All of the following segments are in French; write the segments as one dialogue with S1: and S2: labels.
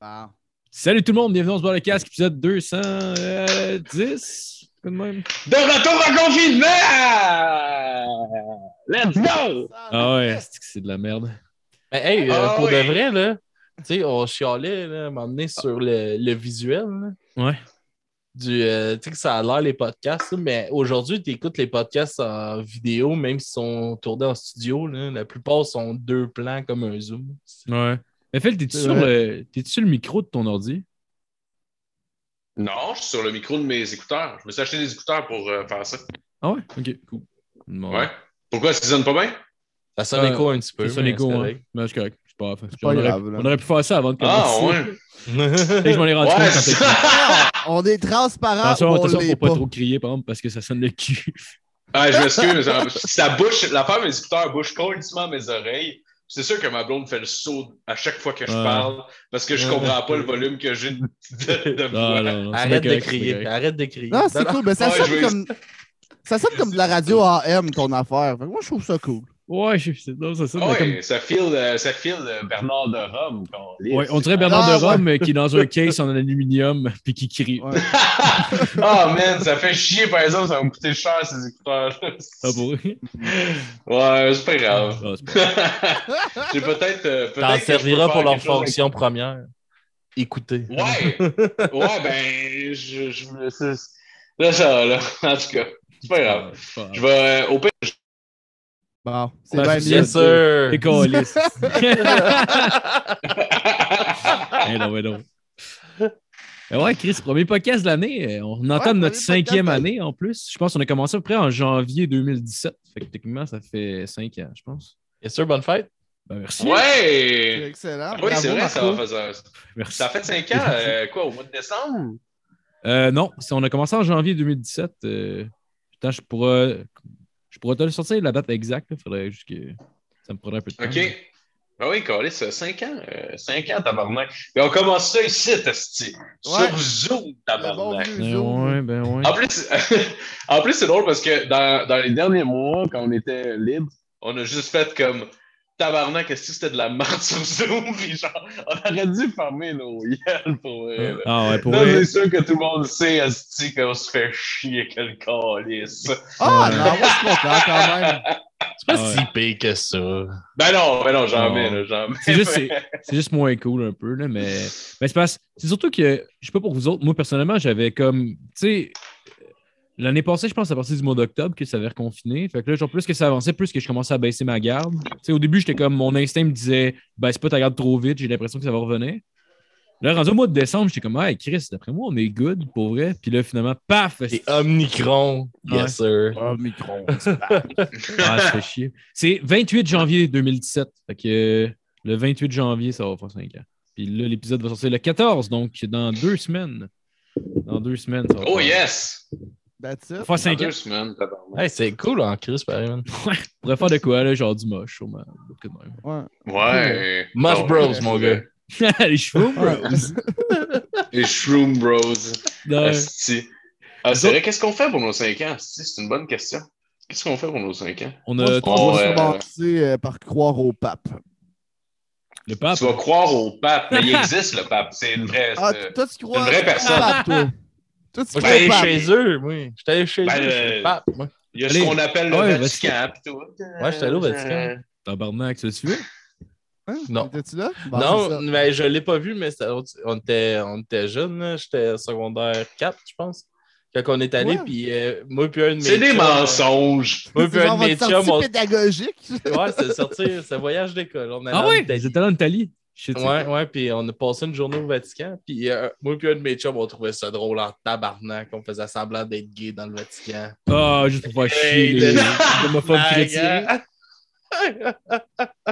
S1: Wow.
S2: Salut tout le monde, bienvenue dans ce bar le casque, épisode 210. Tout de même.
S3: De retour en confinement! Let's go!
S2: Ah ouais, c'est que c'est de la merde.
S4: Mais hey, euh,
S3: Ah
S4: pour
S3: oui.
S4: de vrai, là, tu sais, on chialait, là, à un moment donné, sur le, le visuel, là,
S2: Ouais.
S4: du, euh, tu sais, que ça a l'air les podcasts, là, mais aujourd'hui, tu écoutes les podcasts en vidéo, même s'ils sont tournés en studio, là, la plupart sont deux plans comme un zoom.
S2: Ouais. Mais Phil, t'es-tu
S4: C'est
S2: sur,
S4: vrai.
S2: le... t'es-tu sur le micro de ton ordi?
S3: Non, je suis sur le micro de mes écouteurs. Je me suis acheté des écouteurs pour euh, faire ça.
S2: Ah ouais? Ok, cool. Bon.
S3: Ouais. Pourquoi ça sonne pas bien?
S4: Ça sonne
S2: Euh,
S4: écho un petit peu.
S2: C'est ça
S4: mais
S2: l'écho,
S4: c'est
S2: hein.
S4: correct.
S2: Non, c'est correct. C'est pas grave.
S1: pas
S2: on,
S1: grave,
S2: aurait...
S1: là.
S2: on aurait pu faire ça avant de commencer.
S3: Ah, ouais.
S2: Et je m'en ai rendu compte
S3: Ouais,
S2: quand t'as
S3: ça-
S2: écrit.
S1: On est transparent.
S2: Attention,
S1: on
S2: attention
S1: l'est
S2: pour pas
S1: pas.
S2: trop crier, par exemple, parce que ça sonne le cul.
S3: Ah, je m'excuse. hein. ça bouche, l'affaire de mes écouteurs bouche complètement mes oreilles. C'est sûr que ma blonde fait le saut à chaque fois que je
S2: Ouais.
S3: parle parce que je comprends pas le volume que j'ai de, de voix.
S2: Ah, non, non, c'est bien
S4: Arrête
S2: correct, c'est
S4: de
S2: bien
S4: crier,
S2: correct.
S4: arrête de crier.
S1: Non, c'est
S4: Non, non.
S1: cool, mais ça
S3: Ouais,
S1: sonne
S3: je vais-
S1: comme. Ça sonne comme de la radio AM, ton affaire. Fait que moi, je trouve ça cool.
S2: Ouais, je- c'est non, ça sonne
S3: Ah ouais,
S2: comme
S3: ça file, euh, ça file euh, Bernard de Rome. qu'on lit.
S2: Ouais, on dirait Bernard
S1: Ah,
S2: de Rome euh, qui est dans un case en aluminium puis qui crie.
S1: Ouais.
S3: Ah, man, ça fait chier, par exemple, ça va me coûter cher, ces écouteurs.
S2: Ah, pour-
S3: Ouais, c'est pas grave.
S2: Ah, c'est pas-
S3: J'ai peut-être. euh, peut-être
S4: T'en
S3: que je peux
S4: serviras
S3: faire
S4: pour leur
S3: quelque chose avec-
S4: fonction première. Écoutez.
S3: Ouais! Ouais, ben. Je, je, me- c'est- là, ça, là. En tout cas, c'est pas grave.
S2: c'est pas
S3: Je
S2: grave.
S3: vais. euh, Au pire,
S1: Bon, c'est
S2: Ouais,
S1: bien
S2: c'est
S1: mieux.
S4: Bien sûr!
S2: C'est câlisse. Eh non, mais non. Eh ouais, Chris, premier podcast de l'année. euh, On entend de
S1: Ouais, premier
S2: notre
S1: podcast
S2: cinquième
S1: de-
S2: année en plus. Je pense qu'on a commencé à peu près en janvier 2017. Fait que techniquement, ça fait cinq ans, je pense.
S4: Bien sûr, bonne fête.
S2: Ben, merci.
S1: C'est
S3: Ouais!
S1: excellent.
S3: Oui,
S1: Bravo,
S3: c'est vrai, ça
S1: Marco.
S3: va faire ça.
S2: Merci.
S3: Ça fait 5 ans, euh, quoi, au mois de décembre?
S2: Euh, non, c'est- on a commencé en janvier 2017. euh, putain, je pourrais, je pourrais te le sortir la date exacte. là. Faudrait juste que ça me prendrait un peu de temps.
S3: OK. Ah oui, Carlis, ça 5 ans. 5 ans, tabarnak. Et on commence ça ici, Testi.
S1: Ouais.
S3: Sur Zoom,
S1: Le
S3: tabarnak.
S1: bon vieux
S2: Ben
S1: Zoom.
S2: ouais, ben ouais.
S3: En plus, en plus c'est drôle parce que dans, dans les derniers mois, quand on était libre, on a juste fait comme tabarnak, est-ce que c'était de la merde sur Zoom? Puis genre, on aurait dû fermer nos yeux pour vrai. là.
S2: Ah ouais, pour
S3: Là,
S2: vrai.
S3: c'est sûr que tout le monde sait, Asti, qu'on se fait chier, quel calice.
S1: Ah,
S2: Ouais.
S1: non, moi, je suis content quand même.
S4: C'est pas
S2: Ouais.
S4: si pire que ça.
S3: Ben non, ben non, j'en
S2: Non.
S3: mets, là, j'en mets.
S2: C'est juste, c'est- c'est juste moins cool un peu, là, mais, mais c'est, parce- c'est surtout que, je sais pas pour vous autres, moi personnellement, j'avais comme, tu sais, l'année passée, je pense à partir du mois d'octobre que ça avait reconfiné. Fait que là, genre, plus que ça avançait, plus que je commençais à baisser ma garde. Tu sais, au début, j'étais comme, mon instinct me disait, baisse pas ta garde trop vite, j'ai l'impression que ça va revenir. Là, rendu au mois de décembre, j'étais comme, hey Chris, d'après moi, on est good pour vrai. Puis là, finalement, paf!
S4: C'est Omnicron, bien
S2: Ouais.
S4: sûr.
S1: Un micro.
S2: Ah, ça fait chier. C'est 28 janvier 2017. Fait que euh, le 28 janvier, ça va faire 5 ans. Puis là, l'épisode va sortir le 14, donc dans deux semaines. Dans deux semaines, ça va
S3: Oh
S2: faire-
S3: yes!
S1: That's
S2: Ça va
S1: it.
S2: faire
S3: Dans
S2: 5 Ah, ans.
S3: deux semaines, tabarnak.
S4: Hey, c'est cool en crise, pareil. man.
S2: On pourrait faire de quoi, là, genre du moche, sûrement. Beaucoup de même.
S1: Ouais.
S3: Ouais.
S4: Mosh
S3: Non,
S4: Bros, mon gars.
S2: Les chevaux, bro.
S3: Les Shroom Bros.
S2: Non.
S3: Asti. Ah, c'est vrai, qu'est-ce qu'on fait pour nos 5 ans? Asti? C'est une bonne question. Qu'est-ce qu'on fait pour nos 5 ans?
S2: On
S1: Moi,
S2: a
S1: je pense qu'on va
S3: ouais.
S1: se commencer euh, par croire au pape.
S2: le pape.
S3: Tu vas croire au pape, mais il existe le pape. C'est une vraie.
S1: Ah,
S3: c'est-
S1: toi, tu crois
S3: une vraie
S1: au
S3: personne.
S1: pape, toi. Toi, tu
S4: Moi,
S1: crois
S4: j'étais
S3: Ben,
S1: au
S4: allé
S1: pape.
S4: chez eux, moi. J'étais allé chez
S3: Ben,
S4: eux,
S3: euh,
S4: chez le pape, moi.
S3: Il y a
S2: Allez.
S3: ce qu'on appelle le
S2: Ouais,
S3: Vatican. pis tout. Euh,
S4: Ouais, j'étais allé au Vatican.
S2: Tabarnak, ça tu veux?
S1: Hein?
S4: Non.
S1: Étais-tu là? Bon, c'est ça.
S4: Non, mais je l'ai pas vu, mais c'était- on était, on était jeunes, là. j'étais secondaire 4, je pense. Quand on est allé,
S1: Ouais.
S4: puis euh, moi puis un de mes
S3: C'est des
S4: chums,
S3: mensonges.
S4: Moi puis
S1: C'est
S4: un
S1: genre
S4: de mes
S1: votre
S4: chums,
S1: sortie
S4: on...
S1: pédagogique.
S4: ouais, c'est sorti, c'est voyage d'école. On allait
S2: Ah
S4: en
S2: ouais?
S4: Italie.
S2: Ils étaient là en Italie. Shit, c'est-
S4: Ouais, ouais, puis on a passé une journée au Vatican, puis euh, moi puis un de mes chums, on trouvait ça drôle en tabarnak, on faisait semblant d'être gay dans le Vatican.
S2: Ah, juste pour faire chier
S4: Hey,
S2: les
S4: le-
S2: les homophobes chrétiens.
S1: Hey,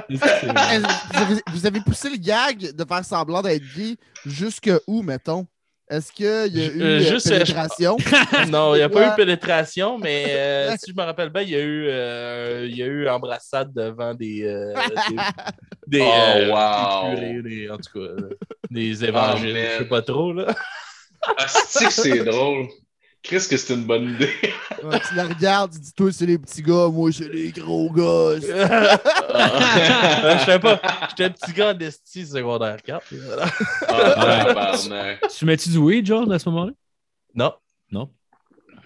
S1: Eh, vous, avez, vous avez poussé le gag de faire semblant d'être gay jusque où, mettons? Est-ce qu'il y a
S4: Ju-
S1: eu
S4: euh,
S1: euh,
S4: juste, euh,
S1: pénétration?
S4: non, il n'y a
S1: Ouais.
S4: pas eu pénétration, mais euh, si je me rappelle bien, il y a eu, euh, il y a eu embrassade devant des. euh, des, des,
S3: Oh,
S4: euh,
S3: wow.
S4: des curés, des- en tout cas, euh, des évangiles,
S3: Oh, man.
S4: je sais pas trop, là.
S3: Asti, que c'est drôle. Chris, que c'est une bonne idée.
S1: Ouais, tu la regardes, tu dis, toi, c'est les petits gars, moi, c'est les gros gars.
S4: Ah, Je sais pas. J'étais petit gars en esti secondaire 4.
S3: Ah, tabarnak.
S2: Tu mets-tu du weed, George, à ce moment-là?
S4: Non.
S2: Non.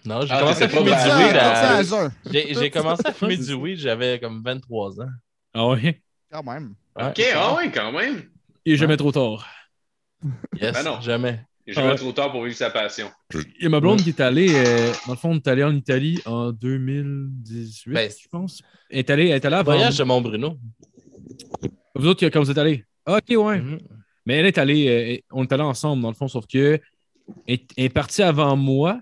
S4: Non, j'ai
S3: Ah,
S4: commencé à
S3: t'étais pas
S4: fumer du
S3: marié,
S4: weed. à-
S1: à jeun,
S4: J'ai j'ai commencé à fumer du
S1: ça.
S4: weed, j'avais comme 23 ans.
S2: Ah ouais?
S1: quand même.
S4: Ouais,
S3: Ok, ah ouais, quand même.
S2: Il est jamais trop tard.
S4: Yes,
S3: Ben non.
S4: jamais.
S3: Il est jamais
S2: Ah ouais.
S3: trop tard pour vivre sa passion.
S2: Il y a ma blonde qui est allée, euh, dans le fond, on est allé en Italie en 2018,
S4: Ben,
S2: je pense. Elle est allée, elle est allée avant.
S4: Voyage de Mont-Bruno.
S2: Vous autres, quand vous êtes allés? Ah, Ok, ouais.
S4: Mhm.
S2: Mais elle est allée, euh, on est allés ensemble, dans le fond, sauf que elle est- elle est partie avant moi.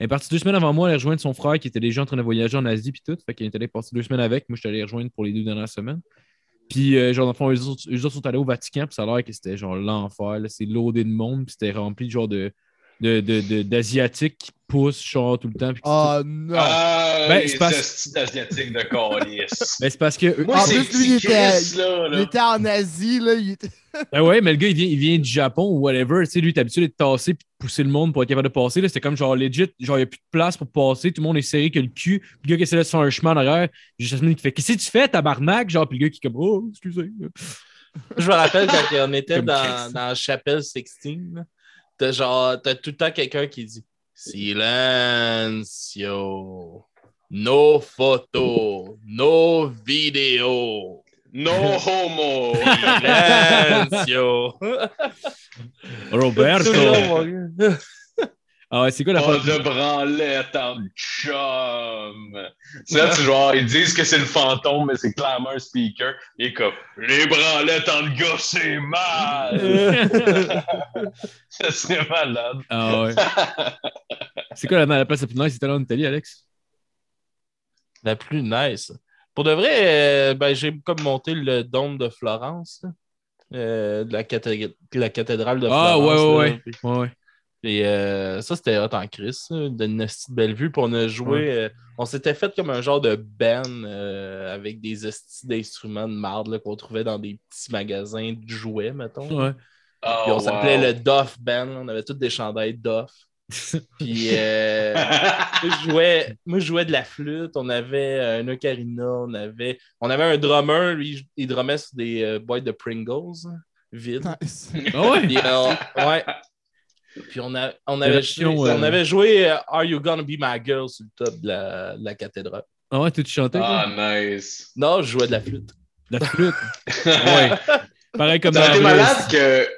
S2: Elle est partie deux semaines avant moi, elle a rejoint son frère qui était déjà en train de voyager en Asie, puis tout. Fait qu'elle est allée passer deux semaines avec. Moi, je suis allé les rejoindre pour les deux dernières semaines. Puis, euh, genre, dans le fond, eux autres, eux autres sont allés au Vatican, puis ça a l'air que c'était genre l'enfer. là. C'est loadé de monde, puis c'était rempli genre de, de, de- de- d'Asiatiques qui poussent, genre, tout le temps. puis qui-
S1: Ah non.
S3: Ah,
S2: Ben,
S3: les
S2: c'est parce-
S3: hosties asiatiques de calice.
S2: Mais Ben, c'est parce que. euh, ah, eux-
S3: Moi,
S1: En
S3: c'est
S1: plus, lui, il
S3: c'est
S1: était-
S3: Chris, là,
S1: il
S3: là.
S1: était en Asie, là. Il était...
S2: Ben ouais, mais le gars, il vient, il vient du Japon ou whatever. Tu sais, lui, t'es habitué d'être tassé puis de pousser le monde pour être capable de passer. là. C'était comme genre legit, genre, il n'y a plus de place pour passer. Tout le monde est serré que le cul. Puis le gars qui essaie de se faire un chemin en arrière. J'ai Jasmine qui fait Qu'est-ce que tu fais, tabarnak Genre, puis le gars qui est comme Oh, excusez.
S4: Je me rappelle quand on était
S2: Comme
S4: dans,
S2: Christ.
S4: dans la chapelle Sixtine, là, t'as genre, t'as tout le temps quelqu'un qui dit Silencio, no photos, no vidéos,
S3: No homo.
S4: silencio.
S2: Roberto.
S4: Tout le monde, mon gars.
S2: Ah ouais, c'est quoi la
S3: Pas
S2: part
S3: de branlette en chum. C'est là, tu genre, ils disent que c'est le fantôme, mais c'est clairement un speaker. Et comme, les branlettes en gars, c'est mal. Ça, c'est malade.
S2: Ah ouais. C'est quoi la, la place la plus nice C'était là en Italie, Alex
S4: La plus nice. Pour de vrai, euh, ben, j'ai comme monté le dôme de Florence, là, euh, de la, cathédrale- la cathédrale de
S2: Ah
S4: Florence.
S2: ouais, ouais,
S4: là,
S2: ouais. Ouais, ouais.
S4: Et euh, ça, c'était hot en Chris, là, d'une esti de belle vue. Puis on a joué, euh, on s'était fait comme un genre de band euh, avec des estis d'instruments de marde là, qu'on trouvait dans des petits magasins de jouets, mettons.
S2: Ouais.
S3: Oh,
S4: Puis on s'appelait
S3: wow.
S4: le Duff Band. là. On avait tous des chandails Duff. Puis euh, moi, je jouais, moi, je jouais de la flûte. On avait euh, un ocarina. On avait, on avait un drummer. Lui, il drummait sur des euh, boîtes de Pringles hein, vides.
S1: Nice.
S2: Ah ouais
S4: Puis, euh, ouais. Puis on, a, on,
S2: La
S4: avait joué,
S2: version, euh,
S4: on avait joué euh, Are You Gonna Be My Girl sur le top de la, de la cathédrale.
S2: Ah ouais, tu chantais
S3: Ah,
S2: quoi?
S3: nice.
S4: Non, je jouais de la flûte.
S2: La flûte. Ouais. Pareil comme
S3: Ça a
S2: la Russe.
S3: été malade que,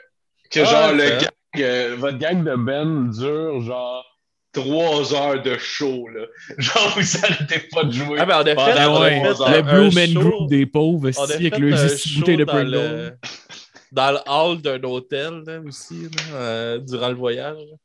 S3: que
S4: Ah,
S3: genre, le
S4: ça.
S3: gang, euh, votre gang de Ben dure genre trois heures de show, là. Genre, vous arrêtez pas de jouer.
S4: Ah, ben, on a fait,
S3: Pendant
S4: on a
S2: ouais,
S4: fait euh,
S2: Le
S4: un- un
S2: Blue Man
S4: show-
S2: Group des pauvres,
S4: on a
S2: si,
S4: fait
S2: avec le
S4: un
S2: juste
S4: show
S2: bouteille de
S4: dans
S2: Pringles.
S4: le- Dans le hall d'un hôtel là, aussi, là, euh, durant le voyage. là.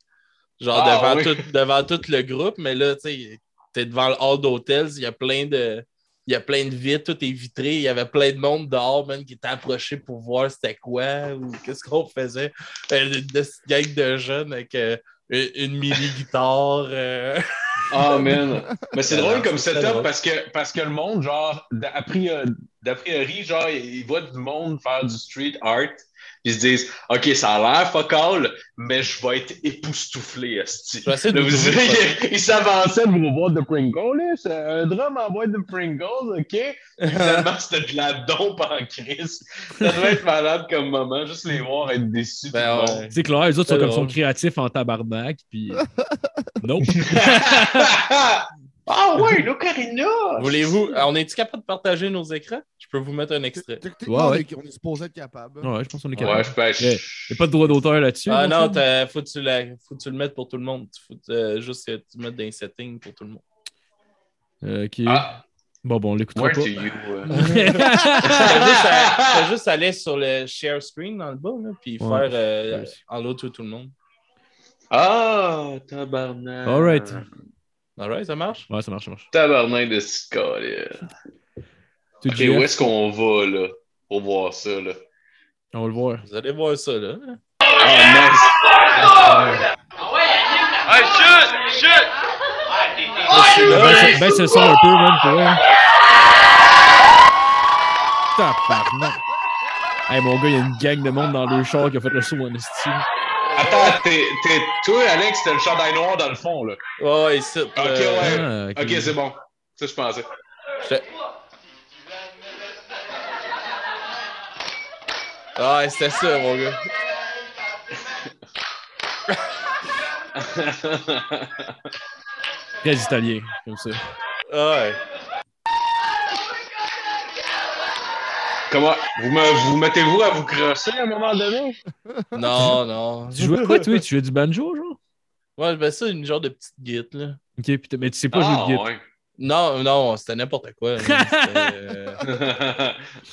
S4: Genre
S3: Ah,
S4: devant,
S3: oui.
S4: tout, devant tout le groupe, mais là, tu sais, t'es devant le hall d'hôtel, il y a plein de. Il y a plein de vitres, tout est vitré. Il y avait plein de monde dehors, man, qui était approché pour voir c'était quoi ou qu'est-ce qu'on faisait. Euh, une petite gang de jeunes avec euh, une, mini-guitare. euh.
S3: Ah, man. Mais c'est
S4: Ouais,
S3: drôle
S4: Euh, non,
S3: comme
S4: c'est très
S3: setup
S4: drôle.
S3: parce que, parce que le monde, genre, d'a a priori, d'a priori, genre, ils voient du monde faire du street art. Puis ils se disent, OK, ça a l'air focal, mais je vais être époustouflé, esti.
S4: Je vais essayer de
S3: Là,
S4: vous
S3: vous-
S4: trouver
S3: ils ils s'avançaient pour une boîte de Pringles, là. C'est un drum en boîte de Pringles, OK? Finalement, c'était de la dompe en crise. Ça doit être malade comme moment, juste les voir être déçus.
S4: Ben,
S3: tout le monde.
S4: ouais.
S2: C'est clair, les autres sont
S4: C'est
S2: comme sont
S4: drôle.
S2: créatifs en tabarnak, puis nope.
S3: ah ouais, l'ocarina!
S4: Voulez-vous. On est-tu capable de partager nos écrans? Je peux vous mettre un extrait.
S1: Techniquement,
S2: Ouais,
S1: on est- on est supposé être capable.
S2: Ouais, je pense qu'on est capable.
S3: Ouais, je pêche.
S2: Ouais. Il n'y a pas de droit d'auteur là-dessus.
S4: Ah
S2: mon
S4: non,
S2: chum?
S4: t'as- faut que, tu la- faut que tu le mettes pour tout le monde. Faut que, euh, juste que tu mettes dans les settings pour tout le monde.
S2: Euh, ok.
S3: Ah,
S2: Bon, bon, on l'écoutera
S3: where
S2: pas.
S3: do you? euh,
S4: T'as juste, à- t'as juste à aller sur le share screen dans le bas, là, puis
S2: Ouais.
S4: faire euh,
S2: Yes.
S4: en l'autre tout le monde.
S3: Ah, tabarnak.
S2: All right.
S4: Alright, ça marche?
S2: Ouais, ça marche, ça marche.
S3: Tabarnak de Scotia.
S2: Tu
S3: Ok,
S2: dis,
S3: où est-ce qu'on va, là, pour voir ça, là?
S2: on va le voir.
S4: Vous allez voir ça, là.
S3: Ah,
S2: Baisse baisse- baisse ben, le son un peu, même, pour vrai. Tabarnak. Hey, mon gars, il y a une gang de monde dans le char qui a fait le saut en estime.
S3: nice! Attends, t'es, t'es- toi, Alex, t'as le chandail noir dans le fond, là.
S4: Ouais, ouais, ici.
S3: Ok,
S4: euh,
S3: ouais.
S2: Ah,
S3: Ok, c'est bon. Ça, je pensais.
S4: Ouais, c'était ça, mon gars.
S2: Très italien, comme ça.
S4: Ouais.
S3: Comment? Vous, me, vous mettez-vous à vous crosser à un moment donné?
S4: Non, non.
S2: Tu jouais à quoi, toi? Tu jouais du banjo, genre?
S4: Ouais, ben ça, une genre de petite guite, là.
S2: Ok, putain, mais tu sais pas jouer de guitare.
S3: ouais.
S4: Non, non, c'était n'importe quoi. là. C'était, euh,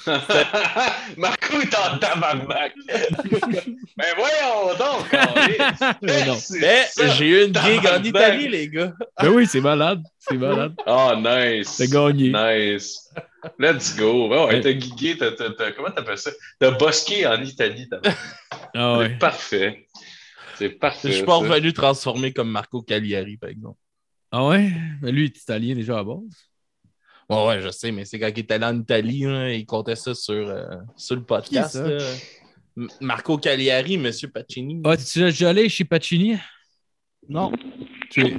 S3: Ah, Marco est en tabarnak. Mais Ben voyons donc, Carlis.
S2: Mais non.
S3: C'est
S4: Mais
S3: ça.
S4: ben, j'ai eu une gig en
S3: Tabarnak.
S4: Italie, les gars.
S2: Ben oui, c'est malade. C'est malade.
S3: Ah, nice.
S2: T'as gagné.
S3: Nice. Let's go. Ouais, ouais, t'as gigué, t'as, t'as- t'as- comment t'appelles ça? T'as bosqué en Italie. t'as-
S2: Ah ouais.
S3: C'est parfait. C'est
S4: Je
S3: parfait.
S4: suis pas
S3: ça.
S4: revenu transformé comme Marco Cagliari, par exemple.
S2: Ah ouais? Mais lui, il est italien déjà à base.
S4: Ouais, ouais, je sais, mais c'est quand il était allé en Italie, là, il comptait ça sur, euh, sur le podcast.
S1: Qui ça?
S4: là. M- Marco Cagliari, Monsieur Pacini.
S2: Ah, tu l'as déjà allé chez Pacini?
S1: Non.
S2: Tu es.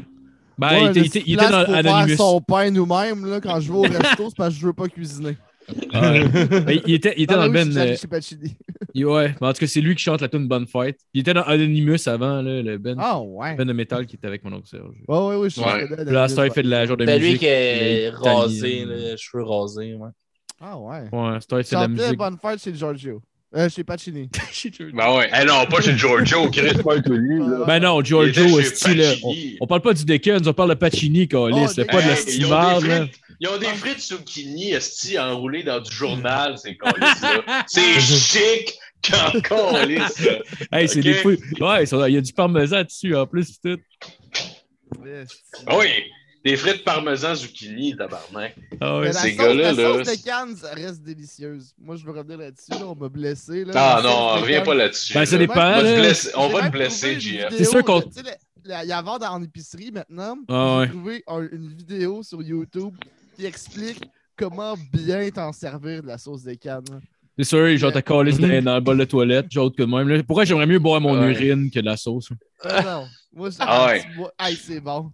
S2: Ben,
S1: Moi,
S2: il était- il
S1: la
S2: était,
S1: petite
S2: il était
S1: place
S2: dans
S1: pour
S2: Anonymous.
S1: faire son pain nous-mêmes là, quand je vais au resto, c'est parce que je veux pas cuisiner. Ah,
S2: Ah ouais. Ben, il était, il était
S1: Non,
S2: dans le
S1: mais oui,
S2: Ben.
S1: c'est
S2: euh,
S1: Jack Chipachini.
S2: il- ouais, mais en tout cas, c'est lui qui chante la tune Bonne Fight. Il était dans Anonymous avant, là, le Ben,
S1: Ah ouais.
S2: ben de métal qui était avec mon oncle Serge.
S1: Ouais, ouais, ouais, je suis
S3: Ouais.
S1: dedans,
S2: Puis Là, ça,
S1: dedans,
S2: il
S1: dedans.
S2: fait de la genre de
S4: C'était
S2: musique.
S4: Ben, lui qui est
S2: euh,
S4: rasé,
S2: italienne.
S4: là, cheveux rasés. Ouais.
S1: Ah ouais.
S2: Ouais, Star, il fait de la
S1: Chantait
S2: musique.
S1: Bonne Fête chez Giorgio. Euh, chez Pacini.
S3: Ben ouais. Eh non, pas chez Giorgio. Chris, pas un connu, là.
S2: Ben non,
S3: Il était
S2: Giorgio,
S3: chez
S2: est là? On,
S3: Pacini.
S2: on parle pas du Dickens, on parle de Pacini, Calis.
S1: Oh,
S2: c'est pas de la
S1: Hey,
S3: ils ont
S2: stimard,
S3: des
S2: là.
S3: frites, ils ont des frites zucchini esti enroulées dans du journal, ces colis-là. C'est chic qu'en colis, là.
S2: Hey, c'est
S3: Ok.
S2: des fous. Ouais, ça- il y a du parmesan dessus, en plus, pis tout.
S3: Ah Oui, des frites parmesan zucchini, tabarnak.
S2: Ah ouais.
S1: Mais la
S3: ces
S1: sauce,
S3: gars-là,
S1: la
S3: là,
S1: sauce de Cannes reste délicieuse. Moi, je veux revenir là-dessus. là, on m'a blessé. Là,
S3: Ah
S1: La sauce
S3: non,
S1: de
S3: reviens
S1: Cannes.
S3: pas là-dessus.
S2: Ben, ça
S3: là.
S2: dépend,
S3: On va
S2: là.
S3: te blesser- on
S1: J'ai
S3: va
S1: même
S3: te blesser,
S1: trouvé une
S3: JF.
S2: C'est sûr
S1: vidéo,
S2: qu'on-
S1: là, tu sais, la- la- Il y a vendre en épicerie maintenant.
S2: Ah ouais.
S1: J'ai trouvé un- une vidéo sur YouTube qui explique comment bien t'en servir de la sauce de canne.
S2: C'est sûr, genre, t'as Calis dans, dans le bol de toilette, genre, que de même. là. Pourquoi j'aimerais mieux boire mon
S4: Ouais.
S2: urine que de la sauce?
S1: Ah non. Moi, je-
S3: Ah ouais.
S1: Moi- Hey, c'est bon.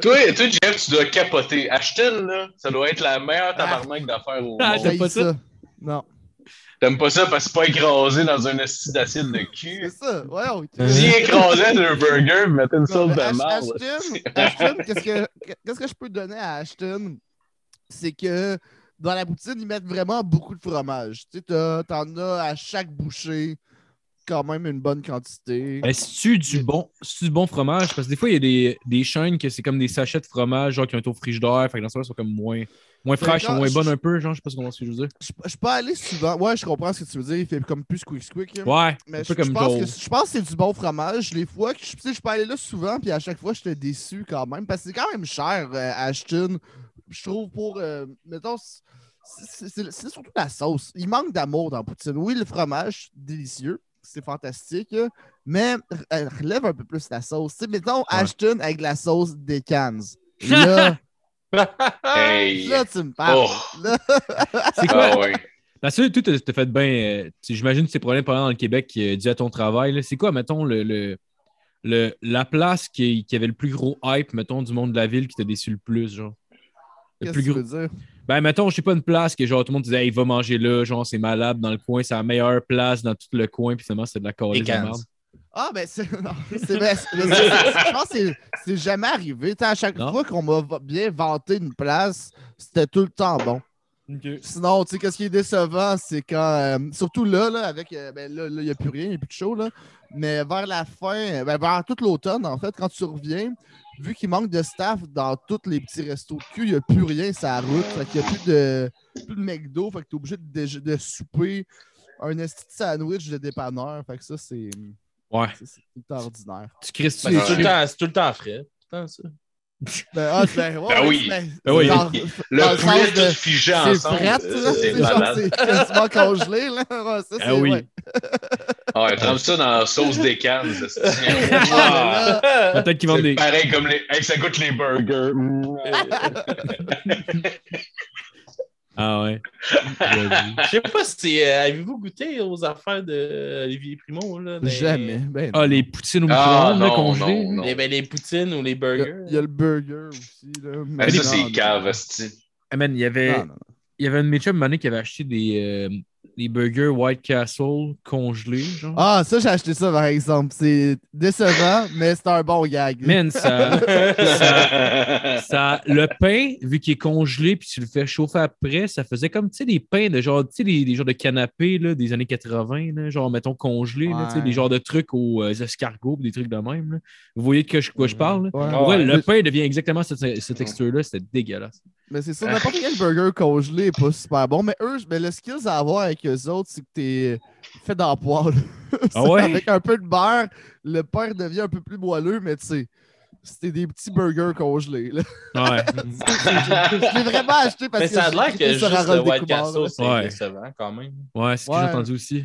S3: Toi, toi, Jeff, tu dois capoter. Ashton, là, ça doit être la
S1: Ah.
S3: meilleure tabarnak d'affaires au
S2: Ah,
S3: monde.
S2: t'as-
S1: J'haïs
S2: pas ça?
S1: Non.
S3: T'aimes pas ça parce que c'est pas écrasé dans un esti d'acide de
S1: C'est
S3: cul.
S1: ça. Ouais, on-
S2: Euh,
S3: Si écrasait un burger, il mettait une
S1: Non,
S3: sauce
S1: mais
S3: de
S1: Ash-
S3: marde.
S1: Ashton, Ashton, qu'est-ce que qu'est-ce que je peux donner à Ashton? C'est que dans la poutine, ils mettent vraiment beaucoup de fromage. Tu sais, t'as- t'en as à chaque bouchée quand même une bonne quantité.
S2: Ben, c'est-tu du bon, c'est-tu du bon fromage? Parce que des fois, il y a des, des chaînes que c'est comme des sachets de fromage, genre, qui ont été au frigidaire. Fait que dans ce cas-là, ils sont comme moins, moins fraîches, sont
S1: quand-
S2: moins
S1: je-
S2: bonnes un peu, genre, je sais pas ce qu'on ce que je veux dire.
S1: Je je suis pas allé souvent. Ouais, je comprends ce que tu veux dire. Il fait comme plus quick quick.
S2: Ouais, un
S1: Mais
S2: peu
S1: je, je
S2: comme
S1: pense
S2: genre.
S1: que, je pense que c'est du bon fromage. Les fois que je, tu sais, je peux aller là souvent, puis à chaque fois, j'étais déçu quand même. Parce que c'est quand même cher, euh, Ashton. Je trouve pour. euh, mettons, c'est- c'est c'est- c'est surtout la sauce. Il manque d'amour dans Poutine. Oui, le fromage, délicieux. C'est fantastique. euh, Mais re- euh, relève un peu plus la sauce. Tu sais, mettons Ashton avec la sauce des cans. Là, Ah,
S3: Hey!
S1: là, tu me parles.
S3: Oh!
S1: Là,
S2: C'est quoi?
S3: Ah ouais.
S2: La seule, toi, t'as t'as fait bien. euh, J'imagine que tes problèmes pendant dans le Québec euh, dû à ton travail. là. C'est quoi, mettons, le, le- le- la place qui, qui avait le plus gros hype, mettons, du monde de la ville qui t'a déçu le plus, genre? Le
S1: qu'est-ce
S2: plus
S1: que tu
S2: gros.
S1: veux dire?
S2: Ben, mettons, je sais pas, une place que genre tout le monde disait, hey, va manger là, genre, c'est malade dans le coin, c'est la meilleure place dans tout le coin, puis finalement, c'est de la calisse de
S4: Dickens.
S2: merde.
S1: Ah, ben, c'est. non, c'est- ben, c'est- ben, c'est- c'est- je pense que c'est- c'est jamais arrivé. Tu sais, à chaque
S2: Non.
S1: fois qu'on m'a va- bien vanté une place, c'était tout le temps bon. Sinon, tu sais, qu'est-ce qui est décevant, c'est quand. euh, surtout là, là, avec. euh, ben, là, il n'y a plus rien, il n'y a plus de show, là. Mais vers la fin, euh, ben, vers tout l'automne, en fait, quand tu reviens, vu qu'il manque de staff dans tous les petits restos de cul, il n'y a plus rien sur la route. Fait qu'il n'y a plus de, plus de McDo. Fait que tu es obligé de, déje- de souper un esti de sandwich de dépanneur. Fait que ça, c'est.
S2: Ouais.
S1: C'est- C'est tout ordinaire.
S2: Tu crisses
S4: Ben, C'est
S3: Ouais.
S4: tout le temps- c'est tout le temps frais. tout le temps, ça.
S1: Ben, ah, ben, ouais,
S3: Ben
S1: ouais,
S3: oui.
S1: ben,
S2: Ben oui.
S1: genre, Dans le
S3: Le poulet
S1: sens de-
S3: tout figé
S1: C'est
S3: ensemble.
S1: fret, là.
S3: euh, C'est
S1: C'est genre,
S3: malade.
S1: c'est quasiment congelé, là. Ouais, ça, c'est-
S2: Ah oui.
S1: ouais.
S3: Ah ouais, trempe ça dans la sauce des cannes. ça, c'est- Ah,
S1: Ah,
S2: Peut-être qu'ils vendent
S3: C'est
S2: des.
S3: pareil
S4: Euh,
S3: comme les. Hey, ça goûte les burgers. Mm.
S2: Ah ouais.
S4: Je sais pas si. euh, Avez-vous goûté aux affaires de euh, Olivier Primo? Là, mais-
S1: Jamais. Ben,
S2: Ah, les poutines au
S3: Ah,
S2: micro-ondes là,
S3: non,
S2: congelées.
S3: non, non.
S4: Les, ben, les poutines ou les
S1: il, y a,
S4: burgers.
S1: il y a le burger aussi. Là, mais
S3: Ah, ça,
S1: non,
S3: c'est
S1: non.
S3: cave, esti.
S2: Ah, man, il y avait,
S1: Non, non, non.
S2: il y avait un de mes chums, un moment donné, qui avait acheté des, euh, des burgers White Castle congelés. Genre.
S1: Ah, ça, j'ai acheté ça par exemple. C'est décevant, mais c'est un bon gag.
S2: Man, ça, ça, le pain, vu qu'il est congelé, puis tu le fais chauffer après, ça faisait comme, tu sais, des pains de genre, tu sais, des, des genres de canapés là, des années 80, là, genre, mettons, congelés, là, tu sais,
S1: Ouais.
S2: des genres de trucs aux euh, escargots, puis des trucs de même. là. Vous voyez de que je- quoi je parle? là?
S1: Ouais.
S4: Ah
S2: Ouais,
S4: ouais.
S2: le pain devient exactement cette, cette texture-là, c'était dégueulasse.
S1: Mais c'est ça,
S2: Euh.
S1: n'importe quel burger congelé est pas super bon. Mais eux, mais le skills à avoir avec eux autres, c'est que t'es fait dans le poil.
S2: Ah ouais?
S1: Avec un peu de beurre, le beurre devient un peu plus moelleux, mais tu sais, c'était des petits burgers congelés. là.
S2: Ouais.
S1: Je l'ai vraiment acheté parce
S4: Mais
S1: que
S4: ça a
S1: j'ai
S4: l'air
S1: cliqué
S4: que
S1: sur
S4: juste le
S1: Harold
S4: White
S1: Découvert,
S4: Castle, c'est
S2: Ouais.
S4: décevant quand même.
S2: Ouais, c'est ce que
S1: Ouais.
S2: j'ai entendu aussi.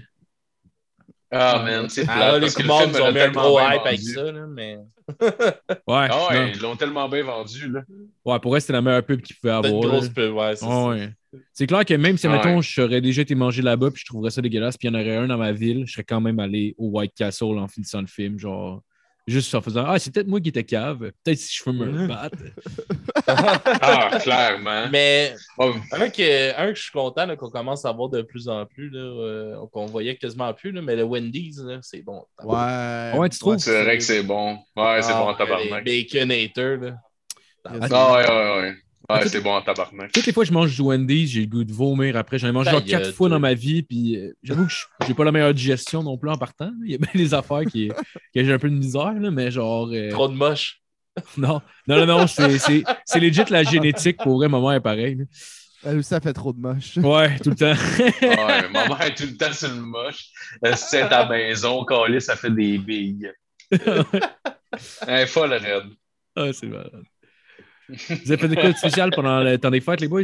S3: Ah, man, c'est
S4: Ah, là,
S3: plate,
S4: les
S3: parce que le
S4: commandes,
S3: film
S4: ils ont
S3: l'a
S4: mis un
S3: tellement
S4: gros
S3: bien
S4: hype avec
S3: vendu.
S4: ça, là, mais.
S2: Ah, Ouais,
S3: Ah ouais,
S2: non.
S3: ils l'ont tellement bien vendu, là.
S2: ouais, pour elle, c'était la meilleure pub qu'il pouvait
S4: Cette
S2: avoir. là.
S4: grosse pub, ouais, c'est
S2: Ah ouais. C'est clair que même si,
S3: Ouais.
S2: mettons, j'aurais déjà été mangé là-bas puis je trouverais ça dégueulasse, puis il y en aurait un dans ma ville, je serais quand même allé au White Castle en finissant le film, genre, juste en faisant Ah, c'est peut-être moi qui étais cave, peut-être si je peux me battre.
S4: ça.
S3: Ah, clairement.
S4: mais
S3: Oh,
S4: un que, un que je suis content là, qu'on commence à voir de plus en plus, là, euh, qu'on voyait quasiment plus, là, mais le Wendy's, là, c'est bon.
S1: Ouais.
S2: ouais, tu trouves
S3: c'est vrai que c'est bon. Ouais, c'est
S4: Ah,
S3: bon en
S4: ouais,
S3: tabarnak.
S4: Les Baconator, là.
S1: Yes.
S3: Ah, ouais, ouais, ouais.
S2: Ah,
S3: Ouais, c'est bon en tabarnak.
S2: Toutes les fois que je mange du Wendy's, j'ai le goût de vomir après. J'en ai mangé
S4: Ta
S2: genre quatre
S4: gueule,
S2: fois
S4: toi.
S2: dans ma vie, puis euh, j'avoue que je- j'ai pas la meilleure digestion non plus en partant. Il y a bien des affaires qui, que j'ai un peu de misère, là, mais genre. euh,
S4: Trop de moche.
S2: non, non, non, non, c'est- c'est c'est legit la génétique pour vrai, maman est pareil.
S1: Elle aussi, Ah ça fait trop de moche.
S2: Ouais, tout le temps.
S3: Ah, Ouais, ma mère est tout le temps sur le moche. Euh, C'est à la maison, Calis, ça fait des billes. Elle est folle, Red.
S2: Ah,
S3: Euh,
S2: c'est malade. Vous avez fait des quoi de spécial pendant le temps des fêtes, les boys?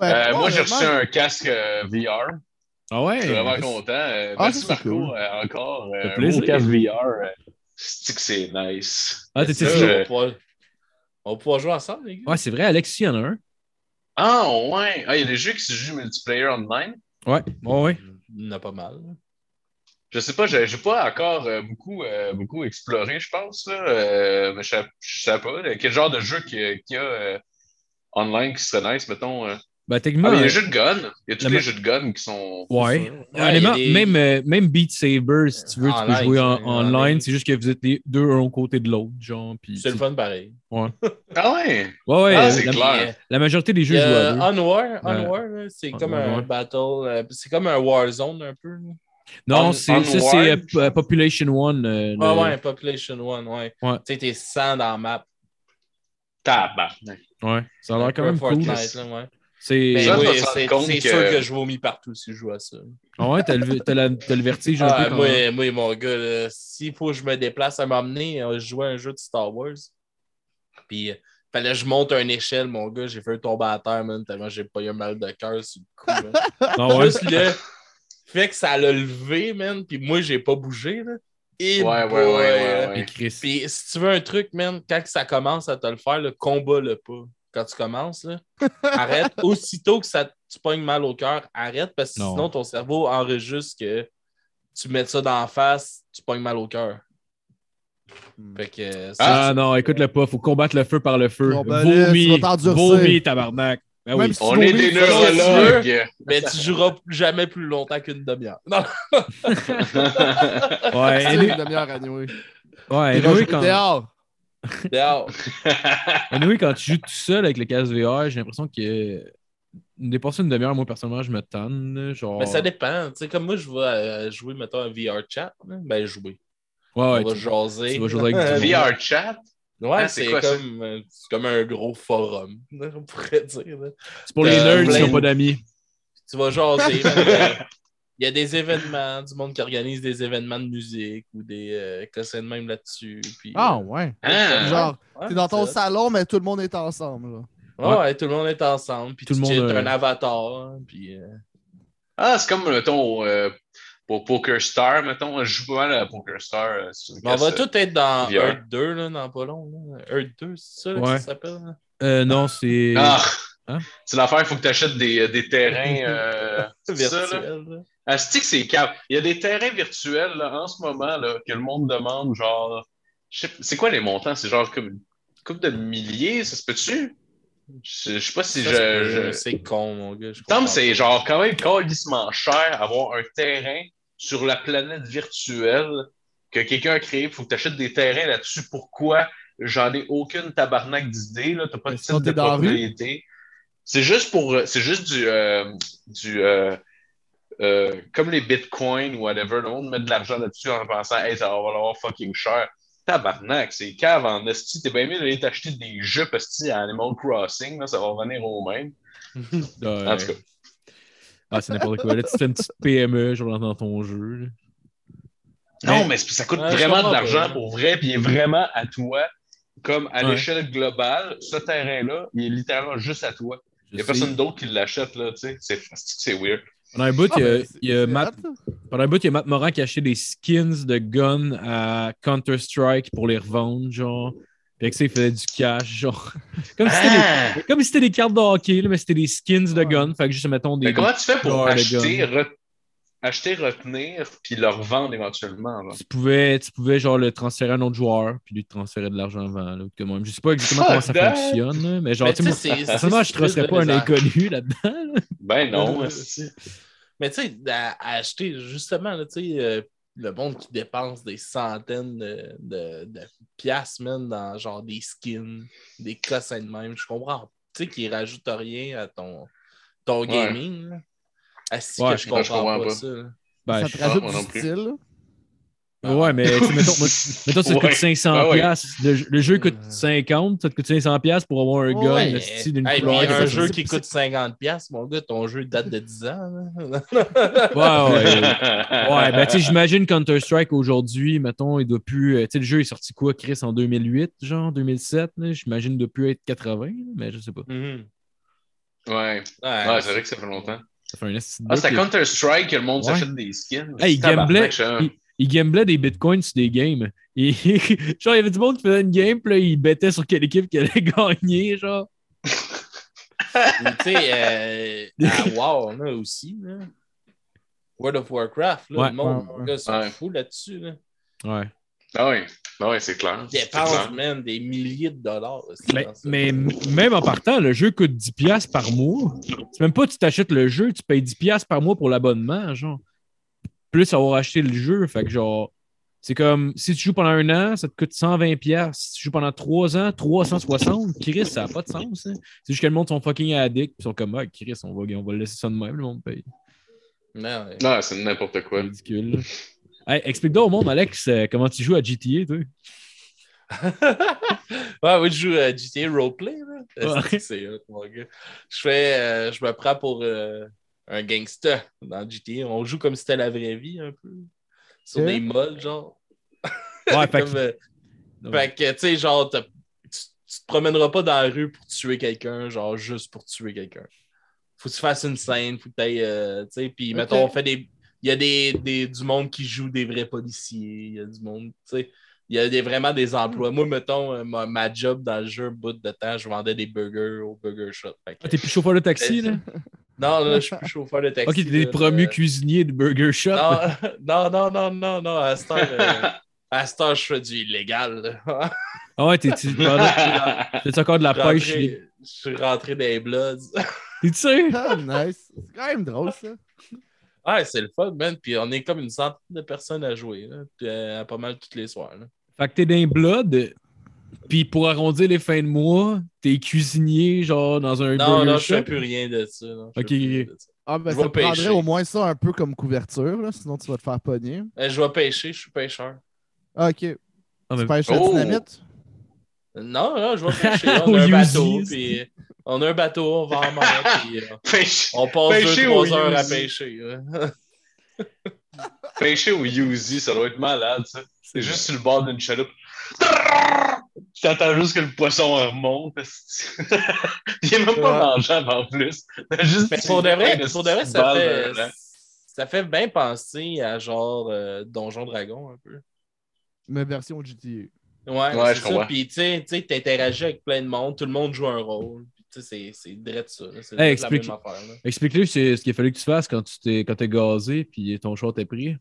S1: Ouais,
S3: Euh,
S1: ouais,
S3: moi, j'ai
S1: honnêtement,
S3: reçu un casque euh, VR.
S2: Ah ouais?
S3: Je suis vraiment content. Euh,
S1: Ah,
S3: merci,
S1: ça, c'est
S3: Marco,
S1: cool.
S3: euh, encore.
S2: Ça fait
S3: Euh, un
S2: plaisir.
S3: beau casque VR. euh, c'est que c'est nice.
S2: Ah, t'es-
S4: Ça,
S2: t'es-
S3: euh,
S4: on, va pouvoir... on va pouvoir jouer ensemble, les gars.
S2: Ouais, c'est vrai, Alexis, il y en a un.
S3: Ah, ouais. Ah, il y a des jeux qui se jouent multiplayer online.
S2: Ouais, ouais, ouais.
S4: Il y en a pas mal. là.
S3: Je sais pas, j'ai j'ai pas encore euh, beaucoup, euh, beaucoup exploré, je pense. Là, euh, mais je sais- je sais pas. là, quel genre de jeu qu'il y a, qu'il y a, euh, online qui serait nice, mettons. euh.
S2: Bah,
S3: Ah,
S2: techniquement,
S3: mais il y
S2: euh,
S3: a les jeux de gun. Il y a tous
S2: le
S3: les
S2: ma-
S3: jeux de gun qui sont.
S2: ouais.
S4: C'est ça.
S2: Honnêtement,
S4: il y a des-
S2: même, euh, même Beat Saber, si tu veux, tu
S4: En
S2: peux
S4: ligne,
S2: jouer en,
S4: c'est-
S2: en
S4: en
S2: ligne.
S4: ligne.
S2: C'est juste que vous êtes les deux un côté de l'autre, genre. puis
S4: C'est le
S2: tu-
S4: fun pareil.
S3: Ah, ouais.
S2: Ouais, ouais.
S3: Ah,
S2: euh,
S3: c'est
S2: la,
S3: clair.
S4: Mais-
S2: la majorité des jeux jouent à
S4: Euh,
S2: deux.
S4: Onward,
S2: Ouais.
S4: Onward, là, c'est
S2: Ouais,
S4: comme un
S2: Onward.
S4: battle, euh, c'est comme un Warzone un peu. là.
S2: Non,
S3: on-
S2: c'est, ça, c'est euh,
S3: Onward,
S2: p- euh, Population One. euh,
S4: Ah
S2: le-
S4: ouais, Population One, ouais.
S2: Ouais.
S4: Tu sais, t'es 100 dans la map.
S3: Tabarnak.
S2: ouais. Ça a l'air quand
S4: Un peu
S2: même cool.
S4: Fortnite, là, ouais.
S2: C'est...
S4: Mais
S3: Ça,
S4: Ben, oui,
S3: on se rend
S4: c'est
S3: compte
S4: c'est
S3: que-
S4: sûr que je vomis partout si je joue à ça.
S2: Ah ouais, t'as le, t'as la- t'as le vertige un
S4: Ah,
S2: peu. quand même.
S4: moi, moi, mon gars, là, s'il faut que je me déplace à m'emmener, euh, je jouais à un jeu de Star Wars. Puis, euh, fallait que je monte une échelle, mon gars. J'ai fait tomber à terre, man, tellement j'ai pas eu un mal de cœur sur le coup. man.
S2: Ah ouais?
S4: Juste là, fait que ça l'a levé, man. Puis moi, j'ai pas bougé, là. Et
S3: Ouais, ouais,
S4: boy, euh,
S3: ouais, ouais,
S4: là.
S3: ouais.
S2: Et Chris.
S4: Puis si tu veux un truc, man, quand que ça commence à te le faire, le combat le pas. Quand tu commences, là, arrête. Aussitôt que ça, te- tu pognes mal au cœur, arrête parce que
S2: Non.
S4: sinon ton cerveau enregistre que tu mets ça dans la face, tu pognes mal au cœur.
S3: Hmm.
S4: Fait que euh, ça,
S2: Ah non, écoute le pas, faut combattre le feu par le feu.
S1: Bon, ben là,
S2: Vomi,
S1: tu vas t'endurcir.
S2: vomi, tabarnak. Ben
S1: Même
S2: oui.
S1: si-
S3: On
S1: Tu
S3: est
S1: vomis,
S3: des
S1: tu fais
S4: ce que tu
S3: neurologues.
S4: mais tu joueras jamais plus longtemps qu'une demi-heure. Non,
S2: Ouais,
S1: C'est
S2: anyway-
S1: une demi-heure anyway.
S2: ouais,
S1: Il va
S2: anyway,
S1: jouer
S2: quand,
S1: dehors.
S4: dehors.
S2: anyway, quand tu joues tout seul avec le casque VR, j'ai l'impression que dépasser une demi-heure, moi personnellement, je me tanne. là, Genre...
S4: Mais ça dépend. Tu sais, comme moi, je vais euh, jouer, mettons, un VR chat. là, Ben, jouer.
S2: Ouais, ouais.
S4: On va
S2: tu-
S4: jaser.
S2: tu vas jaser avec du monde.
S3: VR chat.
S4: Ouais,
S3: Ah, c'est
S4: c'est
S3: quoi, ça?
S4: comme, euh, c'est comme un gros forum, là, on pourrait dire. là.
S2: C'est pour les
S4: Euh,
S2: nerds qui
S4: plein-
S2: n'ont pas d'amis.
S4: Tu vas jaser. man, euh, Il y a des événements, du monde qui organise des événements de musique ou des euh, cossins de même là-dessus. Puis, euh,
S1: Ah ouais.
S3: Hein?
S1: Genre,
S4: ouais,
S1: t'es dans ton
S4: Ah, c'est-
S1: salon, mais tout le monde est ensemble. là.
S4: Ouais, ouais, tout le monde est ensemble. Puis
S2: Tout
S4: tout
S2: le
S4: le
S2: monde, euh,
S4: un avatar. hein, Puis, euh,
S3: Ah, c'est comme, mettons, euh, pour Poker Star, mettons. Je joue pas mal à Poker Star. euh, sur une
S4: mais on va
S3: cassette.
S4: tout être dans
S3: VR.
S4: Earth 2, là, dans pas long. là. Earth 2, c'est ça là, que
S2: Ouais.
S4: ça s'appelle? là?
S2: Euh, non, c'est.
S3: Ah, C'est l'affaire, il faut que tu achètes des, des terrains. euh, ça, là.
S4: virtuel. là.
S3: Asti que c'est cap. Il y a des terrains virtuels là, en ce moment là, que le monde demande, genre. je sais- C'est quoi les montants? C'est genre comme une couple de milliers, ça se peut-tu? Je, je sais pas si
S4: Ça,
S3: je.
S4: c'est-
S3: je...
S4: C'est con, mon gars. je
S3: Il me semble
S4: comprends
S3: que c'est genre quand même calissement cher avoir un terrain sur la planète virtuelle que quelqu'un a créé. Il faut que tu achètes des terrains là-dessus. Pourquoi? J'en ai aucune tabarnak d'idée. Tu n'as pas de
S1: Mais sinon,
S3: titre de
S1: t'es dans la rue.
S3: propriété. C'est juste pour. euh, C'est juste du. euh, du euh, euh, comme les bitcoins ou whatever, le monde met de l'argent là-dessus en pensant Hey, ça va valoir fucking cher. Tabarnak, c'est cave en esti. T'es bien mieux d'aller t'acheter des jeux esti à Animal Crossing, là, ça va revenir au même. En tout cas.
S2: Ah, c'est n'importe quoi. Là, tu te fais une petite PME, genre dans ton jeu. là.
S3: Non,
S2: Mais-
S3: mais c'est- ça coûte
S4: Ouais, je
S3: vraiment de
S4: comprends
S3: l'argent
S4: pas.
S3: pour vrai, puis il est vraiment à toi. Comme à
S2: Ouais.
S3: l'échelle globale, ce terrain-là, il est littéralement juste à toi. Il n'y
S2: Je
S3: a
S2: sais.
S3: personne d'autre qui l'achète, là, tu sais. C'est c'est weird.
S2: Pendant un bout,
S1: Ah,
S2: il y a-
S1: mais c'est-
S2: il y a
S1: c'est
S2: Matt
S1: hot, ça.
S2: Pendant un bout, il y a Matt Morin qui a acheté des skins de gun à Counter-Strike pour les revendre, genre. Puis avec ça, il faisait du cash, genre. Comme si c'était
S3: Ah!
S2: des, comme si c'était des cartes de hockey, là, mais c'était des skins
S4: Ah.
S2: de gun. Fait que juste, mettons, des.
S3: Mais comment tu fais pour
S2: joueurs de
S3: acheter, re- acheter, retenir, puis le revendre éventuellement? là?
S2: Tu pouvais, tu pouvais, genre, le transférer à un autre joueur, puis lui transférer de l'argent avant, là, ou de quoi de même. Je sais pas exactement comment ça
S3: Fuck that!
S2: fonctionne, là, mais genre,
S4: Mais
S2: tu
S4: tu
S2: sais,
S4: sais,
S2: moi,
S4: c'est- c'est-
S2: personnellement, je
S4: c'est
S2: ne tracerais
S4: plus
S2: pas un
S4: de misère.
S2: inconnu là-dedans. là.
S3: Ben non.
S4: Euh,
S3: esti.
S4: Mais tu sais, à, à acheter, justement, là, tu sais, euh, le monde qui dépense des centaines de, de, de piastres, man, dans genre des skins, des cossins de même, je comprends. Tu sais, qui rajoute rien à ton, ton
S3: Ouais.
S4: gaming. là. Asti
S2: Ouais,
S4: que je
S3: non,
S4: comprends,
S3: je comprends
S4: pas,
S3: pas.
S4: ça. là.
S2: Ben,
S1: ça
S2: je-
S1: te
S4: Ah,
S1: rajoute
S3: moi
S1: du
S3: non plus.
S1: style. là.
S2: Ouais, mais
S3: Ben,
S2: tu sais, mettons, moi, mettons, ça te coûte
S3: Ouais.
S2: 500
S3: Ah ouais.
S2: piastres. Le, le jeu coûte
S4: Euh.
S2: 50, ça te coûte 500 piastres pour avoir un
S1: Ouais.
S2: gun
S4: Mais,
S2: esti, d'une
S4: hey,
S2: couleur.
S4: mais un
S1: ça,
S4: jeu
S1: c'est-
S4: qui
S1: c'est-
S4: coûte 50$, piastres, mon gars, ton jeu date de 10 ans. là.
S2: Ouais, ouais. ouais. Ouais,
S3: Ouais,
S2: ben tu sais, j'imagine Counter-Strike aujourd'hui, mettons, il doit plus. euh, Tu sais, le jeu est sorti quoi, Chris, en 2008, genre 2007, là, j'imagine il doit plus être 80, mais je sais pas.
S4: Mhm.
S3: Ouais,
S4: Ouais.
S3: Ouais, c'est vrai que ça fait longtemps.
S2: Ça fait un esti de
S3: Ah,
S2: bout
S3: c'est à
S2: que-
S3: Counter-Strike que le monde
S2: Ouais.
S3: s'achète des skins.
S2: Hey, il
S3: Tabarnak,
S2: gamblait.
S3: je-
S2: Il, il gamblait des bitcoins sur des games. Et- genre, il y avait du monde qui faisait une game, puis là, il bêtait sur quelle équipe qui allait gagner, genre.
S4: Ou, tu sais, euh, à WoW, là aussi. Là. World of Warcraft, là,
S2: Ouais.
S4: le monde,
S1: Ouais,
S4: mon gars, sont
S3: Ouais.
S4: fous là-dessus. Là.
S2: Ouais.
S3: Ah ouais, Ah ouais, c'est clair.
S4: Ils
S3: C'est
S4: dépensent
S3: clair.
S4: même des milliers de dollars. là,
S2: Mais,
S4: dans ça.
S2: Ben, mais m- même en partant, le jeu coûte 10$ piastres par mois. C'est même pas tu t'achètes le jeu, tu payes 10$ piastres par mois pour l'abonnement, genre. Plus avoir acheté le jeu. Fait que genre, c'est comme si tu joues pendant un an, ça te coûte 120$. piastres. Si tu joues pendant trois ans, 360$. Chris, ça n'a pas de sens. hein. C'est juste que le monde sont fucking addicts. Ils sont comme, ah, Chris, on va, on va laisser ça de même, le monde paye.
S4: Non, ouais.
S3: Non, c'est n'importe quoi.
S2: C'est ridicule. là. Hey, explique-donc au monde, Alex, euh, comment tu joues à GTA, toi.
S4: ouais, oui, je joue euh, à GTA Roleplay. Là.
S2: Ouais.
S4: C'est hot, mon gars. Je, fais, euh, je me prends pour euh, un gangster dans GTA. On joue comme si c'était la vraie vie, un peu. Sur
S1: Ok.
S4: des molles, genre.
S2: Ouais, fait
S4: Comme,
S2: que-
S4: euh, Fait que, tu sais, genre, t'as- tu, tu te promèneras pas dans la rue pour tuer quelqu'un, genre, juste pour tuer quelqu'un. Faut que tu fasses une scène, faut que t'ailles, euh, tu sais, puis
S1: Ok.
S4: mettons, on fait des... Il y a des, des- du monde qui joue des vrais policiers, il y a du monde, tu sais. Il y a des, vraiment des emplois. Moi, mettons, euh, ma, ma job dans le jeu, bout de temps, je vendais des burgers au burger shop. Fait que-
S2: Ah, T'es plus chauffeur de taxi, là?
S4: non, là, je suis plus chauffeur de taxi.
S2: Ok, t'es
S4: là,
S2: des promus
S4: euh,
S2: cuisiniers de Burger Shop.
S4: Non, non, non, non, non, à cette heure, euh, à cette heure, je fais du illégal. là.
S2: Ah ouais, t'es, tu t'es encore de la
S4: rentré-
S2: pêche. les-
S4: je suis rentré dans les Bloods.
S2: T'es sûr?
S1: Ah, nice. C'est quand même drôle, ça.
S4: ouais, c'est le fun, man. Puis on est comme une centaine de personnes à jouer, là. Puis, euh, à pas mal tous les soirs. là.
S2: Fait que t'es d'un blood, puis pour arrondir les fins de mois, t'es cuisinier, genre dans un
S4: Non,
S2: burger
S4: non, je
S2: shop.
S4: fais plus rien de ça. non. Je
S2: Ok,
S4: fais plus
S2: ok,
S4: rien
S2: ok.
S4: de ça.
S1: Ah, ben,
S4: Je
S1: ça
S4: vais
S1: te prendrait
S4: pêcher.
S1: au moins ça un peu comme couverture, là, sinon tu vas te faire pogner.
S4: Euh, Je vais pêcher, je suis pêcheur.
S1: Ah, ok. Tu
S2: Ah, mais-
S1: pêches la
S3: Oh!
S1: dynamite?
S4: Non, non, je vais pêcher. là.
S2: Au
S4: on a un bateau,
S2: Uzi.
S4: puis euh, on a un bateau, on va en mer, puis euh,
S3: Pêche-
S4: on passe
S3: Pêcher au
S4: 2-3 heures à
S3: Uzi.
S4: pêcher. là.
S3: Pêcher au Uzi, ça doit être malade, ça. C'est juste sur le bord d'une chaloupe. Tu t'entends juste que le poisson remonte. Il est même pas mangeable en plus. T'as Juste
S4: Mais pour de vrai,
S3: une
S4: pour de vrai, ça
S3: balle
S4: fait,
S3: dedans.
S4: ça fait bien penser à genre euh, Donjon Dragon un peu.
S1: Mais version GTA.
S4: Ouais,
S3: Ouais, je
S4: c'est ça.
S3: comprends.
S4: Puis, tu sais, tu sais, t'interagis avec plein de monde, tout le monde joue un rôle. Puis, Tu sais, c'est- c'est direct ça. là. C'est
S2: Hey,
S4: direct la
S2: explique-
S4: même affaire, là.
S2: Explique-lui c'est ce qu'il a fallu que tu fasses quand tu t'es quand t'es gazé puis ton char t'a pris.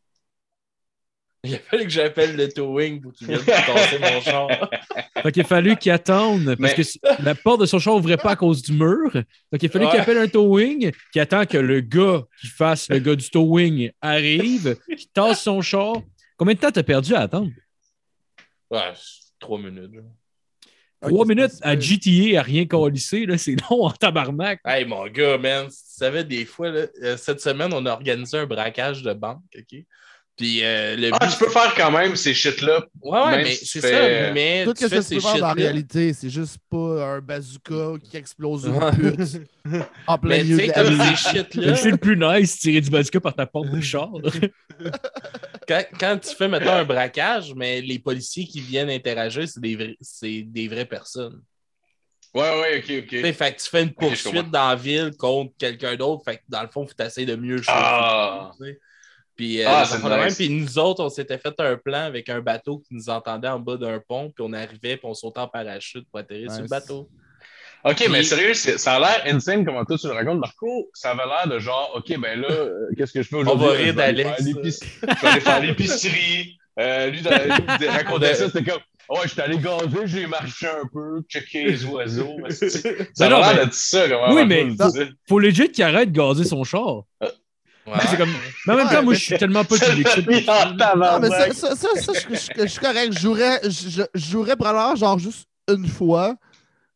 S4: Il a fallu que j'appelle le towing pour qu'il vienne me tasser mon char.
S2: Fait qu'il a fallu qu'il attende parce
S3: Mais-
S2: que s- la porte de son char ouvrait pas à cause du mur. Donc il a fallu
S4: Ouais.
S2: qu'il appelle un towing, qu'il attend que le gars qui fasse le gars du towing arrive, qu'il tasse son char. Combien de temps t'as perdu à attendre?
S4: Ouais, c'est trois minutes. là.
S2: Trois minutes à
S1: G.
S2: GTA à rien colisser, là, c'est long en tabarnak.
S4: Hey, mon gars, man, tu savais, des fois, là, euh, cette semaine, on a organisé un braquage de banque, OK? Puis euh, le
S3: Ah,
S4: but-
S3: tu peux faire quand même ces shit-là.
S4: Ouais, ouais,
S3: même
S4: mais
S3: si
S4: c'est
S3: tu fais- euh,
S4: ça, mais
S1: Tout
S4: tu
S1: ce que
S4: fais
S1: tu
S4: ces
S1: peux faire dans la
S4: shit-là.
S1: réalité, c'est juste pas un bazooka qui explose une
S4: Ouais.
S1: pute en plein
S4: Mais tu
S1: milieu de
S4: sais,
S1: la
S4: comme ces
S1: rue.
S2: Je
S4: shit-là,
S2: suis le plus nice, tirer du bazooka par ta porte du char.
S4: quand, quand tu fais, mettons, un braquage, mais les policiers qui viennent interagir, c'est des, vrais- c'est des vraies personnes.
S3: Ouais, ouais, ok, ok.
S4: Tu sais, fait que tu fais une
S3: je
S4: poursuite
S3: comprends.
S4: dans la ville contre quelqu'un d'autre, fait que dans le fond, faut t'essayer de mieux chauffer.
S3: Ah.
S4: tu sais. Puis, euh,
S3: Ah,
S4: les
S3: c'est
S4: enfants de même.
S3: nice.
S4: Puis nous autres, on s'était fait un plan avec un bateau qui nous entendait en bas d'un pont, puis on arrivait, puis on sautait en parachute pour atterrir sur le
S1: Nice.
S4: bateau.
S3: OK, mais
S4: Puis-
S3: sérieux, c'est- ça a l'air insane comment toi tu le racontes, Marco. Ça avait l'air de genre, OK, ben là, euh, qu'est-ce que je fais aujourd'hui?
S4: va rire
S3: Je vais aller faire
S4: d'Alex.
S3: l'épicerie. Je vais aller faire l'épicerie. Euh, lui, dans- lui, il racontait ça, c'était comme, ouais, je suis allé gazer, j'ai marché un peu, checké les oiseaux. mais c'est- Ça
S2: Mais non,
S3: a
S2: mais-
S3: l'air de ça, comment
S2: Oui,
S3: Marco
S2: mais-
S3: le disait.
S2: Faut legit qu'il arrête de gazer son char. C'est comme... Mais en même temps, moi, je suis tellement pas
S3: Ça l'a
S2: public.
S3: mis en
S1: Non, mais
S3: Ah, tabarnak.
S1: ça, ça, ça, ça, je, je- je suis correct. Je jouerais, je, je- je jouerais probablement genre juste une fois.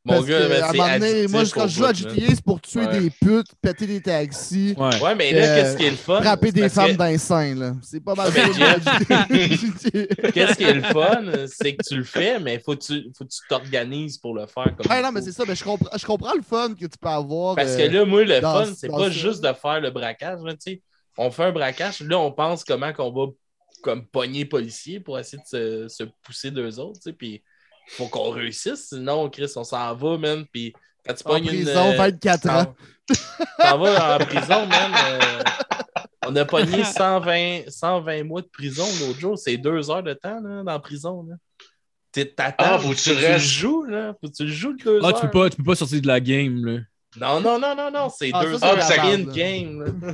S4: Mon
S1: parce
S4: gars,
S1: que,
S4: mais
S1: à un
S4: c'est
S1: moment donné,
S4: addictif
S1: moi, quand
S4: au
S1: je joue à
S4: bout, man.
S1: GTA, c'est pour tuer
S3: Ouais.
S1: des putes, péter des taxis,
S2: Ouais.
S4: Ouais, mais là,
S1: Euh,
S4: qu'est-ce qui est le fun?
S1: frapper des
S4: C'est parce
S1: femmes
S4: que-
S1: dans les seins. là. C'est pas mal.
S4: Ouais, mais
S1: ça, GTA.
S4: Qu'est-ce qui est le fun? C'est que tu le fais, mais faut que tu faut que tu t'organises pour le faire. Comme
S1: Ouais,
S4: il
S1: non, mais
S4: faut.
S1: c'est ça. Mais je, comprends, je comprends le fun que tu peux avoir.
S4: Parce
S1: euh,
S4: que là, moi, le
S1: dans-
S4: fun, c'est
S1: dans
S4: pas
S1: ça.
S4: juste de faire le braquage. là, tu sais. on fait un braquage, là, on pense comment qu'on va comme pogner policier pour essayer de se, se pousser d'eux autres. tu sais, Puis faut qu'on réussisse, sinon, Chris, on s'en va, man. Puis quand tu
S1: en
S4: pognes une.
S1: prison,
S4: euh,
S1: 24 ans.
S4: T'en vas en prison, man. euh, on a pogné 120, 120 mois de prison l'autre jour. C'est deux heures de temps là, dans la prison. Là. T'es- T'attends.
S3: Ah, faut que tu
S4: le
S3: restes.
S4: joues, là. Faut que tu le joues le deux
S2: Ah,
S4: heures.
S2: tu peux, pas, tu peux pas sortir de la game, là.
S4: Non, non, non, non, non. C'est
S1: Ah,
S4: deux
S1: ça,
S3: c'est
S4: heures
S3: de la
S4: c'est in
S1: merde, là.
S4: game. là.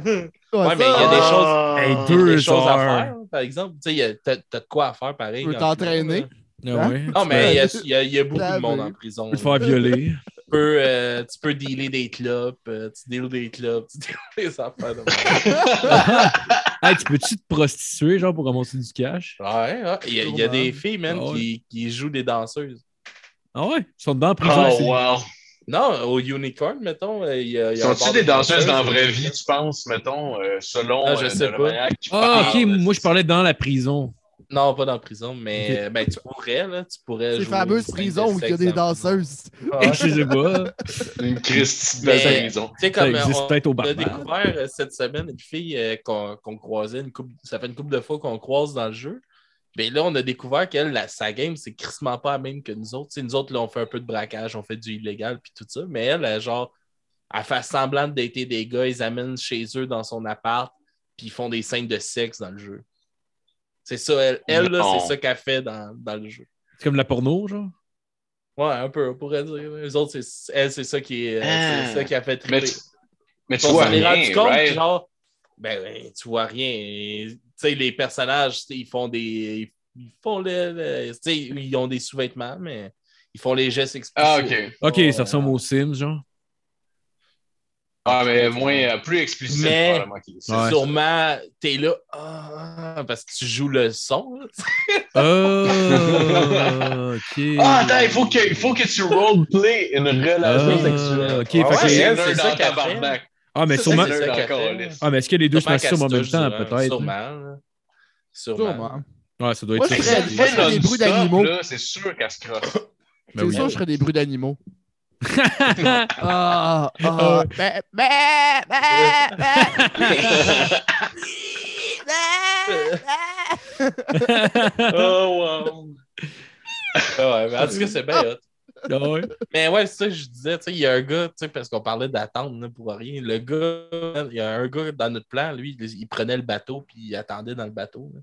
S1: Ouais,
S4: mais
S1: ça,
S4: il y a des
S1: euh,
S4: choses-
S3: Hey,
S4: Il y a
S2: Deux
S4: des choses à
S2: heures.
S4: faire, par exemple. Tu sais, il y a- t'as t'as de quoi à faire, pareil.
S1: Tu peux
S4: en prison,
S1: t'entraîner.
S4: là.
S2: Ah ouais.
S4: Non, mais euh, il y a, il y a- il y a
S1: T'as
S4: beaucoup de monde
S1: vu.
S4: en prison.
S2: Tu peux te
S4: là.
S2: faire violer.
S4: Tu peux, euh, tu peux dealer des clubs, euh, tu deals des clubs, tu deals des affaires. de même.
S2: Hey, tu peux-tu te prostituer, genre, pour ramasser du cash?
S4: Ouais, ouais. Il y a, il y a
S1: Sûrement.
S4: des filles, man,
S2: Ah ouais.
S4: qui, qui jouent des danseuses.
S2: Ah ouais? Ils sont dedans en prison.
S4: Ah
S3: Oh,
S2: c'est-
S3: wow.
S4: Non, au Unicorn, mettons. euh, Il y a, il y a un
S3: Sont-tu
S4: bar
S3: des
S4: de
S3: danseuses dans la vraie
S4: euh,
S3: vie, tu penses, mettons, euh, selon
S4: Ah, je
S3: euh,
S4: sais
S3: de la
S4: pas.
S3: manière que tu
S2: Ah, ok,
S3: parles?
S2: moi, je parlais dans la prison.
S4: Non, pas dans la prison, mais euh, ben, tu pourrais, là. Tu pourrais.
S1: Ces
S4: jouer
S1: fameuses
S4: une scène
S1: prisons
S4: de
S1: où il y a
S4: sexe en
S1: des
S4: prison.
S1: danseuses.
S4: Ah Ouais.
S2: Je sais pas.
S3: Une Christie de
S4: Mais-
S3: belle prison.
S4: Tu sais,
S2: Ça
S4: comme euh,
S2: existe
S4: on,
S2: peut-être au
S4: on a
S2: barbare.
S4: découvert euh, cette semaine une fille euh, qu'on qu'on croisait, une couple, ça fait une couple de fois qu'on croise dans le jeu. Mais là, on a découvert qu'elle, la- sa game, c'est crissement pas la même que nous autres. Tu sais, nous autres, là, on fait un peu de braquage, on fait du illégal, puis tout ça. Mais elle, elle, genre, elle fait semblant de dater des gars, ils amènent chez eux dans son appart, puis ils font des scènes de sexe dans le jeu. C'est ça, elle, elle là,
S3: Non.
S4: c'est ça qu'elle fait dans, dans le jeu.
S2: C'est comme de la porno, genre.
S4: Ouais, un peu, on pourrait dire. Les autres, c'est- elle, c'est ça qui est, euh,
S3: Ah.
S4: c'est ça qui a fait triper.
S3: Mais tu, mais tu
S4: On
S3: vois
S4: s'en est
S3: rien,
S4: rendu compte,
S3: right?
S4: genre, ben, ouais, tu vois rien. Et, Tu sais, les personnages, tu sais, ils font des. Ils font le. le- tu sais, ils ont des sous-vêtements, mais ils font les gestes explicites.
S3: Ah, OK.
S2: Ok,
S4: Ouais.
S2: ça ressemble aux Sims, genre.
S3: Ah, mais moins, euh, plus explicite,
S4: Mais-
S3: probablement. qu'il est.
S2: Ouais.
S4: Sûrement, t'es là, ah, parce que tu joues le son. là, tu sais.
S2: Ah, ok.
S3: Ah, attends, il faut que, il faut que tu roleplay une relation
S2: Ah, ok,
S3: sexuelle. Ah,
S2: fait
S4: que-
S3: ouais,
S4: elle,
S3: nerd
S4: c'est
S3: dans
S4: ça qu'elle
S3: tabarnak.
S2: Ah, mais
S4: Ça,
S2: sûrement.
S4: c'est
S3: c'est
S4: ça
S3: nerd
S4: qu'elle fait,
S3: encore,
S4: là.
S3: là.
S2: Ah, mais est-ce que les deux se
S4: Sûrement qu'elle
S2: masturbent en même
S4: touche,
S2: temps,
S4: sûrement,
S2: peut-être? hein. là?
S4: Sûrement. là. Sûrement.
S1: Sûrement.
S2: Ouais, ça doit
S1: Moi,
S2: être
S1: je
S3: Si
S2: ça.
S1: serais-
S3: elle
S1: moi, je
S3: fait
S1: ferais des bruits d'animaux.
S3: non-stop, là, c'est sûr qu'elle se crosse.
S2: Ben
S1: c'est
S2: oui.
S1: sûr, je ferais des bruits d'animaux. ah, ah, ben, ben, ben, ben, ben, ben.
S3: Oh, wow.
S4: Ah ouais, mais en tout cas, c'est bien hot.
S2: Ah ouais.
S4: Mais ouais, c'est ça que je disais, tu sais, il y a un gars, tu sais, parce qu'on parlait d'attendre là, pour rien. Le gars, il y a un gars dans notre plan, lui, il, il prenait le bateau puis il attendait dans le bateau. là.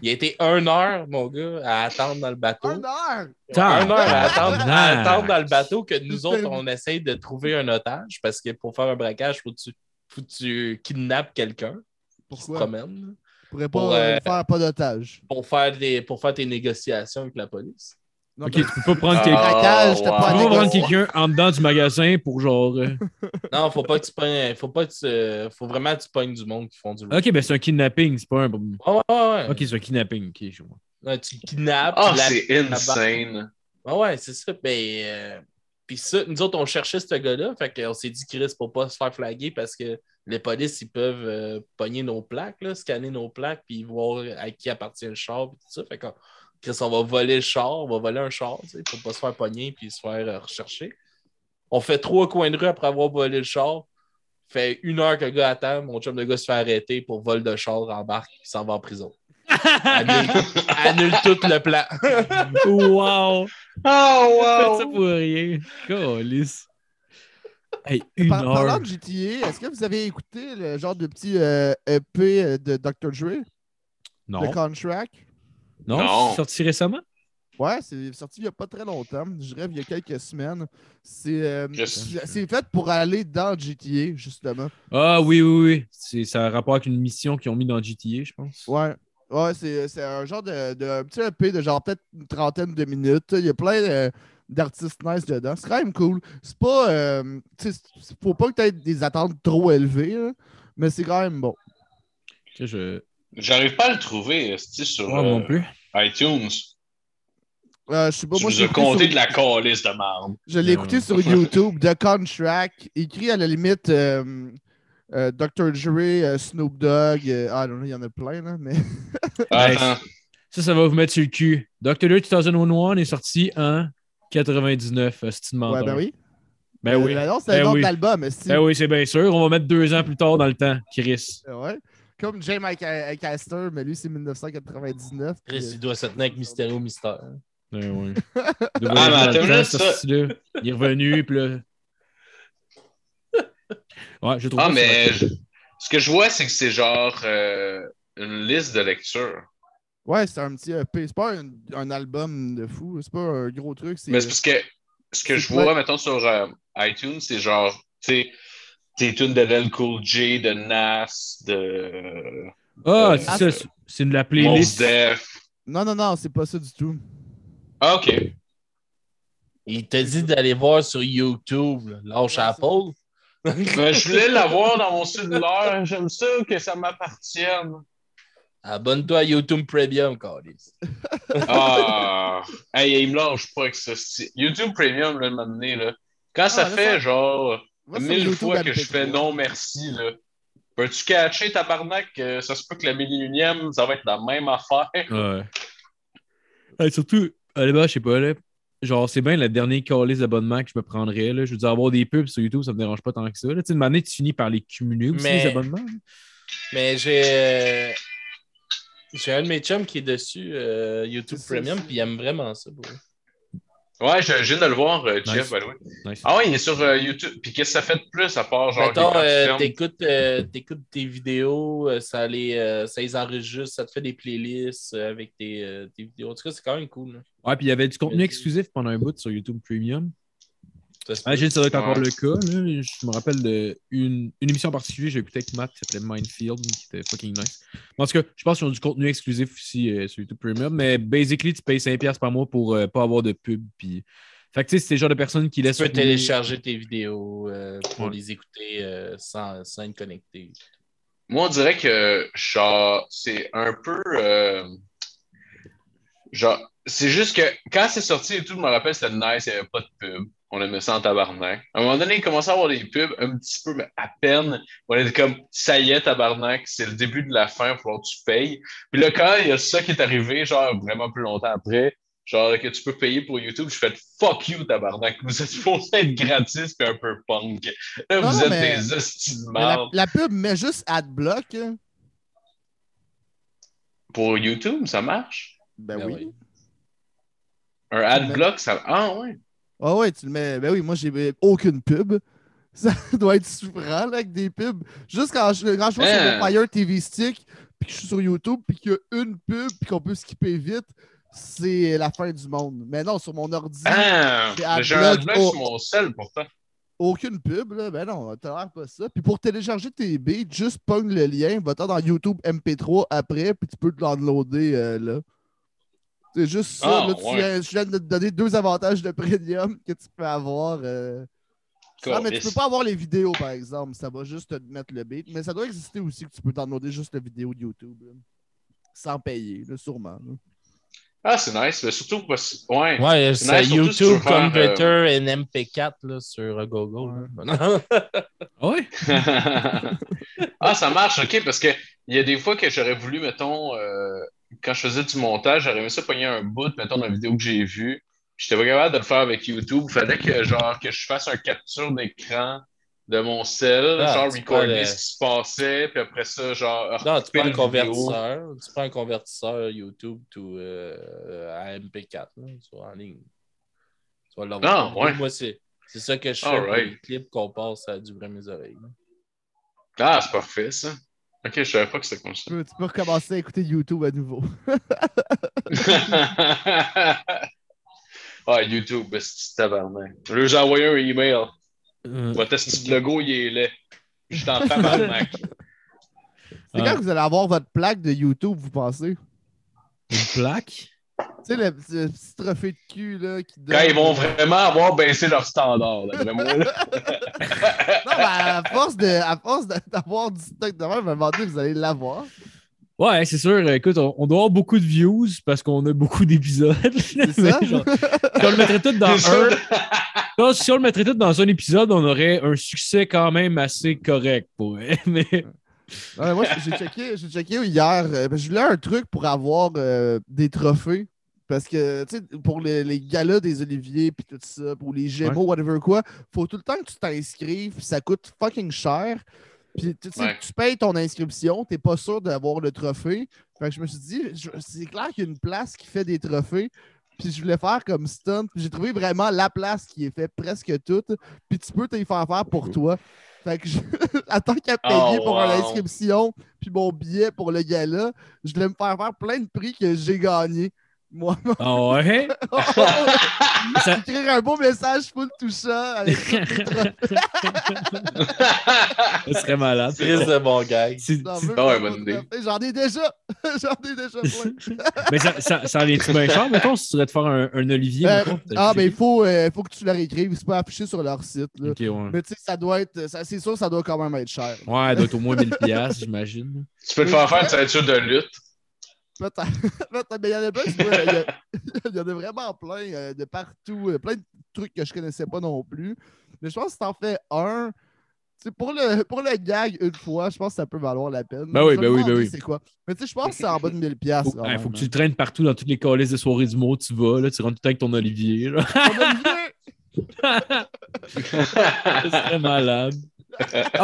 S4: Il a été une heure, mon gars, à attendre dans le bateau.
S1: Un heure!
S2: Ah.
S4: Une heure à attendre, à
S2: Nice.
S4: attendre dans le bateau que nous
S1: Juste
S4: autres,
S1: un-
S4: on essaye de trouver un otage parce que pour faire un braquage, faut que tu, faut que tu kidnappes quelqu'un qui se
S1: Pourquoi?
S4: promène là,
S1: Je pourrais pas
S4: Pour,
S1: euh,
S4: euh,
S1: faire pas d'otage.
S4: pour faire, des, pour faire tes négociations avec la police.
S1: Non,
S2: Ok,
S1: t'as-
S2: tu peux pas prendre
S3: Ah,
S1: t'as
S2: quelqu'un.
S1: un
S2: Tu
S3: wow.
S1: braquage, t'as
S2: peux
S1: pas à
S2: pas
S3: Bon,
S2: prendre
S1: négocier.
S2: quelqu'un en dedans du magasin pour genre. euh,
S4: Non, faut pas que tu pognes, faut pas que tu, euh, faut vraiment que tu pognes du monde qui font du
S2: Ok, ben c'est un kidnapping, c'est pas un. Ok,
S4: Ouais, ouais, ouais.
S2: c'est un kidnapping. Ok, je vois.
S4: Ouais, tu kidnappes.
S3: Ah,
S4: tu la-
S3: c'est insane.
S4: Ah ouais, c'est ça. Ben, euh, Puis ça, nous autres, on cherchait ce gars-là. Fait qu'on s'est dit, Chris, pour pas se faire flaguer parce que les polices, ils peuvent euh, pogner nos plaques, là, scanner nos plaques, puis voir à qui appartient le char, puis tout ça. Fait qu'on, Chris, on va voler le char, on va voler un char, tu sais, pour pas se faire pogner puis se faire euh, rechercher. On fait trois coins de rue après avoir volé le char. Fait une heure que le gars attend, mon chum de gars se fait arrêter pour vol de char, embarque, puis s'en va en prison. annule, annule tout le plan.
S2: wow!
S3: Oh,
S2: Ça
S3: wow!
S2: pour rien. Calice. Hey, une
S1: Par-
S2: heure.
S1: Parlant de GTA, est-ce que vous avez écouté le genre de petit euh, EP de Dr. Dre,
S2: Non.
S1: The Contract?
S2: Non,
S3: Non.
S2: c'est sorti récemment?
S1: Ouais, c'est sorti il n'y a pas très longtemps. Je dirais il y a quelques semaines. C'est euh,
S3: Je-
S1: c'est- c'est fait pour aller dans GTA, justement.
S2: Ah oui, oui, oui. C'est, ça a rapport avec une mission qu'ils ont mis dans GTA, je pense.
S1: Ouais. Ouais, c'est c'est un genre de, de un petit EP de genre peut-être une trentaine de minutes. Il y a plein euh, d'artistes nice dedans. C'est quand même cool. C'est pas. euh, tu sais, c'est- faut pas que tu aies des attentes trop élevées, là, mais c'est quand même bon.
S2: Tu sais, je...
S3: J'arrive pas à le trouver, esti, sur
S2: Moi non
S3: euh,
S2: plus.
S3: iTunes.
S1: Euh, je sais pas,
S3: tu
S1: moi
S3: nous
S1: j'ai
S3: as
S1: écouté
S3: compté
S1: sur-
S3: de la calice de merde.
S1: Je l'ai
S2: Euh.
S1: écouté sur YouTube, The Contract, écrit à la limite euh, euh, Dr. Dre, euh, Snoop Dogg, euh, I don't know, il y en a plein, là, mais
S3: Attends.
S2: Ça, ça va vous mettre sur le cul. Dr. Dre 2001 est sorti en 99. euh, C'est une
S1: ouais,
S2: menteur.
S1: ben oui.
S2: Ben oui.
S1: L'annonce, c'est
S2: Ben
S1: le nom
S2: oui.
S1: de l'album, est-ce que-
S2: Ben oui, c'est bien sûr. On va mettre deux ans plus tard dans le temps, Chris.
S1: Ouais. Comme James Acaster, mais lui, c'est 1999. puis,
S4: Chris,
S1: euh,
S4: il doit se tenir avec Mysterio Mystère.
S2: Ben oui.
S3: Ah, mais
S2: Dans le
S3: attends,
S2: temps,
S3: là,
S2: ce
S3: ça-
S2: style-là. Il est revenu, puis là. Ouais, je trouve
S3: Ah,
S2: ça-
S3: mais je- ce que je vois, c'est que c'est genre euh, une liste de lecture.
S1: euh, Ouais, c'est un petit EP. C'est pas un, un album de fou, c'est pas un gros truc. C'est
S3: Mais c'est parce que ce que
S1: c'est
S3: je
S1: quoi?
S3: vois, mettons, sur euh, iTunes, c'est genre, tu sais, tes tunes de Lel Cool J, de Nas, de
S2: Ah,
S3: Euh,
S2: c'est ça. C'est de la
S3: Mos
S2: playlist.
S3: Def.
S1: Non, non, non, c'est pas ça du tout.
S3: Ah, OK.
S4: Il te dit d'aller voir sur YouTube, là. lâche
S1: Ouais,
S4: à
S1: c'est-
S4: Paul.
S3: Ben, je voulais l'avoir dans mon cellulaire. J'aime ça que ça m'appartienne.
S4: Abonne-toi à YouTube Premium, Carlis.
S3: Ah! hey, il me lâche pas avec ça. c'est- YouTube Premium, là, m'a donné, là. Quand ça
S1: Ah, là,
S3: fait,
S1: ça-
S3: genre,
S1: Va sur
S3: mille
S1: YouTube,
S3: fois que
S1: MP3.
S3: je fais non merci, là. Peux-tu catcher, tabarnak? que Ça se peut que la millionième, ça va être la même affaire.
S2: Ouais. Hey, surtout, allez, bah, je sais pas, là. Genre, c'est bien la dernière calice d'abonnement que je me prendrais. Là. Je veux dire, avoir des pubs sur YouTube, ça me dérange pas tant que ça. Là. Tu sais, une année, tu finis par les cumuler aussi,
S4: Mais-
S2: les abonnements. hein.
S4: Mais j'ai. euh, J'ai un de mes chums qui est dessus, euh, YouTube
S1: C'est ça,
S4: Premium,
S1: c'est-
S4: puis il aime vraiment ça. bro.
S3: Ouais, je, je viens de le voir, euh,
S2: Nice.
S3: Jeff. by the way.
S2: Nice.
S3: Ah ouais, il est sur euh, YouTube. Puis qu'est-ce que ça fait de plus à part genre.
S4: Mettons,
S3: les
S4: euh,
S3: plateformes?
S4: t'écoutes, euh, t'écoutes tes vidéos, euh, ça les, euh, ça les enregistre, ça te fait des playlists euh, avec tes, euh, tes vidéos. En tout cas, c'est quand même cool. là.
S2: Ouais, puis il y avait du contenu exclusif pendant un bout sur YouTube Premium.
S4: Ça se peut.
S2: Imagine, ça doit être encore
S3: Ouais.
S2: le cas. là. Je me rappelle d'une une émission en particulier que j'ai écoutée avec Matt qui s'appelait Minefield, qui était fucking nice. Mais En tout cas, je pense qu'ils ont du contenu exclusif aussi euh, sur YouTube Premium, mais basically, tu payes 5$ par mois pour euh, pas avoir de pub. Puis... Fait que tu sais, c'est le genre de personnes qui laissent.
S4: Tu peux télécharger tes vidéos euh, pour
S2: Ouais.
S4: les écouter euh, sans, sans être connecté.
S3: Moi, on dirait que genre, c'est un peu. euh, genre, c'est juste que quand c'est sorti et tout, je me rappelle, c'était nice, il n'y avait pas de pub. On aimait ça en tabarnak. À un moment donné, il commençait à avoir des pubs, un petit peu, mais à peine. On était comme, ça y est, tabarnak, c'est le début de la fin, il va falloir que tu payes. Puis là, quand il y a ça qui est arrivé, genre, vraiment plus longtemps après, genre, que tu peux payer pour YouTube, je fais fuck you, tabarnak. Vous êtes supposé être gratis puis un peu punk. Là,
S1: Non,
S3: vous
S1: non,
S3: êtes
S1: mais-
S3: des hosties de
S1: Mais la-
S3: marde.
S1: la, pub met juste Adblock. hein.
S3: Pour YouTube, ça marche?
S1: Ben,
S4: Ben
S1: oui.
S4: oui.
S3: Un ad block, ça. Ah ouais.
S1: Ah ouais, tu le mets. Ben oui, moi, j'ai aucune pub. Ça doit être souffrant, là, avec des pubs. Juste quand je, quand je vois
S3: Hein.
S1: sur le Fire TV Stick, puis que je suis sur YouTube, puis qu'il y a une pub, puis qu'on peut skipper vite, c'est la fin du monde. Mais non, sur mon ordi,
S3: Ah!
S1: C'est à
S3: mais J'ai un
S1: bloc
S3: adblock
S1: haut.
S3: sur mon sel pourtant.
S1: aucune pub, là. Ben non, t'as l'air pas ça. Puis pour télécharger tes beats, juste pogne le lien, va-t'en dans YouTube MP3 après, puis tu peux te downloader euh, là. C'est juste ça,
S3: Ah,
S1: là, tu
S3: ouais.
S1: viens, je viens de te donner deux avantages de premium que tu peux avoir. euh. Ah, mais tu peux
S3: Calisse.
S1: pas avoir les vidéos, par exemple. Ça va juste te mettre le beat. Mais ça doit exister aussi que tu peux downloader juste la vidéo de YouTube. là. Sans payer, là, sûrement. là.
S3: Ah, c'est nice, mais surtout parce que. Ouais.
S4: Ouais, c'est
S3: nice, surtout si tu veux
S4: YouTube
S3: faire, euh,
S4: Converter et MP4 là, sur euh, Google. là.
S2: Ah ouais?
S3: ah, ça marche, ok, parce que il y a des fois que j'aurais voulu, mettons, euh, quand je faisais du montage, j'aurais aimé ça pogner un bout, mettons, d'une vidéo que j'ai vue. puis J'étais pas capable de le faire avec YouTube. Fallait que genre que je fasse un capture d'écran de mon cell,
S4: Ah,
S3: genre
S4: tu
S3: recorder
S4: peux le-
S3: ce qui se passait, puis après ça, genre
S4: Non, tu
S3: recouper
S4: prends un
S3: la vidéo.
S4: convertisseur. Tu prends un convertisseur YouTube to, euh, à MP4, là, soit en ligne. Tu vas l'avoir.
S3: Ah, ouais.
S4: Moi, c'est c'est ça que je fais
S3: All
S4: pour
S3: right.
S4: les clips qu'on passe à du vrai mes oreilles. là.
S3: Ah, c'est parfait, ça. Ok, je savais pas que c'était comme ça.
S1: Tu, peux, tu peux recommencer à écouter YouTube à nouveau.
S3: ah, YouTube, ben, c'est tabarnak. Je leur ai envoyé un email.
S2: Euh,
S3: Votre petit logo, il est laid. Je suis en tabarnak.
S1: C'est
S2: Ah.
S1: quand que vous allez avoir votre plaque de YouTube, vous pensez?
S2: Une plaque?
S1: Tu sais, le, le petit trophée de cul, là, qui donne...
S3: Quand ils vont vraiment avoir baissé leur standard, d'après moi. là.
S1: Non, mais à force de- à force de- d'avoir du stock de même, à un moment donné, vous allez l'avoir.
S2: Ouais, c'est sûr. Écoute, on, on doit avoir beaucoup de views parce qu'on a beaucoup d'épisodes.
S1: C'est ça?
S2: Mais genre, si on le mettrait tout dans
S3: C'est ça.
S2: un. Non, si on le mettrait tout dans un épisode, on aurait un succès quand même assez correct pour elle. Mais
S1: Non, mais moi, j'ai checké, j'ai checké hier. euh, parce que je voulais un truc pour avoir euh, des trophées. Parce que, tu sais, pour les, les galas des Oliviers, puis tout ça, pour les Gémeaux, whatever quoi, faut tout le temps que tu t'inscrives, puis ça coûte fucking cher. Puis, tu sais,
S3: Ouais.
S1: tu payes ton inscription, t'es pas sûr d'avoir le trophée. Fait que je me suis dit, je- c'est clair qu'il y a une place qui fait des trophées. Puis je voulais faire comme stunt. Puis j'ai trouvé vraiment la place qui est fait presque toute. Puis tu peux t'y faire faire pour toi. Fait que je... attends qu'à payer
S3: Oh,
S1: pour
S3: wow.
S1: l'inscription, puis mon billet pour le gala, je voulais me faire faire plein de prix que j'ai gagné. Moi,
S2: ah ouais? Ça-
S1: écrire un beau message full touchant. Avec...
S2: ça serait malade.
S4: Triste de mon gag.
S2: C'est-
S1: J'en
S2: c'est-
S1: veux
S3: pas
S1: un
S3: une bonne
S1: autre
S3: idée.
S1: trophée. J'en ai déjà. J'en ai déjà plein.
S2: mais ça, ça, ça en est-tu bien cher, mettons, si tu voudrais te faire un, un Olivier?
S1: Euh,
S2: mettons, t'as-
S1: ah, mais il faut, euh, faut que tu le réécrives. C'est pas affiché sur leur site. là.
S2: Ok, ouais.
S1: Mais tu sais, ça doit être. ça- C'est sûr, ça doit quand même être cher.
S2: Ouais, elle doit être au moins 1000$, piastres, j'imagine.
S3: tu peux te faire faire une ceinture de lutte.
S1: Peut-être. Peut-être, Mais il y en a plein. c'est pas- Il y, a- il y en a vraiment plein euh, de partout. euh, plein de trucs que je connaissais pas non plus. Mais je pense que si t'en fais un. tu sais, Pour le, pour le gag, une fois, je pense que ça peut valoir la peine.
S2: Ben oui,
S1: Je me
S2: ben oui, ben
S1: demandais
S2: oui.
S1: C'est quoi? Mais tu sais, je pense que Ah, c'est en bas de 1000$. piastres,
S2: Faut,
S1: quand
S2: ouais,
S1: même, hein.
S2: faut que tu le traînes partout dans toutes les calices de soirées du mot, tu vas, là, tu rentres tout le temps avec ton Olivier. là.
S1: hein. On a mieux.
S2: Ça serait malade.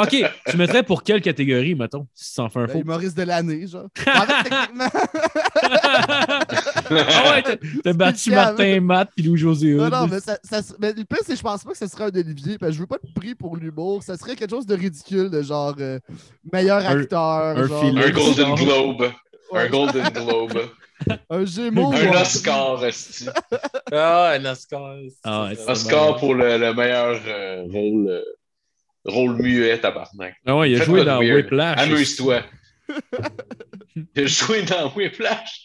S2: Ok, tu mettrais pour quelle catégorie, mettons, si t'en fais un
S1: Ben,
S2: faux?
S1: humoriste de l'année, genre. En fait, techniquement,
S2: ah ouais, t'as- t'as battu Martin, Matt, puis Louis-José.
S1: Non,
S2: Hood.
S1: non, mais, ça, ça se- mais le pire, c'est que je pense pas que ce serait un Olivier. Parce que je veux pas de prix pour l'humour. Ça serait quelque chose de ridicule, de genre euh, meilleur
S2: Un-
S1: acteur,
S2: un
S1: genre,
S2: film.
S3: un Golden Globe. Un Golden Globe.
S1: un Gémeaux.
S3: un
S1: ou
S3: Oscar, esti.
S4: Ah, un Oscar. c'est-
S2: Ah, ouais,
S4: c'est-
S2: c'est-
S3: Oscar pour le, le meilleur euh, rôle, euh, rôle muet, tabarnak.
S2: Ah ouais, il a
S3: Faites
S2: joué
S3: votre
S2: dans
S3: weird.
S2: Whiplash.
S3: Amuse-toi. Il a joué dans Whiplash.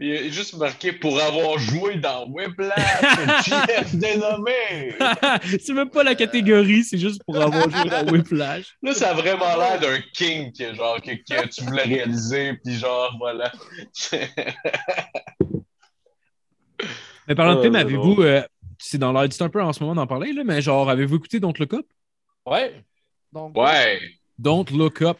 S3: Il est juste marqué pour avoir joué dans Whiplash. JF dénommé.
S2: c'est même pas la catégorie, c'est juste pour avoir joué dans Whiplash.
S3: Là, ça a vraiment l'air d'un king que, genre, que, que tu voulais réaliser, puis genre, voilà.
S2: Mais parlant de
S3: Oh,
S4: Ah,
S2: film,
S4: c'est
S2: avez-vous. euh, c'est dans l'air du temps un peu en ce moment d'en parler, là, mais genre, avez-vous écouté Don't Look Up?
S4: Ouais.
S1: Donc,
S3: Ouais.
S2: Don't Look Up.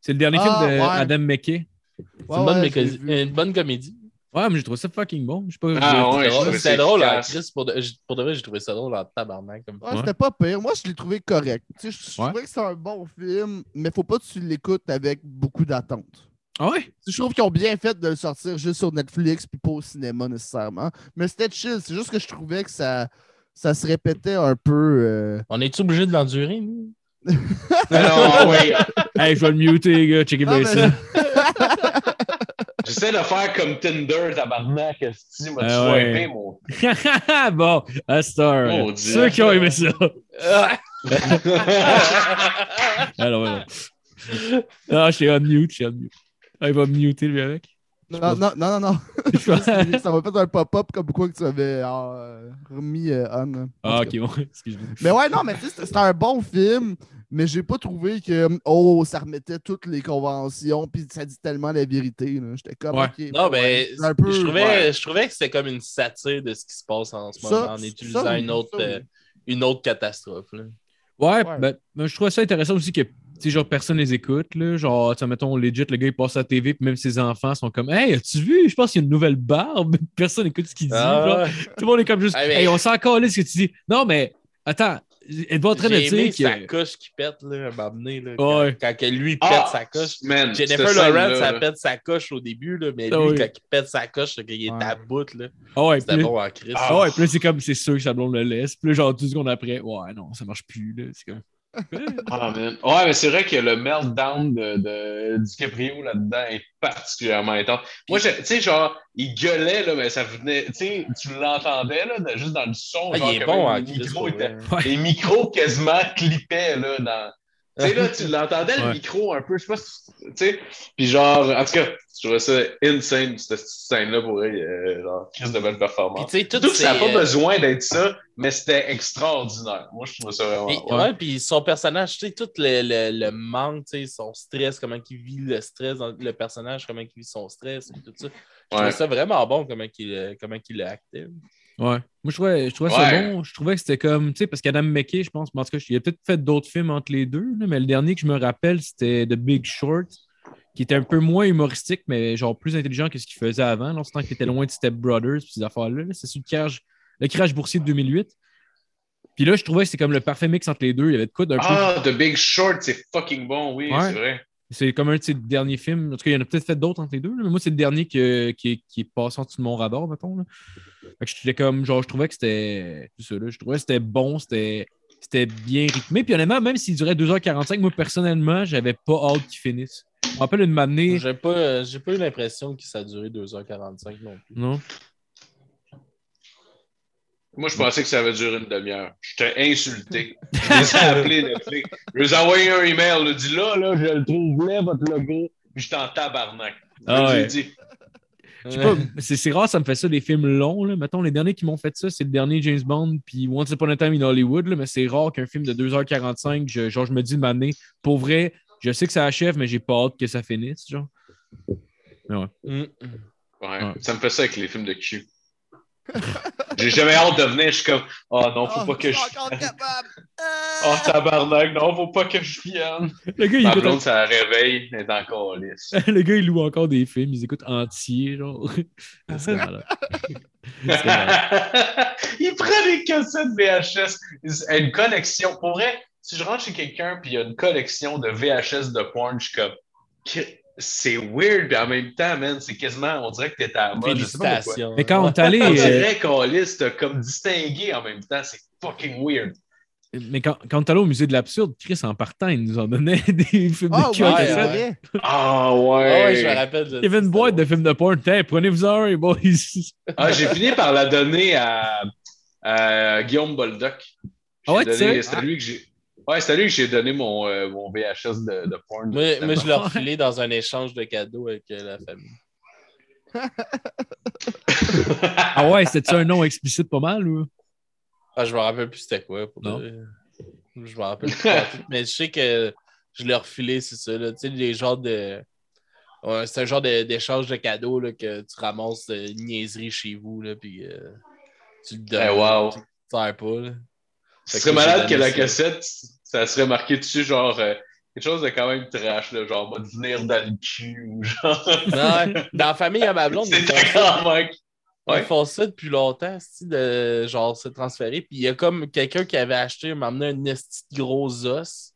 S2: C'est le dernier
S1: Ah,
S2: film de
S1: ouais.
S2: Adam McKay.
S4: C'est une, bonne
S1: ouais, je l'ai
S4: mécanique-
S1: vu.
S4: une bonne comédie.
S2: Ouais, mais j'ai trouvé ça fucking bon. Je sais pas.
S3: Ah,
S2: j'ai-
S3: ouais.
S4: C'était
S3: je
S4: drôle,
S3: trouvais
S4: c'était
S3: ça
S4: drôle, hein,
S3: efficace.
S4: Chris. Pour de, je- pour de vrai, j'ai trouvé ça drôle en tabarnak. Comme...
S1: Ouais, C'était pas pire. Moi, je l'ai trouvé correct. Tu sais, je, je
S2: Ouais.
S1: trouvais que c'est un bon film, mais faut pas que tu l'écoutes avec beaucoup d'attente.
S2: Ah ouais?
S1: Je trouve qu'ils ont bien fait de le sortir juste sur Netflix puis pas au cinéma nécessairement. Mais c'était chill. C'est juste que je trouvais que ça, ça se répétait un peu. euh,
S4: On est-tu obligé de l'endurer, nous?
S3: Non, Ah ouais.
S2: Hey, je vais le muter, les gars. Checkez
S1: Non,
S2: bien ça.
S1: mais-
S3: J'essaie de faire comme Tinder, tabarnak, esti, m'as-tu
S2: Ah ouais.
S3: swipé, mon...
S1: ben,
S2: bon, à Star.
S3: Mon Dieu.
S2: Ceux qui ont aimé ça.
S4: Ah.
S2: Alors voilà. Ah, je suis on mute, je suis on mute. Ah, il va me muter lui avec. Ah,
S1: Non, non, non, non. non.
S2: Je pense-
S1: ça m'a fait un pop-up comme quoi que tu avais euh, remis euh, on. là. En
S2: ah,
S1: tout cas.
S2: ok, bon, excuse-moi.
S1: Mais ouais, non, mais tu sais, c'était- c'était un bon film, mais j'ai pas trouvé que, oh, ça remettait toutes les conventions, puis ça dit tellement la vérité. là. J'étais comme,
S2: Ouais.
S1: ok.
S4: Non,
S1: ouais,
S4: mais
S1: c'est un peu-
S4: je, trouvais,
S1: ouais.
S4: je trouvais que c'était comme une satire de ce qui se passe en ce
S1: Ça,
S4: moment en
S1: ça,
S4: utilisant
S1: oui,
S4: une, autre,
S1: ça, oui.
S4: euh, une autre catastrophe. là.
S2: Ouais,
S1: Ouais.
S2: ben, ben, je trouvais ça intéressant aussi que, tu sais, genre, personne les écoute, là. Genre, tu sais, mettons, legit, le gars, il passe à la TV, puis même ses enfants sont comme, Hey, as-tu vu? Je pense qu'il y a une nouvelle barbe. Personne n'écoute ce qu'il dit. genre.
S4: Ah,
S2: Tout le monde est comme juste,
S4: Ah, mais-
S2: Hey, on s'en calait ce que tu dis. Non, mais, attends, elle va en train de
S4: j'ai aimé
S2: dire que.
S4: sa coche qui pète là, à un moment donné, là, quand,
S2: Ouais.
S4: quand que lui pète
S3: Ah,
S4: sa coche.
S3: man, cette
S4: Jennifer
S3: scène-là,
S4: Lawrence, elle
S3: là.
S4: pète sa coche au début, là, mais lui,
S2: Ah oui.
S4: quand il pète sa coche, c'est qu'il est
S1: Ouais.
S4: à bout. là.
S2: Ah ouais,
S4: C'était
S2: puis-
S4: bon en crise.
S2: Ah ouais, puis là, c'est comme, c'est sûr que sa blonde le laisse. Puis là, genre, deux secondes après, ouais, non, ça marche plus, là. C'est comme.
S3: Ah, man. Ouais, mais c'est vrai que le meltdown de, de DiCaprio là-dedans est particulièrement intense. Moi, je- tu sais, genre, il gueulait, là, mais ça venait. Tu sais, tu l'entendais, là, de- juste dans le son.
S4: Ah,
S3: genre,
S4: il est
S3: comme
S4: bon en
S3: les,
S4: crise.
S3: micros
S4: pour
S3: étaient-
S4: vrai.
S2: Ouais.
S3: les micros quasiment clippaient, là, dans. Tu sais, là, tu l'entendais, le
S2: Ouais.
S3: micro, un peu, je sais pas si- Tu sais, puis genre, en tout cas, je trouvais ça insane, cette petite scène-là, pour elle, euh, genre, crise de belle
S4: Puis
S3: performance.
S4: tu sais, tout
S3: Surtout que ça n'a
S4: c'est,
S3: pas
S4: euh,
S3: besoin d'être ça, mais c'était extraordinaire. Moi, je trouvais ça vraiment.
S4: Puis, ouais, puis son personnage, tu sais, tout le, le- le manque, tu sais, son stress, comment il vit le stress, dans le personnage, comment il vit son stress, puis tout ça. Je
S3: Ouais.
S4: trouvais ça vraiment bon, comment il, euh, comment il l'a acté.
S2: Ouais. Moi, je trouvais, je trouvais ça
S3: Ouais.
S2: bon. Je trouvais que c'était comme, tu sais, parce qu'Adam McKay, je pense, mais en tout cas, il a peut-être fait d'autres films entre les deux, là, mais le dernier que je me rappelle, c'était The Big Short, qui était un peu moins humoristique, mais genre plus intelligent que ce qu'il faisait avant, là, en ce temps qu'il était loin de Step Brothers, puis ces affaires-là. là. C'est sur le crash, le crash boursier de 2008. Puis là, je trouvais que c'était comme le parfait mix entre les deux. Il y avait de quoi d'un peu.
S3: Ah, The Big Short, c'est fucking bon, oui,
S2: Ouais.
S3: c'est vrai.
S2: C'est comme un de ses derniers films. En tout cas, il y en a peut-être fait d'autres entre les deux, là, mais moi, c'est le dernier que- qui, est- qui est passé en dessous de mon radar, mettons. Là. Fait que j'étais comme, genre, je trouvais que c'était. tout ça, là, je trouvais que c'était bon, c'était. C'était bien rythmé. Puis honnêtement, même s'il durait 2h45, moi personnellement, j'avais pas hâte qu'il finisse. Je me rappelle une m'amener.
S4: J'ai pas, euh, j'ai pas eu l'impression que ça a duré 2h45 non plus.
S2: Non.
S3: Moi, je pensais que ça avait duré une demi-heure. Je t'ai insulté. Je les ai appelés Netflix. Je les ai envoyé un email. Je dit là, là, je le trouve là, votre logo. Puis j'étais en tabarnak.
S2: Ah
S3: Là, j'ai
S2: ouais.
S3: dit,
S2: Je sais pas, c'est c'est rare, ça me fait ça, des films longs. Là. Mettons, les derniers qui m'ont fait ça, c'est le dernier James Bond, puis Once Upon a Time in Hollywood, là, mais c'est rare qu'un film de 2h45, je, genre, je me dis de m'amener. Pour vrai, je sais que ça achève, mais j'ai pas hâte que ça finisse. Genre.
S4: Mm.
S3: ouais,
S2: Ouais.
S3: Ça me fait ça avec les films de cul. J'ai jamais hâte de venir. Je suis comme, oh non, faut
S1: Ah,
S3: pas que je.
S1: suis encore capable.
S3: Oh tabarnak, non, faut pas que je vienne.
S2: Le gars, il
S3: Ma
S2: écoute
S3: blonde, ça la réveille. Elle est encore lisse.
S2: Le gars, il loue encore des films, ils écoutent entier, genre. C'est malade. C'est malade.
S3: il prend des cassettes VHS. Il- Une collection. Pour vrai, si je rentre chez quelqu'un et il y a une collection de VHS de porn, je suis comme. Qu- C'est weird, mais en même temps, man, c'est quasiment. On dirait que t'es à la mode. Ah je sais pas pourquoi.
S4: Félicitations.
S2: Mais quand on est allé, euh,
S3: On dirait qu'on liste comme distingué en même temps. C'est fucking weird.
S2: mais quand, quand on est allé au musée de l'absurde, Chris en partant, il nous en donnait des films
S1: Ah,
S2: de
S1: ouais,
S2: cul. en
S4: ouais,
S1: c'est
S2: cassette.
S1: vrai.
S3: Ah
S4: Ah
S3: ouais.
S4: ouais, je me rappelle.
S2: Il y avait une boîte de films de porn. Tiens, prenez-vous-en un, boys.
S3: Ah, j'ai fini par la donner à, à Guillaume Boldoc. J'ai
S2: Ah ouais, tu sais?
S3: donné- C'était lui que j'ai. Ouais, c'était lui que j'ai donné mon, euh, mon VHS de, de porn.
S4: Moi, moi, je l'ai refilé dans un échange de cadeaux avec euh, la famille.
S2: Ah ouais, c'était un nom explicite pas mal, ou?
S4: Ah, je me rappelle plus c'était quoi. Pour
S2: Non.
S4: de- Je me rappelle plus. en tout, mais je sais que je l'ai refilé, c'est ça. là. Tu sais, les genres de. Ouais, c'est un genre de- d'échange de, cadeaux là, que tu ramasses euh, une niaiserie chez vous, là, puis euh, tu le donnes.
S3: Eh, wow.
S4: Tu te sers pas. là.
S3: Ce
S4: Fait
S3: serait
S4: que moi, j'ai
S3: malade que
S4: donné
S3: la
S4: ça.
S3: cassette, ça serait marqué dessus, genre, euh, quelque chose de quand même trash, là, genre, va
S4: Mhm.
S3: devenir dans le cul ou genre.
S4: Non, ouais. Dans la famille à ma blonde,
S3: C'est
S4: ils font,
S3: ta
S4: ça,
S3: grand-mère.
S4: ils
S3: ouais.
S4: font ça depuis longtemps, c'est-tu, de genre se transférer. Puis il y a comme quelqu'un qui avait acheté, m'a amené un esti de gros os,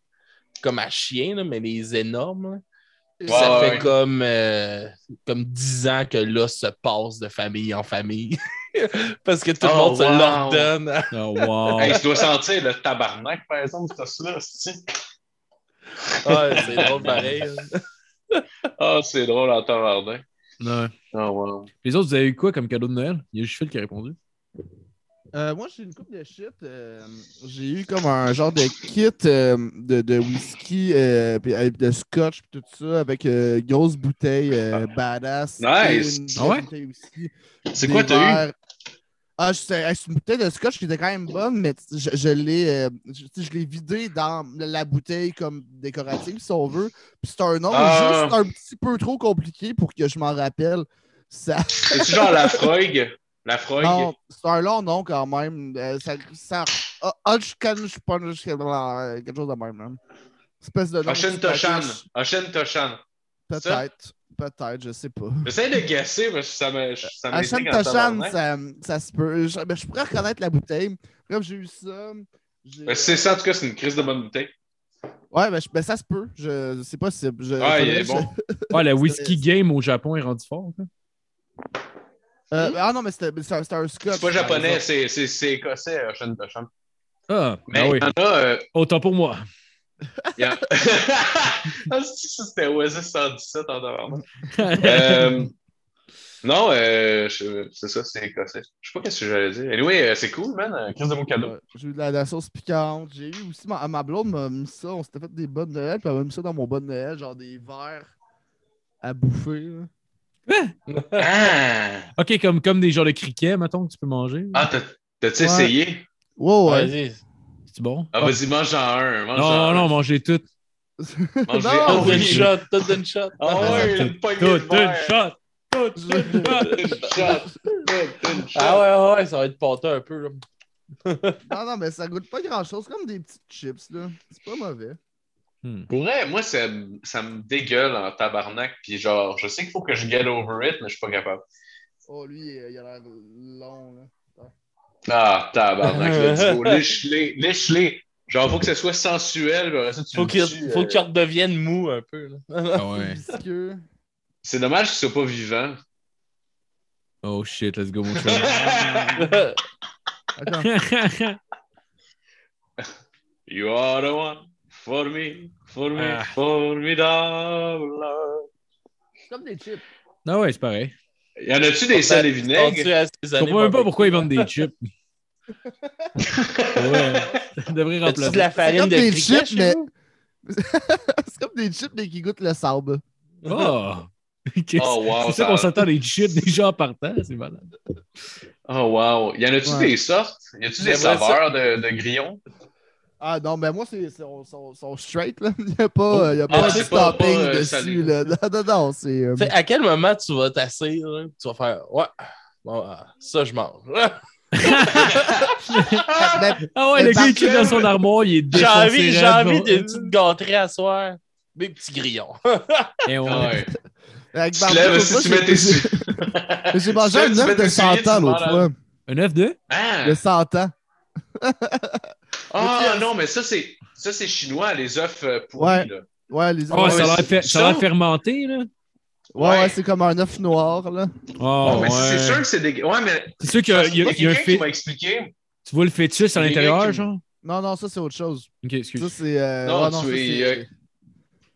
S4: comme à chien, là, mais les énormes. là. Puis
S3: Ouais,
S4: ça
S3: ouais,
S4: fait
S3: ouais.
S4: comme, euh, comme 10 ans que l'os se passe de famille en famille. Parce que tout le
S3: Oh,
S4: monde
S3: wow.
S4: se l'ordonne.
S2: Oh, wow.
S3: Hey, tu dois sentir le tabarnak, par exemple, c'est ça, là, c'est-
S4: Ouais, c'est drôle pareil. hein.
S3: Ah, c'est drôle en tabarnak.
S2: Ouais.
S3: Ah, wow.
S2: Les autres, vous avez eu quoi comme cadeau de Noël? Il y a juste Phil qui a répondu.
S1: Euh, moi, j'ai une coupe de shit. euh, j'ai eu comme un genre de kit euh, de, de whisky, euh, puis, euh, de scotch, puis tout ça, avec euh, grosse bouteille euh, badass.
S3: Ah. Nice.
S1: Une
S2: Ah ouais?
S1: bouteille whisky,
S3: C'est
S1: des
S3: quoi, t'as eu?
S1: verres. Ah, je sais- hey, c'est une bouteille de scotch qui était quand même bonne, mais tu- je, je l'ai euh, je, tu sais, je l'ai vidée dans la bouteille comme décorative, si on veut. Puis c'est un nom
S3: Ah.
S1: juste un petit peu trop compliqué pour que je m'en rappelle. Ça
S3: C'est-tu genre la Freud? La Freud?
S1: non, c'est un long nom quand même. Euh, ça, ça, Ah, Hodgkin's Punch- euh, quelque chose de même. Hein. Espèce de nom.
S3: Ocean Toshan.
S1: sympathique.
S3: Ocean Toshan.
S1: Peut-être. Peut-être, je sais pas.
S3: J'essaie de guesser, mais ça me. Ça me
S1: Ocean Toshan, ça, ça se peut. Je, mais je pourrais reconnaître la bouteille. Bref, j'ai eu ça. j'ai-
S3: Ben, Euh, C'est ça, en tout cas, c'est une crise de bonne bouteille.
S1: Ouais, mais, je- mais ça se peut. Je, c'est possible. Je,
S3: Ah, il est
S1: faudrait que
S3: bon.
S2: Ouais, le whisky game au Japon est rendu fort. hein. quoi.
S1: je- euh, ah non, mais c'était, mais c'était un- c'était un scotch.
S3: C'est pas
S1: par
S3: japonais,
S1: exemple.
S3: c'est c'est- c'est écossais, Ocean Toshan.
S2: Ah,
S3: Mais
S2: ah oui.
S3: il y en a. euh,
S2: Autant pour moi.
S3: il y en- Ah, c'est- ça, C'était Oasis 117 en dehors. Euh, Non, euh, je- c'est ça, c'est écossais. Je sais pas ce que j'allais dire. Anyway, euh, c'est cool, man. euh, Crise de mon cadeau.
S1: Ouais, j'ai eu de la, de la sauce piquante. J'ai eu aussi ma, ma blonde m'a mis ça. On s'était fait des bonnes Noël, puis elle m'a mis ça dans mon bon Noël, genre des verres à bouffer. là.
S3: Ah,
S2: Ok, comme, comme des genres de criquets, mettons, que tu peux manger.
S3: Ah, t'as- t'as-tu
S1: Ouais.
S3: essayé?
S1: Wow, ouais.
S4: Vas-y.
S2: C'est bon? Ah.
S3: Ah, vas-y, mange en un. mange en
S2: non,
S3: un.
S2: non, mangez tout.
S3: Mange
S1: Non.
S3: en
S4: Tout
S3: un.
S4: d'une shot, tout d'une shot.
S3: Ah ouais,
S2: Tout,
S3: une poignée
S2: Tout,
S3: de
S2: une
S3: verre.
S2: shot! Tout, une shot!
S3: Une shot. Tout, une shot.
S4: Ah ouais, ouais, ouais, ça va être pâteux un peu. là.
S1: non, non, mais ça goûte pas grand chose. comme des petites chips, là. C'est pas mauvais.
S3: Pour vrai, moi, ça, me- ça me dégueule en tabarnak. Puis genre, je sais qu'il faut que je get over it, mais je suis pas capable.
S1: Oh, lui, euh, il a l'air long, là.
S3: Ah, tabarnak, le duo. Lèche-les, lèche-les. Genre, faut que ce soit sensuel. puis après ça, tu
S4: Faut
S3: le
S4: qu'il
S3: tues,
S4: faut
S3: euh.
S4: qu'il redevienne mou un peu. là.
S2: Ah ouais.
S1: Visqueux.
S3: C'est dommage qu'il soit pas vivant.
S2: Oh shit, let's go, mon Ah chum.
S1: Attends.
S3: You are the one for me, for me,
S2: Ah.
S3: formidable.
S1: C'est comme des chips.
S2: ah ouais, c'est pareil.
S3: Y en a-tu
S4: Ah, ben,
S3: des sels et vinaigres?
S4: Tortue assaisonnée,
S2: Je comprends même pas
S4: barbecue.
S2: pourquoi ils vendent des chips. ouais. Ça devrait
S4: As-tu de
S2: remplacer.
S4: la farine
S1: comme
S4: de
S1: des
S4: criquet
S1: chips,
S4: chez
S1: mais-
S4: vous?
S1: C'est comme des chips mais qui goûtent le sable.
S2: Oh! Qu'est-ce-
S3: Oh, wow,
S2: c'est ça
S3: ça-
S2: qu'on s'attend des chips déjà en partant, c'est malade.
S3: Oh, wow. Y en a-tu
S1: Ouais.
S3: des sortes? Y a-tu des
S4: J'aimerais
S3: saveurs de, de grillons?
S1: Ah non, mais moi, c'est, c'est, on, sont, sont straight, là. Il n'y a pas, euh, il y a
S3: Ah,
S1: pas de
S3: c'est pas-
S1: stopping
S3: pas, euh,
S1: dessus,
S3: salut.
S1: là. Non, non, non, c'est. euh,
S4: Tu sais, à quel moment tu vas t'asseoir, là, pis tu vas faire Ouais, bon, ah, ça je mange.
S1: mais-
S2: Ah ouais, le
S1: Mais
S2: gars, il
S1: par
S2: chip dans
S3: contre,
S2: son armoire, il est
S4: J'ai envie, j'ai envie
S2: de...
S4: de petites gâteries à soir. Euh, Mes petits grillons.
S2: Eh
S3: Ah ouais.
S1: avec
S3: Tu te
S1: barbecue,
S3: lèves
S1: Ben, moi,
S3: si tu
S1: j'ai-
S3: mets tes.
S1: J'ai mangé
S3: Tu
S1: un
S3: fais- tu fais
S1: œuf de
S3: tes souliers,
S1: 100 ans
S3: tu
S1: l'autre
S3: te
S1: fois.
S2: Un œuf de?
S3: Ah!
S1: De 100 ans.
S3: Ah non, mais ça, c'est ça c'est chinois, les œufs euh,
S1: Ouais.
S3: pourris. là.
S1: Ouais, les
S2: Oh,
S1: ouais,
S2: ça a l'air fer-
S3: Ah c'est-
S2: ça a l'air
S3: ça-
S2: fermenté, là.
S1: ouais,
S3: ouais.
S1: ouais, c'est comme un œuf noir, là.
S2: Oh,
S3: Non, Ah, mais
S2: ouais.
S3: c'est sûr que c'est des. Ouais, mais
S2: C'est sûr qu'il y a,
S3: parce
S2: il y a-
S3: que
S2: il y a un
S3: quelqu'un qui
S2: fé-
S3: m'a expliqué.
S2: Tu vois le fœtus à
S3: Il y a
S2: l'intérieur,
S3: quelqu'un qui-
S2: genre?
S1: Non, non, ça, c'est autre chose.
S2: Ok,
S1: Ça,
S2: excuse.
S1: c'est. euh,
S3: Non,
S1: ouais, non,
S3: tu
S1: ça,
S3: es,
S1: c'est-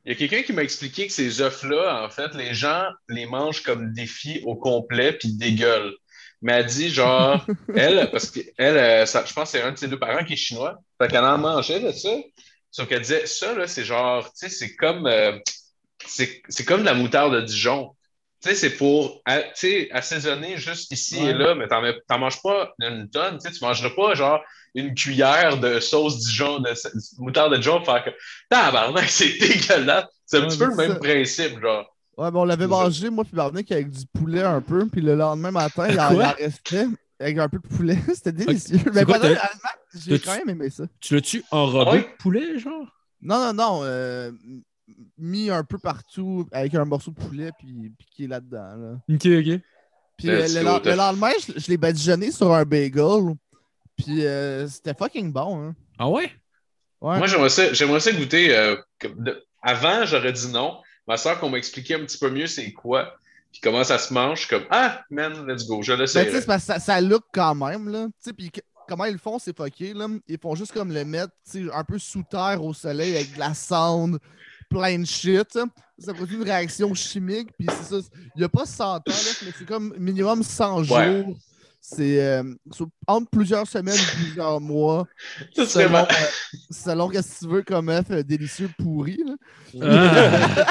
S3: Il y a quelqu'un qui m'a expliqué que ces œufs-là, en fait, les gens les mangent comme défi au complet puis ils dégueulent. Mais elle dit, genre, elle, parce qu'elle, je pense que c'est un de ses deux parents qui est chinois. Fait qu'elle en mangeait de ça. Sauf qu'elle disait, ça, là, c'est genre, tu sais, c'est comme, euh, c'est c'est comme de la moutarde de Dijon. Tu sais, c'est pour, à- tu sais, assaisonner juste ici et
S1: Ouais.
S3: là, mais t'en mets- t'en manges pas une tonne. Tu sais, tu mangeras pas, genre, une cuillère de sauce Dijon, de, sa- moutarde de Dijon, pour faire que, tabarnak, c'est dégueulasse. C'est un
S1: Ouais,
S3: petit peu
S1: mais
S3: le même
S1: ça-
S3: principe, genre.
S1: Ouais, mais on l'avait
S3: C'est
S1: mangé, moi, puis Barnick, avec du poulet un peu. Puis le lendemain matin, il en,
S2: Quoi?
S1: il en restait avec un peu de poulet. C'était délicieux.
S2: C'est
S1: Mais
S2: quoi,
S1: pendant
S2: t'as-
S1: le Allemagne, j'ai
S2: t'as-tu-
S1: quand même aimé ça.
S2: Tu l'as-tu enrobé
S3: Ah ouais?
S2: de poulet, genre?
S1: Non, non, non. euh, m- mis un peu partout avec un morceau de poulet, puis piqué là-dedans, là.
S2: Ok, ok.
S1: Puis
S3: Let's
S1: euh, le,
S3: go,
S1: le-
S3: t'as-
S1: le lendemain, je, je l'ai badigeonné sur un bagel. Puis euh, c'était fucking bon. Hein.
S2: Ah ouais?
S1: Ouais. Ben,
S3: Moi, j'aimerais ça, j'aimerais ça goûter. euh, comme de- Avant, j'aurais dit non. Ma soeur, qu'on m'expliquait un petit peu mieux c'est quoi, puis comment ça se mange, je suis comme Ah, man, let's go, je le
S1: Ben,
S3: sais.
S1: tu sais, c'est parce que ça, ça look quand même. Là. Tu sais, Puis que- comment ils le font, c'est fucké. Là. Ils font juste comme le mettre tu sais, un peu sous terre au soleil avec de la cendre. plein de shit. ça. Ça produit une réaction chimique. Puis c'est ça. Il n'y a pas 100 ans, là, mais c'est comme minimum 100 jours.
S3: Ouais.
S1: C'est euh, sur- entre plusieurs semaines, plusieurs mois.
S3: Ça serait
S1: Selon,
S3: ma-
S1: euh, selon qu'est-ce que tu veux comme œuf euh, délicieux pourri. là.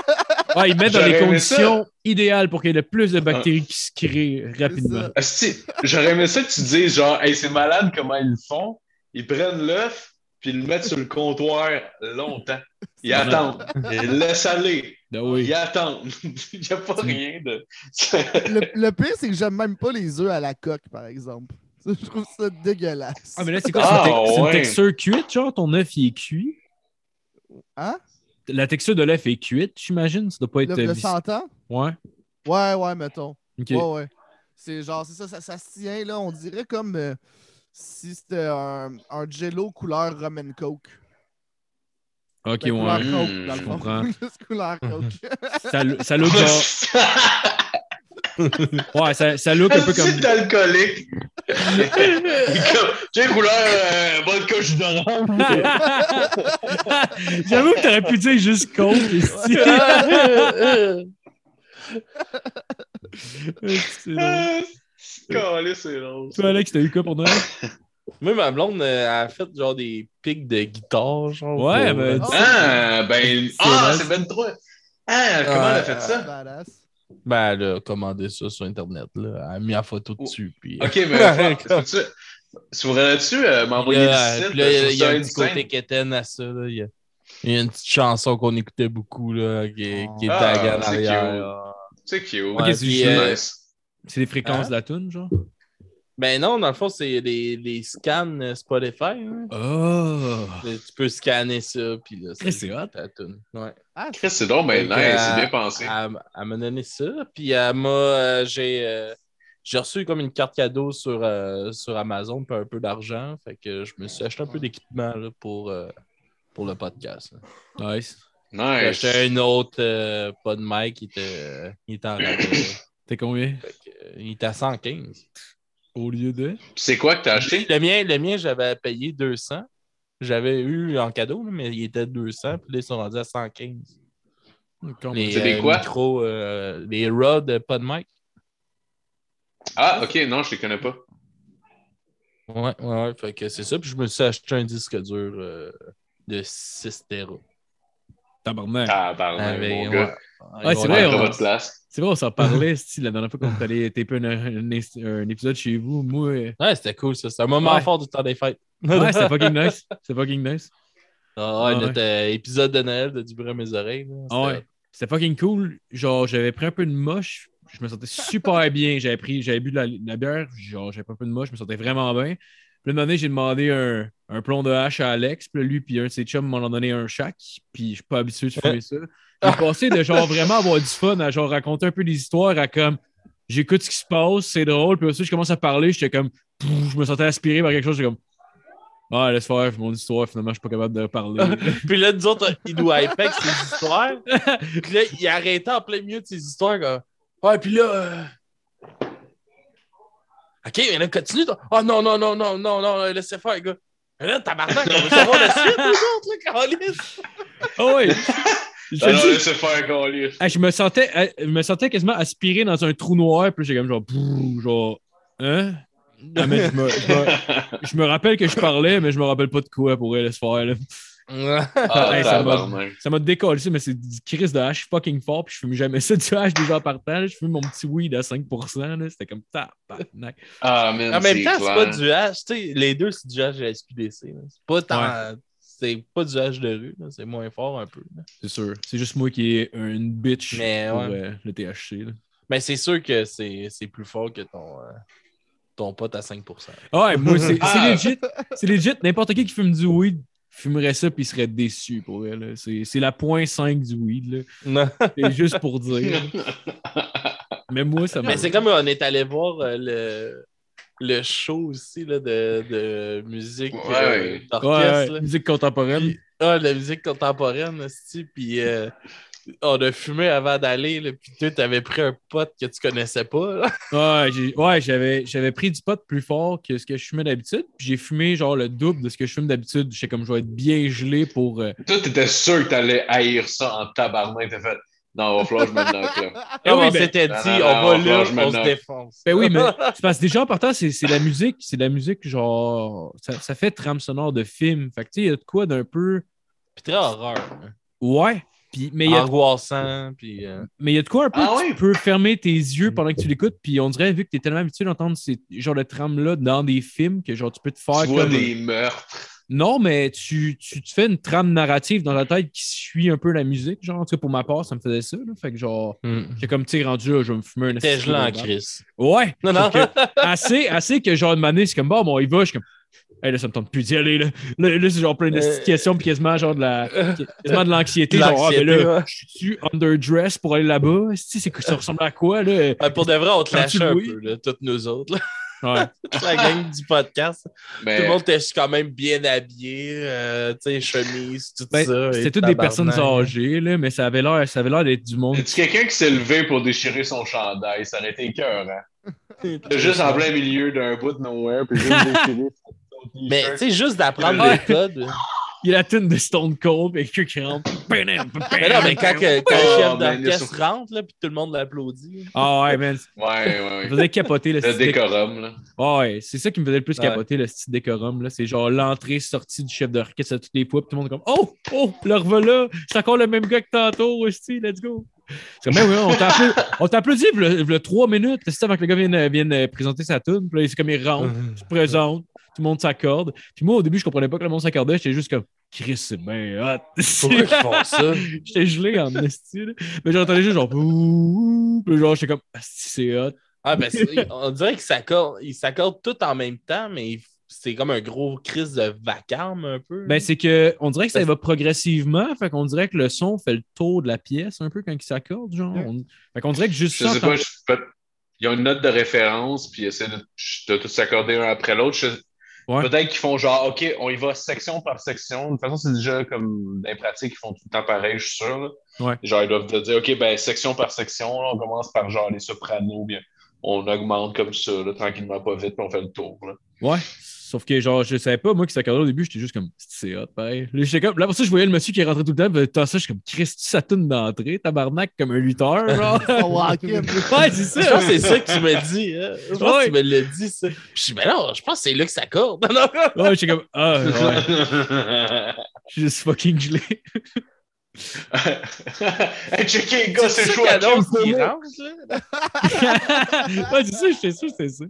S2: Ah. Ouais, ils mettent dans les
S3: J'aurais aimé
S2: conditions idéales pour qu'il y ait le plus de bactéries qui se créent rapidement.
S1: ça.
S3: Asti, J'aurais aimé ça que tu dises genre, hey, c'est malade comment ils le font. Ils prennent l'œuf, puis ils le mettent sur le comptoir longtemps. Ils attendent. Ils le laissent aller.
S2: Ben oui.
S3: Ils attendent. Il n'y a pas rien de.
S1: Le, le pire, c'est que j'aime même pas les œufs à la coque, par exemple. Ça, Je trouve ça dégueulasse.
S2: Ah, mais là, c'est quoi? C'est une
S3: Ah,
S2: te- c'est une
S3: ouais.
S2: texture cuite, genre? Ton œuf, il est cuit?
S1: Hein?
S2: La texture de l'œuf est cuite, j'imagine? Ça doit pas être...
S1: Le, le
S2: vis-
S1: 100 ans?
S2: Ouais?
S1: Ouais, ouais, mettons.
S2: OK.
S1: Ouais, ouais. C'est genre, c'est ça, ça, ça se tient, là. On dirait comme euh, si c'était un, un jello couleur Roman Coke.
S2: OK,
S1: Ben, couleur
S2: ouais.
S1: Coke, dans
S3: Je
S1: le fond.
S2: comprends.
S1: Juste couleur Coke.
S2: Ça, ça
S3: Ah,
S2: look genre... Ouais, ça, ça look un peu comme...
S3: Asti d'alcoolique. Il est comme, Tu sais, couleur euh, bonne coche d'orange.
S2: J'avoue que t'aurais pu dire juste Coke, ici.
S3: Ah,
S4: euh.
S2: c'est drôle.
S3: Ah, c'est calé, c'est drôle.
S2: Toi, Alex, t'as eu quoi pour Noël?
S4: Moi, ma blonde, euh, elle a fait genre des pics de guitare, genre.
S2: Ouais,
S4: pour- euh,
S2: ben,
S1: Oh.
S3: Ah, ben. Ah,
S2: vrai.
S3: c'est 23. Ah, comment elle a fait ça?
S1: Badass.
S4: Ben, elle a commandé ça sur Internet, là. Elle a mis la photo dessus, puis... euh,
S3: Ok, ben, mais
S4: Ouais,
S3: attends, tu tu voudrais-tu euh, m'envoyer le
S4: Là,
S3: site?
S4: puis là, il y a,
S3: euh,
S4: il y
S3: sur
S4: a un petit
S3: Einstein?
S4: côté quétaine à ça, là. Il y a, il y a une petite chanson qu'on écoutait beaucoup, là, qui, qui est
S3: Ah,
S4: taguée en
S3: c'est cute.
S4: arrière.
S3: C'est cute.
S4: Ouais,
S2: c'est
S4: puis,
S2: juste
S4: euh,
S3: nice.
S2: C'est les fréquences
S4: Hein?
S2: de la toune, genre?
S4: Ben non, dans le fond, c'est les, les scans euh, Spotify. hein.
S2: Oh!
S4: Là, Tu peux scanner ça, puis là,
S2: Chris, c'est hot.
S4: ta tune. Ouais.
S1: Ah,
S3: Chris, c'est donc ben
S4: Donc,
S3: nice,
S4: euh,
S3: c'est bien pensé.
S4: Elle, elle m'a donné ça, puis elle m'a... euh, j'ai... euh, j'ai reçu comme une carte cadeau sur, euh, sur Amazon, puis un peu d'argent. Fait que je me suis acheté un peu d'équipement là, pour, euh, pour le podcast. là.
S2: Nice.
S4: J'ai
S3: Nice.
S4: acheté un autre, euh, pas de mic, il était, euh, il était en rabais.
S2: T'es combien?
S4: Fait que, euh, il était à 115.
S2: Au lieu de?
S3: C'est quoi que t'as acheté?
S4: Le mien, le mien j'avais payé 200. J'avais eu en cadeau, là, mais il était 200, puis là, ils sont rendus à 115. Les,
S3: C'est des
S4: euh,
S3: quoi?
S4: micros, euh, les rods, pas de mic.
S3: Ah, ok, non, je les connais pas.
S4: Ouais, ouais, ouais. Fait que c'est ça. Puis je me suis acheté un disque dur euh, de 6 Tera.
S2: Tabarnak.
S3: Ah, pardon,
S4: Avec-
S3: mon
S4: ouais.
S3: gars.
S2: Ouais, c'est vrai,
S4: Ouais,
S3: Ouais,
S4: ouais,
S3: t'as
S2: on-
S3: votre place.
S2: C'est vrai, on s'en parlait, si la dernière fois qu'on est allé taper un, un- un épisode chez vous, moi... euh,
S4: Ouais, c'était cool, ça. C'était un moment
S2: Ouais.
S4: fort du temps des fêtes.
S2: Ouais, c'était fucking nice. C'était fucking nice.
S4: Ah, ouais,
S2: Ah, ouais.
S4: notre euh, épisode de Noël de Du bruit à mes oreilles. là,
S2: Ah ouais.
S4: c'était-
S2: C'était fucking cool. Genre, j'avais pris un peu de moche. Je me sentais super bien. J'avais pris, j'avais bu de la, de la bière. Genre, j'avais pas un peu de moche. Je me sentais vraiment bien. Puis, à un moment donné, j'ai demandé un, un plomb de hache à Alex. Puis, là, lui, puis un de ses chums m'en ont donné un chaque. Puis, je suis pas habitué de fumer ça. J'ai passé de genre vraiment avoir du fun à genre raconter un peu des histoires à comme j'écoute ce qui se passe, c'est drôle. Puis, ensuite, je commence à parler. J'étais comme, pff, je me sentais aspiré par quelque chose. J'étais comme, ah, laisse faire mon histoire. Finalement, je suis pas capable de parler.
S4: Puis là, nous autres, il nous hypait avec ses histoires. Puis là, il arrêtait en plein milieu de ses histoires. Comme... Ouais, puis là. euh, Ok, mais là, continue. toi. Ah non, non, non, non, non, non, laissez faire, gars. Mais là, tabarnak, on veut savoir la suite, nous autres, là, Caroline.
S2: oh, ouais! Je te
S3: Alors,
S2: dis,
S3: Ah, laissez faire qu'on lise.
S2: Ah, je, me sentais, ah, je me sentais quasiment aspiré dans un trou noir, puis j'ai comme genre, brrr, genre, hein? Ah, mais je, me, je me- je me rappelle que je parlais, mais je me rappelle pas de quoi pour elle se faire. là.
S3: Ah,
S2: Hey, ça m'a-
S3: tabarnak.
S2: Ça m'a décollé, mais c'est du crise de hache fucking fort, puis je fume jamais ça du hache déjà par temps. là. Je fume mon petit weed à 5%, là. c'était comme tabarnak.
S3: Ah, man,
S4: en même
S3: c'est
S4: temps, c'est
S3: clair.
S4: pas du H. Tu sais, les deux, c'est du H de la SQDC. là. C'est pas tant. C'est pas du H de rue, là, c'est moins fort un peu. là.
S2: C'est sûr. C'est juste moi qui ai une bitch
S4: Mais
S2: pour
S4: ouais.
S2: euh, le THC. là.
S4: Mais c'est sûr que c'est c'est plus fort que ton, euh, ton pote à 5%.
S2: Ah Ouais, moi, c'est c'est
S3: Ah.
S2: legit. C'est legit. N'importe qui qui fume du weed fumerait ça, puis il serait déçu pour elle. là. C'est c'est la point 5 du weed, là.
S4: Non.
S2: C'est juste pour dire. Mais moi, ça m'a.
S4: Mais c'est comme on est allé voir euh, le, le show aussi là, de, de musique
S3: Ouais,
S4: euh,
S3: ouais.
S2: Ouais, ouais,
S4: d'orchestre. là.
S2: musique contemporaine.
S4: Puis- Ah, de la musique contemporaine aussi. Puis euh, on a fumé avant d'aller, là, puis tu avais pris un pote que tu connaissais pas. là.
S2: Ouais, j'ai- ouais, j'avais j'avais pris du pot plus fort que ce que je fumais d'habitude. Puis j'ai fumé genre le double de ce que je fume d'habitude. Je sais comme je vais être bien gelé pour. euh,
S3: Toi, t'étais sûr que t'allais haïr ça en tabarnak. T'as fait Non, on va falloir que je mette dans le club.
S2: Eh
S4: Comme
S2: oui,
S4: on
S2: ben-
S4: s'était dit,
S3: Non, non,
S4: on
S3: non,
S4: va
S3: on
S4: là,
S3: mange
S4: on se
S3: maintenant.
S4: défonce.
S2: Ben oui, mais c'est parce que déjà en partant, c'est c'est la musique, c'est de la musique genre. Ça, ça fait trame sonore de film. Fait que tu sais, il y a de quoi d'un peu.
S4: Puis très horreur. hein.
S2: Ouais. Puis, mais il y a
S4: Angoissant, puis. euh,
S2: Mais il y a de quoi un peu,
S3: Ah
S2: tu
S3: ouais?
S2: peux fermer tes yeux pendant que tu l'écoutes, puis on dirait, vu que tu es tellement habitué d'entendre ces genre de trame-là dans des films, que genre tu peux te faire
S3: Tu vois
S2: comme-
S3: des meurtres.
S2: Non, mais tu, tu, tu fais une trame narrative dans la tête qui suit un peu la musique, genre, en tout cas pour ma part, ça me faisait ça, là. fait que genre, j'ai comme, tu sais, rendu là, je vais me fumer un...
S4: T'es
S2: esti de
S4: gelant,
S2: gros
S4: Chris.
S2: bang. Ouais!
S4: Non,
S2: Sauf
S4: non.
S2: que assez, assez que genre, de manier, c'est comme, bon, bon, il va, je suis comme... Hey, là, ça me tente plus d'y aller. Là, là, là, c'est genre plein de
S4: Euh.
S2: questions, puis quasiment, genre de la, quasiment de l'anxiété.
S4: De
S2: Genre, ah, ben
S4: l'anxiété,
S2: là,
S4: ouais.
S2: je suis underdress pour aller là-bas. Esti, c'est que ça ressemble à quoi, là?
S4: Ouais, Euh, pour de vrai, on te
S2: Quand
S4: lâche
S2: tu
S4: un
S2: bouilles.
S4: peu, là, toutes nous autres. là.
S2: Ouais.
S4: Toute la gang du podcast. Tout le
S3: Mais
S4: monde était quand même bien habillé, euh, tu sais, chemise, tout
S2: Ben,
S4: ça. et
S2: C'était toutes des
S4: tabarnak.
S2: personnes âgées, là, mais ça avait l'air, ça avait l'air d'être du monde.
S3: tu quelqu'un qui s'est levé pour déchirer son chandail? Ça aurait été cœur, hein? Juste en plein milieu d'un bout de nowhere, puis juste déchirer son t-shirt.
S4: Mais tu sais, juste d'apprendre
S2: Ouais.
S4: les codes.
S2: Il y a la tune de Stone Cold et quelqu'un qui rentre. Bam, bam,
S4: Mais non, mais quand, que- quand
S3: Oh,
S4: le chef
S3: man,
S4: d'orchestre rentre, là, puis tout le monde l'applaudit.
S2: Ah ouais, man.
S3: Ouais, ouais,
S2: Ça
S3: ouais.
S2: faisait capoter le
S3: Le
S2: style. Ah
S3: décorum, là.
S2: ouais, c'est ça qui me faisait le plus
S4: Ouais.
S2: capoter, le style décorum. Là. C'est genre l'entrée, sortie du chef d'orchestre à toutes les fois. puis Tout le monde est comme Oh, oh, le revoilà. C'est encore le même gars que tantôt aussi. Let's go. C'est comme, ouais, ouais, on t'applaudit, on t'applaudit v'là- v'là trois minutes. C'est avant que le gars vienne, euh, vienne euh, présenter sa tune. Puis là, c'est comme il rentre.
S4: Euh.
S2: se présente, tout le monde s'accorde. Puis moi, au début, je comprenais pas que le monde s'accordait. J'étais juste comme, Chris, c'est bien hot.
S4: Pourquoi ils font ça?
S2: j'étais gelé en esti, là. Mais j'entendais juste genre, Ouh! Puis genre, j'étais comme, Asti, c'est hot.
S4: Ah, ben, c'est- on dirait qu'ils s'accordent, ils s'accordent tout en même temps, mais ils- c'est comme un gros crise de vacarme un peu.
S2: Ben, c'est que, on dirait que ça va progressivement. Fait qu'on dirait que le son fait le tour de la pièce un peu quand il s'accorde, genre. On- Fait qu'on dirait que juste
S3: Je
S2: ça.
S3: sais
S2: t'en-
S3: pas, je... peut- ils ont une note de référence, puis ils essaient de, de tous s'accorder un après l'autre. Je-
S2: Ouais.
S3: Peut-être qu'ils font genre, OK, on y va section par section. De toute façon, c'est déjà comme des pratiques qu'ils font tout le temps pareil, je suis sûr. là.
S2: Ouais.
S3: Genre, ils doivent te dire, OK, ben section par section, là, on commence par genre les sopranos, bien on augmente comme ça, là, tranquillement, pas vite, puis on fait le tour. là.
S2: Ouais. Sauf que, genre, je savais pas, moi, qui s'accordait au début, j'étais juste comme, Asti, c'est hot, pareil. Là, j'étais comme, là, pour ça, je voyais le monsieur qui rentrait tout le temps, puis tant ça, je suis comme, Chris, ça tourne d'entrée, tabarnak, comme un lutteur, genre.
S1: Ah, Walking.
S2: ouais, c'est
S4: Je pense
S2: ça.
S4: que c'est ça que tu me dis. Hein? Je pense que tu me l'as dit, ça. Puis je dis, ben non, je pense que c'est là que ça corde. Non, non.
S2: Ouais, j'étais comme, ah, ouais, je suis juste fucking gelé.
S3: hey, checker, les gars, c'est chaud à
S4: annonce
S3: Kim
S4: qui
S3: Kardashian.
S4: rentre, là.
S2: ouais, c'est ça, j'étais sûr, c'était ça.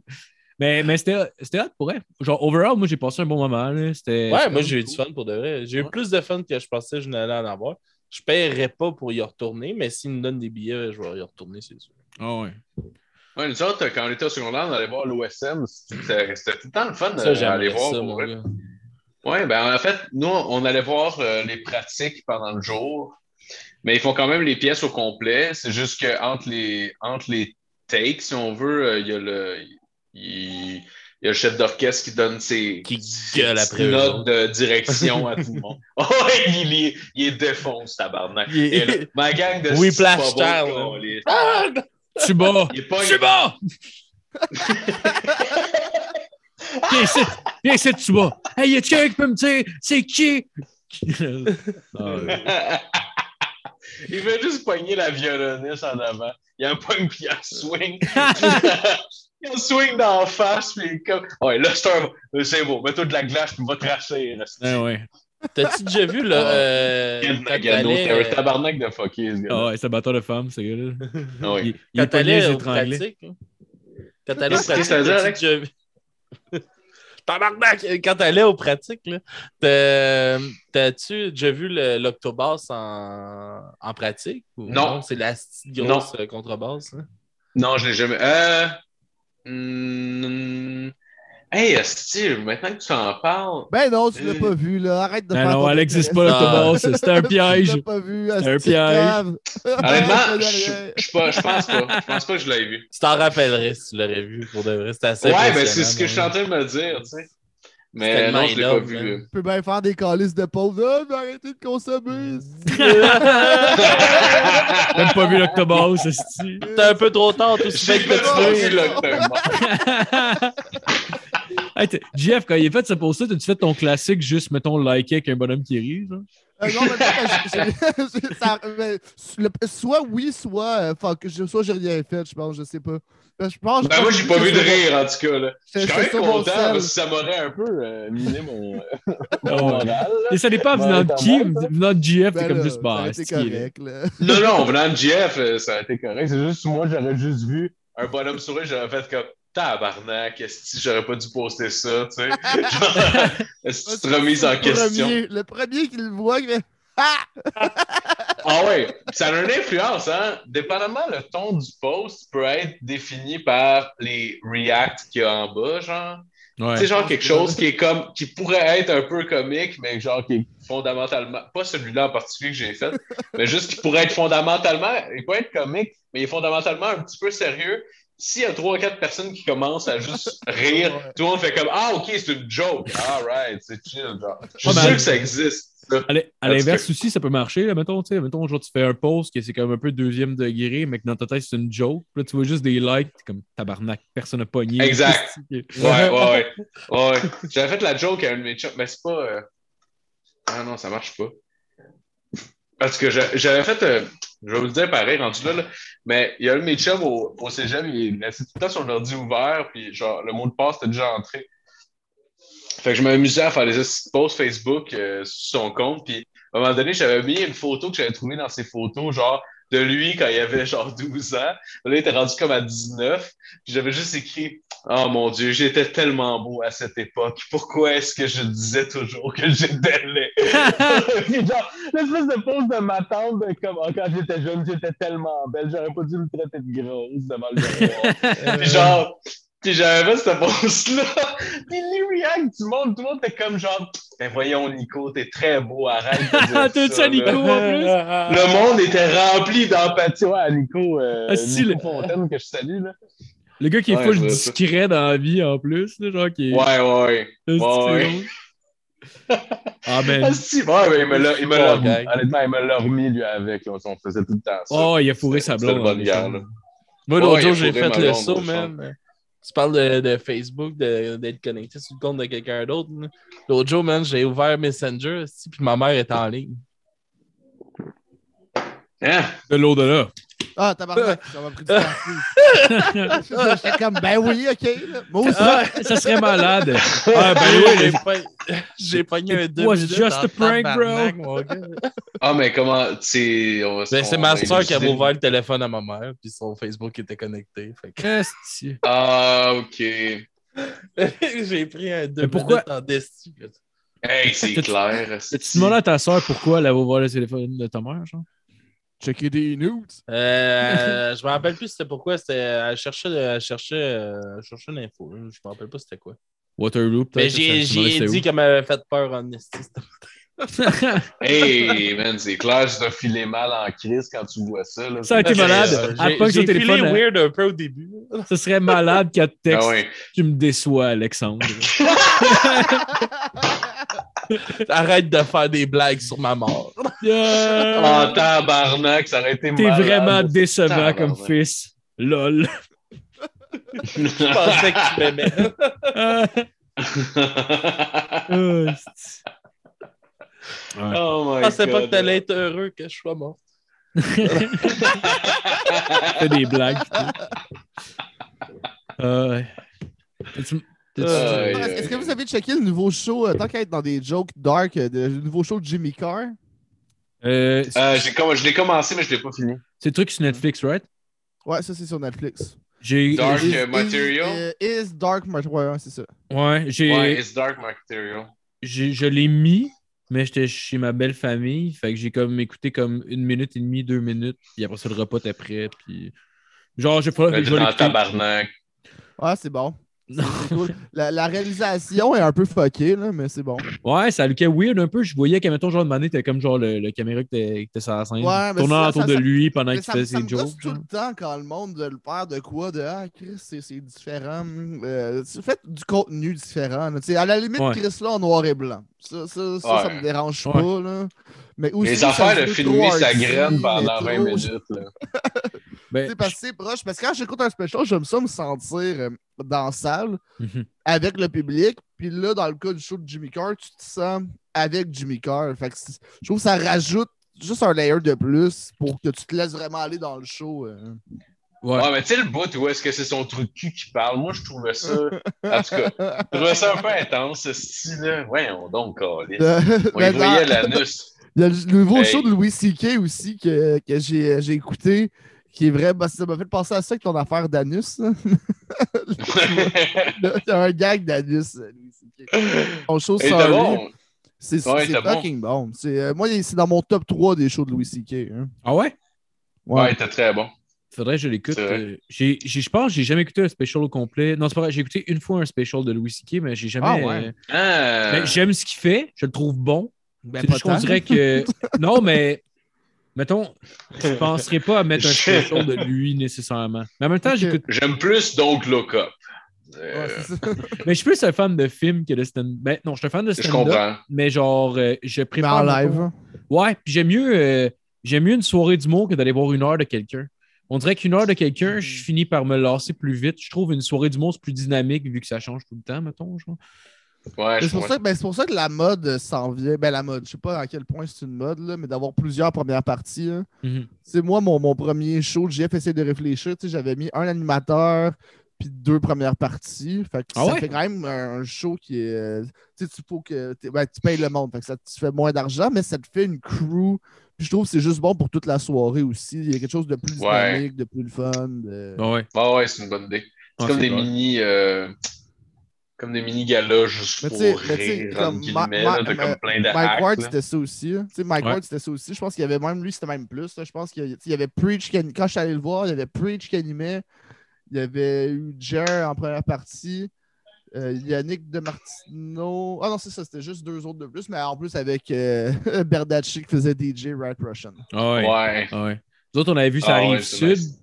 S2: Mais, mais c'était c'était hot pour elle. Genre, overall, moi, j'ai passé un bon moment. là. C'était-
S4: Ouais,
S2: c'était
S4: moi,
S2: cool.
S4: j'ai eu du fun pour de vrai. J'ai eu
S2: Ouais.
S4: plus de fun que je pensais que je n'allais en avoir. Je ne paierais pas pour y retourner, mais s'ils me donnent des billets, je vais y retourner, c'est sûr.
S2: Ah ouais.
S3: Ouais, nous autres, quand on était au secondaire, on allait voir l'OSM. C'était c'était tout le temps le fun
S4: Ça,
S3: d'aller
S4: j'aimerais
S3: Euh, voir.
S4: ça,
S3: pour
S4: mon
S3: vrai.
S4: gars.
S3: Oui, ben en fait, nous, on allait voir euh, les pratiques pendant le jour, mais ils font quand même les pièces au complet. C'est juste que entre les, entre les takes, si on veut, euh, il y a le, il, il y a le chef d'orchestre qui donne ses,
S4: Qui
S3: ses
S4: gueule
S3: petites
S4: après eux
S3: notes
S4: autres.
S3: de direction à tout le monde. Oh, il est, il est défonce, tabarnak.
S4: Il est-
S3: Et là, ma gang de
S4: Oui,
S3: six pas bons
S4: Plashtar, là.
S3: câlisses.
S4: Ah, non.
S2: Tu bats!
S3: Il est pas-
S2: Tu bats! Viens ici! Viens ici, tu bats! Hey, y'a quelqu'un qui peut me dire, c'est qui? Ah ouais.
S3: il veut juste pogner la violoniste en avant. Il en pogne puis il en swing. il en swing d'en face puis il est comme. Ouais, là, c'est un- c'est beau. Mets-toi de la glace puis va te racher. là.
S4: Euh,
S2: Ah ouais.
S4: T'as-tu déjà vu, là?
S3: Ah.
S4: euh,
S3: Ken
S4: quand
S3: Nagano,
S4: t'allais,
S3: t'es un
S4: euh,
S3: tabarnak de fucké, ce
S2: Ah
S3: gars-là.
S2: ouais, c'est un batteur de femme, ce gars-là.
S4: Ah,
S3: Oui.
S2: Il, il est
S4: Quand
S2: pogné,
S4: t'allais
S2: j'ai
S4: aux
S2: étranglé.
S4: pratiques, hein? quand t'allais aux
S3: Qu'est-ce que
S4: pratiques,
S3: ça veut dire,
S4: t'as-tu
S3: Alex?
S4: déjà vu- Tabarnak! Quand t'allais aux pratiques, là, t'as- t'as-tu déjà vu le- l'octobasse en... en pratique? ou
S3: Non.
S4: C'est la petite grosse euh, contrebasse. hein?
S3: Non, je l'ai jamais. Euh. hmm, Hey, Steve, maintenant que tu en parles.
S1: Ben non, tu l'as pas vu, là. Arrête de
S2: Ah
S1: faire
S2: non,
S1: ton
S2: elle n'existe pas,
S4: intéressant.
S2: l'autobus. C'était un
S1: Tu
S2: piège.
S1: l'as pas vu.
S2: C'est un
S1: asti de cave.
S3: Honnêtement,
S1: Arrête de rien.
S3: je je pas- je pense pas. Je pense pas que je l'ai vu.
S4: Tu t'en rappellerais si tu l'aurais vu pour de vrai. C'était assez.
S3: Ouais,
S4: impressionnant,
S3: ben c'est ce que je suis
S4: hein.
S3: en train de me dire, tu sais. Mais non, je l'ai pas
S4: énorme, hein.
S3: vu.
S4: man.
S1: Tu peux bien faire des calices de pauvres. Ah, mais
S2: Mm.
S1: arrêtez de consommer.
S2: Même pas vu l'Octobase, c'est
S4: T'es un peu trop tard, tout ce
S3: J'ai
S4: fait que
S3: même pas
S4: tu
S3: vu
S4: veux.
S3: l'octobre.
S2: hey, t'es- JF, quand il est fait ça pour ça, t'as-tu fait ton classique juste, mettons, liker avec un bonhomme qui rit? genre?
S1: Euh, non, mais non, mais j'ai- j'ai- ça- mais le- soit oui, soit, euh, fuck, je- soit j'ai rien fait, je pense, je sais pas. Ben, je pense,
S3: Ben, moi, j'ai pas vu de rire, en tout cas. Là. Je suis quand même
S1: C'est mon
S3: content
S1: sel.
S3: parce que ça m'aurait un peu euh, miné mon
S2: Ah
S3: mon
S2: ouais.
S3: moral.
S2: Et ça dépend
S3: Ouais,
S2: venant de
S3: t'as
S2: qui,
S3: mal, ça.
S2: venant de JF, t'es
S1: Ben
S2: comme
S1: là,
S2: juste,
S1: ça a
S2: bah, c'est
S1: été
S2: qui, là?
S1: correct, là.
S3: Non, non, venant de GF, euh, ça a été correct. C'est juste moi, j'aurais juste vu un bonhomme sourire, j'aurais fait comme tabarnak, est-ce que j'aurais pas dû poster ça, tu sais? Genre, est-ce que tu te remises en
S1: Le
S3: question?
S1: premier- le premier qui le voit, il fait Ah!
S3: Ah ouais, ça a une influence, hein? Dépendamment, le ton du post peut être défini par les reacts qu'il y a en bas, genre.
S2: Ouais.
S3: C'est genre quelque chose qui est comme qui pourrait être un peu comique, mais genre qui est fondamentalement pas celui-là en particulier que j'ai fait, mais juste qui pourrait être fondamentalement, il peut être comique, mais il est fondamentalement un petit peu sérieux. S'il y a trois ou quatre personnes qui commencent à juste rire,
S1: Ouais.
S3: tout le monde fait comme Ah ok, c'est une joke. Alright, c'est chill, genre. Je suis
S2: Ouais, ben,
S3: sûr
S2: mais-
S3: que ça existe. ça.
S2: À l'in- à
S3: En tout
S2: l'inverse aussi, ça peut marcher. Là, mettons, tu sais, mettons, genre, tu fais un post que c'est comme un peu deuxième degré, mais que dans ta tête, c'est une joke. Puis Là, tu vois juste des likes, t'es comme tabarnak, personne n'a pogné.
S3: Exact.
S2: Ouais,
S3: Ouais, ouais, ouais. ouais. J'avais fait la joke à un de mes chums, mais c'est pas. euh, Ah non, ça marche pas. Parce que j'a- j'avais fait. euh, Je vais vous le dire pareil, rendu là, là, mais il y a un de mes chums au, au cégep, il laissait tout le temps son ordi ouvert, puis genre, le mot de passe était déjà entré. Fait que je m'amusais à faire des petits posts Facebook euh, sur son compte, puis à un moment donné, j'avais mis une photo que j'avais trouvée dans ses photos, genre, de lui quand il avait genre 12 ans. Là, il était rendu comme à 19, puis j'avais juste écrit Oh mon Dieu, j'étais tellement beau à cette époque. Pourquoi est-ce que je disais toujours que j'étais laid? Puis genre, l'espèce de pose de ma tante, de comme Ah, quand j'étais jeune, j'étais tellement belle, j'aurais pas dû me traiter de grosse devant le miroir. Puis genre, puis j'avais fait cette pose-là. Puis les reacts du monde, tout le monde était comme genre, ben voyons, Nico, t'es très beau, arrête. de
S2: T'as
S3: dire
S2: dit ça, Nico,
S3: là.
S2: en plus?
S3: Le monde était rempli d'empathie. Ouais, Nico, euh,
S2: Ah, si,
S3: Nico
S2: le-
S3: Fontaine que je salue, là.
S2: Le gars qui est
S3: Ouais,
S2: full
S3: je vois ça.
S2: discret dans la vie, en plus, là, genre, qui est.
S3: Ouais, ouais.
S2: Asti, c'est
S3: ouais.
S2: drôle. Ah, ben.
S3: Ah, si, ouais, mais il me l'a- il me
S4: Oh,
S3: l'a remis.
S4: gang.
S3: Honnêtement, il me l'a remis, lui, avec. Là, on faisait tout le temps ça.
S2: Oh, il a fourré sa
S3: C'était- c'était
S2: blonde.
S3: une bonne
S2: hein,
S3: guerre,
S2: méchant.
S3: là.
S4: Moi,
S3: Ouais, il
S4: l'autre
S3: a
S4: jour, j'ai
S3: fourré
S4: fait
S3: ma
S4: le
S3: blonde,
S4: saut,
S3: au fond.
S4: man. Tu parles de, de Facebook, de- d'être connecté sur le compte de quelqu'un d'autre. là. L'autre jour, man, j'ai ouvert Messenger, esti, puis ma mère est en ligne.
S3: Hein?
S2: De l'au-delà.
S1: Ah, tabarnak, ça m'a pris du temps. J'étais comme, ben oui, ok. là. Moi aussi.
S2: Ah, ça serait malade. Ah, ben oui,
S4: J'ai
S2: les-
S4: pas- j'ai pogné un
S2: It
S4: deux
S2: was
S4: minutes
S2: just
S4: en
S2: a prank, bro.
S4: tabarnak, mon gars.
S3: Ah, mais comment, tu sais, on va
S4: Ben, c'est
S3: on
S4: ma
S3: va
S4: soeur qui avait
S3: élucider.
S4: ouvert le téléphone à ma mère, puis son Facebook était connecté. Fait que-
S2: Asti.
S3: Ah, ok.
S4: j'ai pris un deux
S2: Mais pourquoi-
S4: minutes en destin.
S3: Hey, c'est
S2: T'as-
S3: clair.
S2: T'as-tu demandé à ta soeur pourquoi elle avait ouvert le téléphone de ta mère, genre?
S1: Checker des nudes.
S4: Euh, je me rappelle plus c'était pourquoi. C'était elle cherchait, elle cherchait, euh, elle cherchait une info. là. Je me rappelle pas c'était quoi.
S2: Waterloo,
S4: Mais
S2: peut-être.
S4: j'ai
S2: ça- ça me
S4: j'y ai
S2: restait
S4: dit qu'elle m'avait fait peur en esti.
S2: où.
S3: Hey, man, c'est clair, je te filé mal en crise quand tu vois ça. Là,
S2: Ça a été
S3: C'est-
S2: malade.
S3: Euh,
S2: Elle
S4: J'ai
S2: pogne son
S4: j'ai filé
S2: téléphone, elle-
S4: weird un peu au début. là.
S2: Ce serait malade qu'elle te texte.
S3: Ah ouais.
S2: Tu me déçois, Alexandre.
S4: Arrête de faire des blagues sur ma mort.
S2: Yeah.
S3: En tabarnak, ça aurait été
S2: T'es
S3: Ah, malade.
S2: vraiment décevant
S3: tabarnak.
S2: comme fils. Lol.
S4: Je pensais que tu m'aimais.
S2: Ah, euh, c'est-
S3: oh my
S4: Je
S3: god.
S4: pensais pas que t'allais être heureux que je sois mort.
S2: Fais des blagues. pis tout. Ah ouais. T'as-tu- t'as-tu-
S3: Ah,
S1: Ah,
S3: ouais.
S1: Est-ce est-ce que vous avez checké le nouveau show, euh, tant qu'à être dans des jokes dark, euh, de- le nouveau show de Jimmy Carr?
S2: Euh, c'est-
S3: Euh, j'ai comm- Je l'ai commencé, mais je l'ai pas fini.
S2: c'est le truc sur Netflix, right?
S1: Ouais, ça c'est sur Netflix.
S2: J'ai.
S3: Dark
S2: j'ai-
S3: euh, Material.
S1: euh, Is Dark Material. Ouais, ouais, c'est ça.
S2: Ouais,
S3: Ouais,
S2: j'ai.
S3: it's Dark Material.
S2: j'ai- Je l'ai mis, mais j'étais chez ma belle famille. Fait que j'ai comme écouté comme une minute et demie, deux minutes. Puis après ça, le repas était prêt. Puis. Genre, je vais
S3: Mais
S2: Ah, je vais
S3: Ben, dans
S2: l'écouter.
S3: tabarnak.
S1: Ouais, Ah, c'est bon. C'est cool. La, la réalisation est un peu fuckée, là, mais c'est bon.
S2: Ouais, ça looké weird un peu. Je voyais qu'à mettons, genre, de mané, t'as comme genre le, le caméra que t'es- que t'es sur la scène.
S1: Ouais, mais
S2: tournant
S1: ça-
S2: autour
S1: ça-
S2: de
S1: ça-
S2: lui pendant
S1: Mais
S2: qu'il
S1: ça,
S2: fait
S1: ça
S2: ses
S1: me gosse
S2: jokes.
S1: tout
S2: genre.
S1: le temps quand le monde de le perd de quoi, de Ah, Chris, c'est c'est différent. Euh, faites du contenu différent. là. Tu sais, À la limite,
S2: Ouais.
S1: Chris, là, en noir et blanc. Ça, ça, ça, ça
S3: Ouais.
S1: me dérange
S2: Ouais.
S1: pas. Là. Mais aussi,
S3: Les
S1: ça se
S3: affaires de
S1: veut
S3: filmer
S1: trop
S3: sa
S1: artsy,
S3: graine
S1: mais
S3: pendant 20
S1: trop,
S3: minutes. Là.
S1: tu
S2: Ben,
S1: sais, Parce que c'est proche. Parce que quand j'écoute un special, j'aime ça me sentir euh, dans la salle
S2: Mhm.
S1: avec le public. Puis là, dans le cas du show de Jimmy Carr, tu te sens avec Jimmy Carr. Fait que c'est- je trouve que ça rajoute juste un layer de plus pour que tu te laisses vraiment aller dans le show. euh.
S2: ouais.
S3: Ouais, mais tu sais, le bout où est-ce que c'est son truc de cul qui parle, moi, je trouvais ça. En tout cas, je trouvais ça un peu intense, ce style-là. Ouais, on donc, calé.
S1: De-
S3: On
S1: mais
S3: y
S1: Ben, dans-
S3: voyait l'anus.
S1: Il y a le nouveau
S3: Hey.
S1: show de Louis C.K. aussi que, que j'ai j'ai écouté, qui est vrai. bah, ça m'a fait penser à ça avec ton affaire d'anus. là. Il y a un gag d'anus, euh, Louis C.K. Son show
S3: Et
S1: Sorry,
S3: bon.
S1: c'est c'est
S3: Ouais, il était bon.
S1: fucking bon. C'est, euh, moi, il- c'est dans mon top 3 des shows de Louis C.K. hein.
S2: Ah ouais?
S3: Ouais,
S1: Ouais.
S3: il était très bon.
S2: Faudrait que je l'écoute.
S3: C'est vrai.
S2: Euh, j'ai- j'ai- Je pense que j'ai jamais écouté un special au complet. Non, c'est pas vrai. J'ai écouté une fois un special de Louis C.K., mais j'ai jamais.
S1: Ah ouais.
S2: euh,
S3: Ah,
S2: ben, J'aime ce qu'il fait. Je le trouve bon.
S1: Ben,
S2: C'est
S1: pas
S2: juste qu'on
S1: tant.
S2: dirait que. Non, mais. Mettons, je penserais pas à mettre un
S3: Je-
S2: special de lui nécessairement. Mais en même temps,
S1: Ok.
S2: j'écoute.
S3: J'aime plus donc Look Up. Euh,
S1: Ouais, c'est ça.
S2: Mais je suis plus un fan de film que de stand-up. Ben, non, je suis un fan de
S3: je
S2: stand-up.
S3: comprends.
S2: Mais genre, euh, je
S1: Mais
S2: prépare.
S1: en
S2: mettons-
S1: live. hein.
S2: Ouais, puis j'aime mieux, euh, j'aime mieux une soirée d'humour que d'aller voir une heure de quelqu'un. On dirait qu'une heure de quelqu'un,
S1: Hmm.
S2: je finis par me lasser plus vite. Je trouve une soirée d'humour, c'est plus dynamique vu que ça change tout le temps, mettons. Genre.
S3: Ouais,
S1: Mais
S3: je
S1: C'est pour,
S3: comprends.
S1: ça- ben, c'est pour ça que la mode euh, s'en vient. Ben, la mode, je sais pas à quel point c'est une mode, là, mais d'avoir plusieurs premières parties. hein.
S3: Mm-hmm.
S2: Mhm.
S1: C'est moi, mon, mon premier show, Jeff essayé de réfléchir. tu sais, J'avais mis un animateur puis deux premières parties. Fait que
S2: Ah
S1: ça
S2: ouais?
S1: fait quand même un, un show qui est. euh, Tu sais, tu faut que t'es- ben, tu payes le monde. Fait que ça te fait moins d'argent, mais ça te fait une crew. Puis je trouve que c'est juste bon pour toute la soirée aussi. Il y a quelque chose de plus
S3: Ouais.
S1: dynamique, de plus le fun. de-
S2: Ah ouais.
S3: Ouais, ouais, c'est une bonne idée. C'est
S2: Ah,
S3: comme,
S2: c'est
S3: des
S2: vrai.
S3: mini, euh, comme des mini galas juste
S1: Mais
S3: pour
S1: t'sais- mais t'sais,
S3: rire,
S1: comme
S3: entre guillemets.
S1: Ma-
S3: là, T'as
S1: Ma-
S3: comme plein de
S1: Mike
S3: hacks,
S1: Ward,
S3: là.
S1: c'était ça aussi. hein. Tu sais, Mike
S2: Ouais.
S1: Ward, c'était ça aussi. Je pense qu'il y avait même, lui, c'était même plus. là. Je pense qu'il y a- tu sais, il y avait Preach, qui- quand je suis allé le voir, il y avait Preach qui animait. Il y avait eu Jer en première partie. Euh, Yannick de Martino. Ah non, c'est ça, c'était juste deux autres de plus, mais en plus avec euh, Berdacci qui faisait DJ Right Russian.
S2: Ah ouais.
S3: Ouais.
S2: Ah ouais. Nous autres, on avait vu ça
S3: Ah ouais,
S2: arrive
S3: c'est
S2: sud.
S3: nice.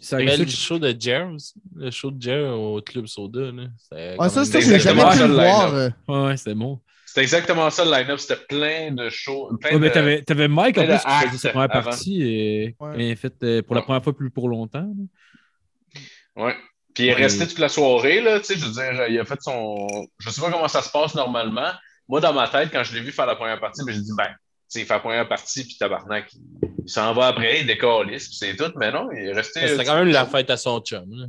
S2: Ça
S4: Mais le
S2: arrive sud.
S4: show de Jer aussi. Le show de Jer au Club Soda. Là. C'était
S1: Ah,
S4: quand
S1: ça,
S4: même
S3: c'est
S1: ça, j'ai jamais
S3: exactement
S1: pu
S3: ça,
S1: le
S3: le
S1: voir.
S3: line-up.
S1: euh.
S2: Ouais, ouais, c'était bon.
S3: C'était exactement ça le line-up. C'était plein de shows. Plein
S2: Ouais, mais
S3: de-
S2: t'avais, t'avais Mike en plus
S3: plein de
S2: qui faisait
S3: actes
S2: sa première
S3: avant.
S2: partie et,
S1: Ouais.
S2: et fait euh, pour la
S3: Ouais.
S2: première fois plus pour longtemps.
S3: Ouais. Puis il est
S2: Ouais.
S3: resté toute la soirée, là, tu sais, je veux dire, il a fait son... Je sais pas comment ça se passe normalement. Moi, dans ma tête, quand je l'ai vu faire la première partie, ben, j'ai dit, ben, tu sais, il fait la première partie, puis tabarnak, il, il s'en va après, il décalisse, puis c'est tout. Mais non, il est resté...
S4: C'était quand même la fête à son chum. là.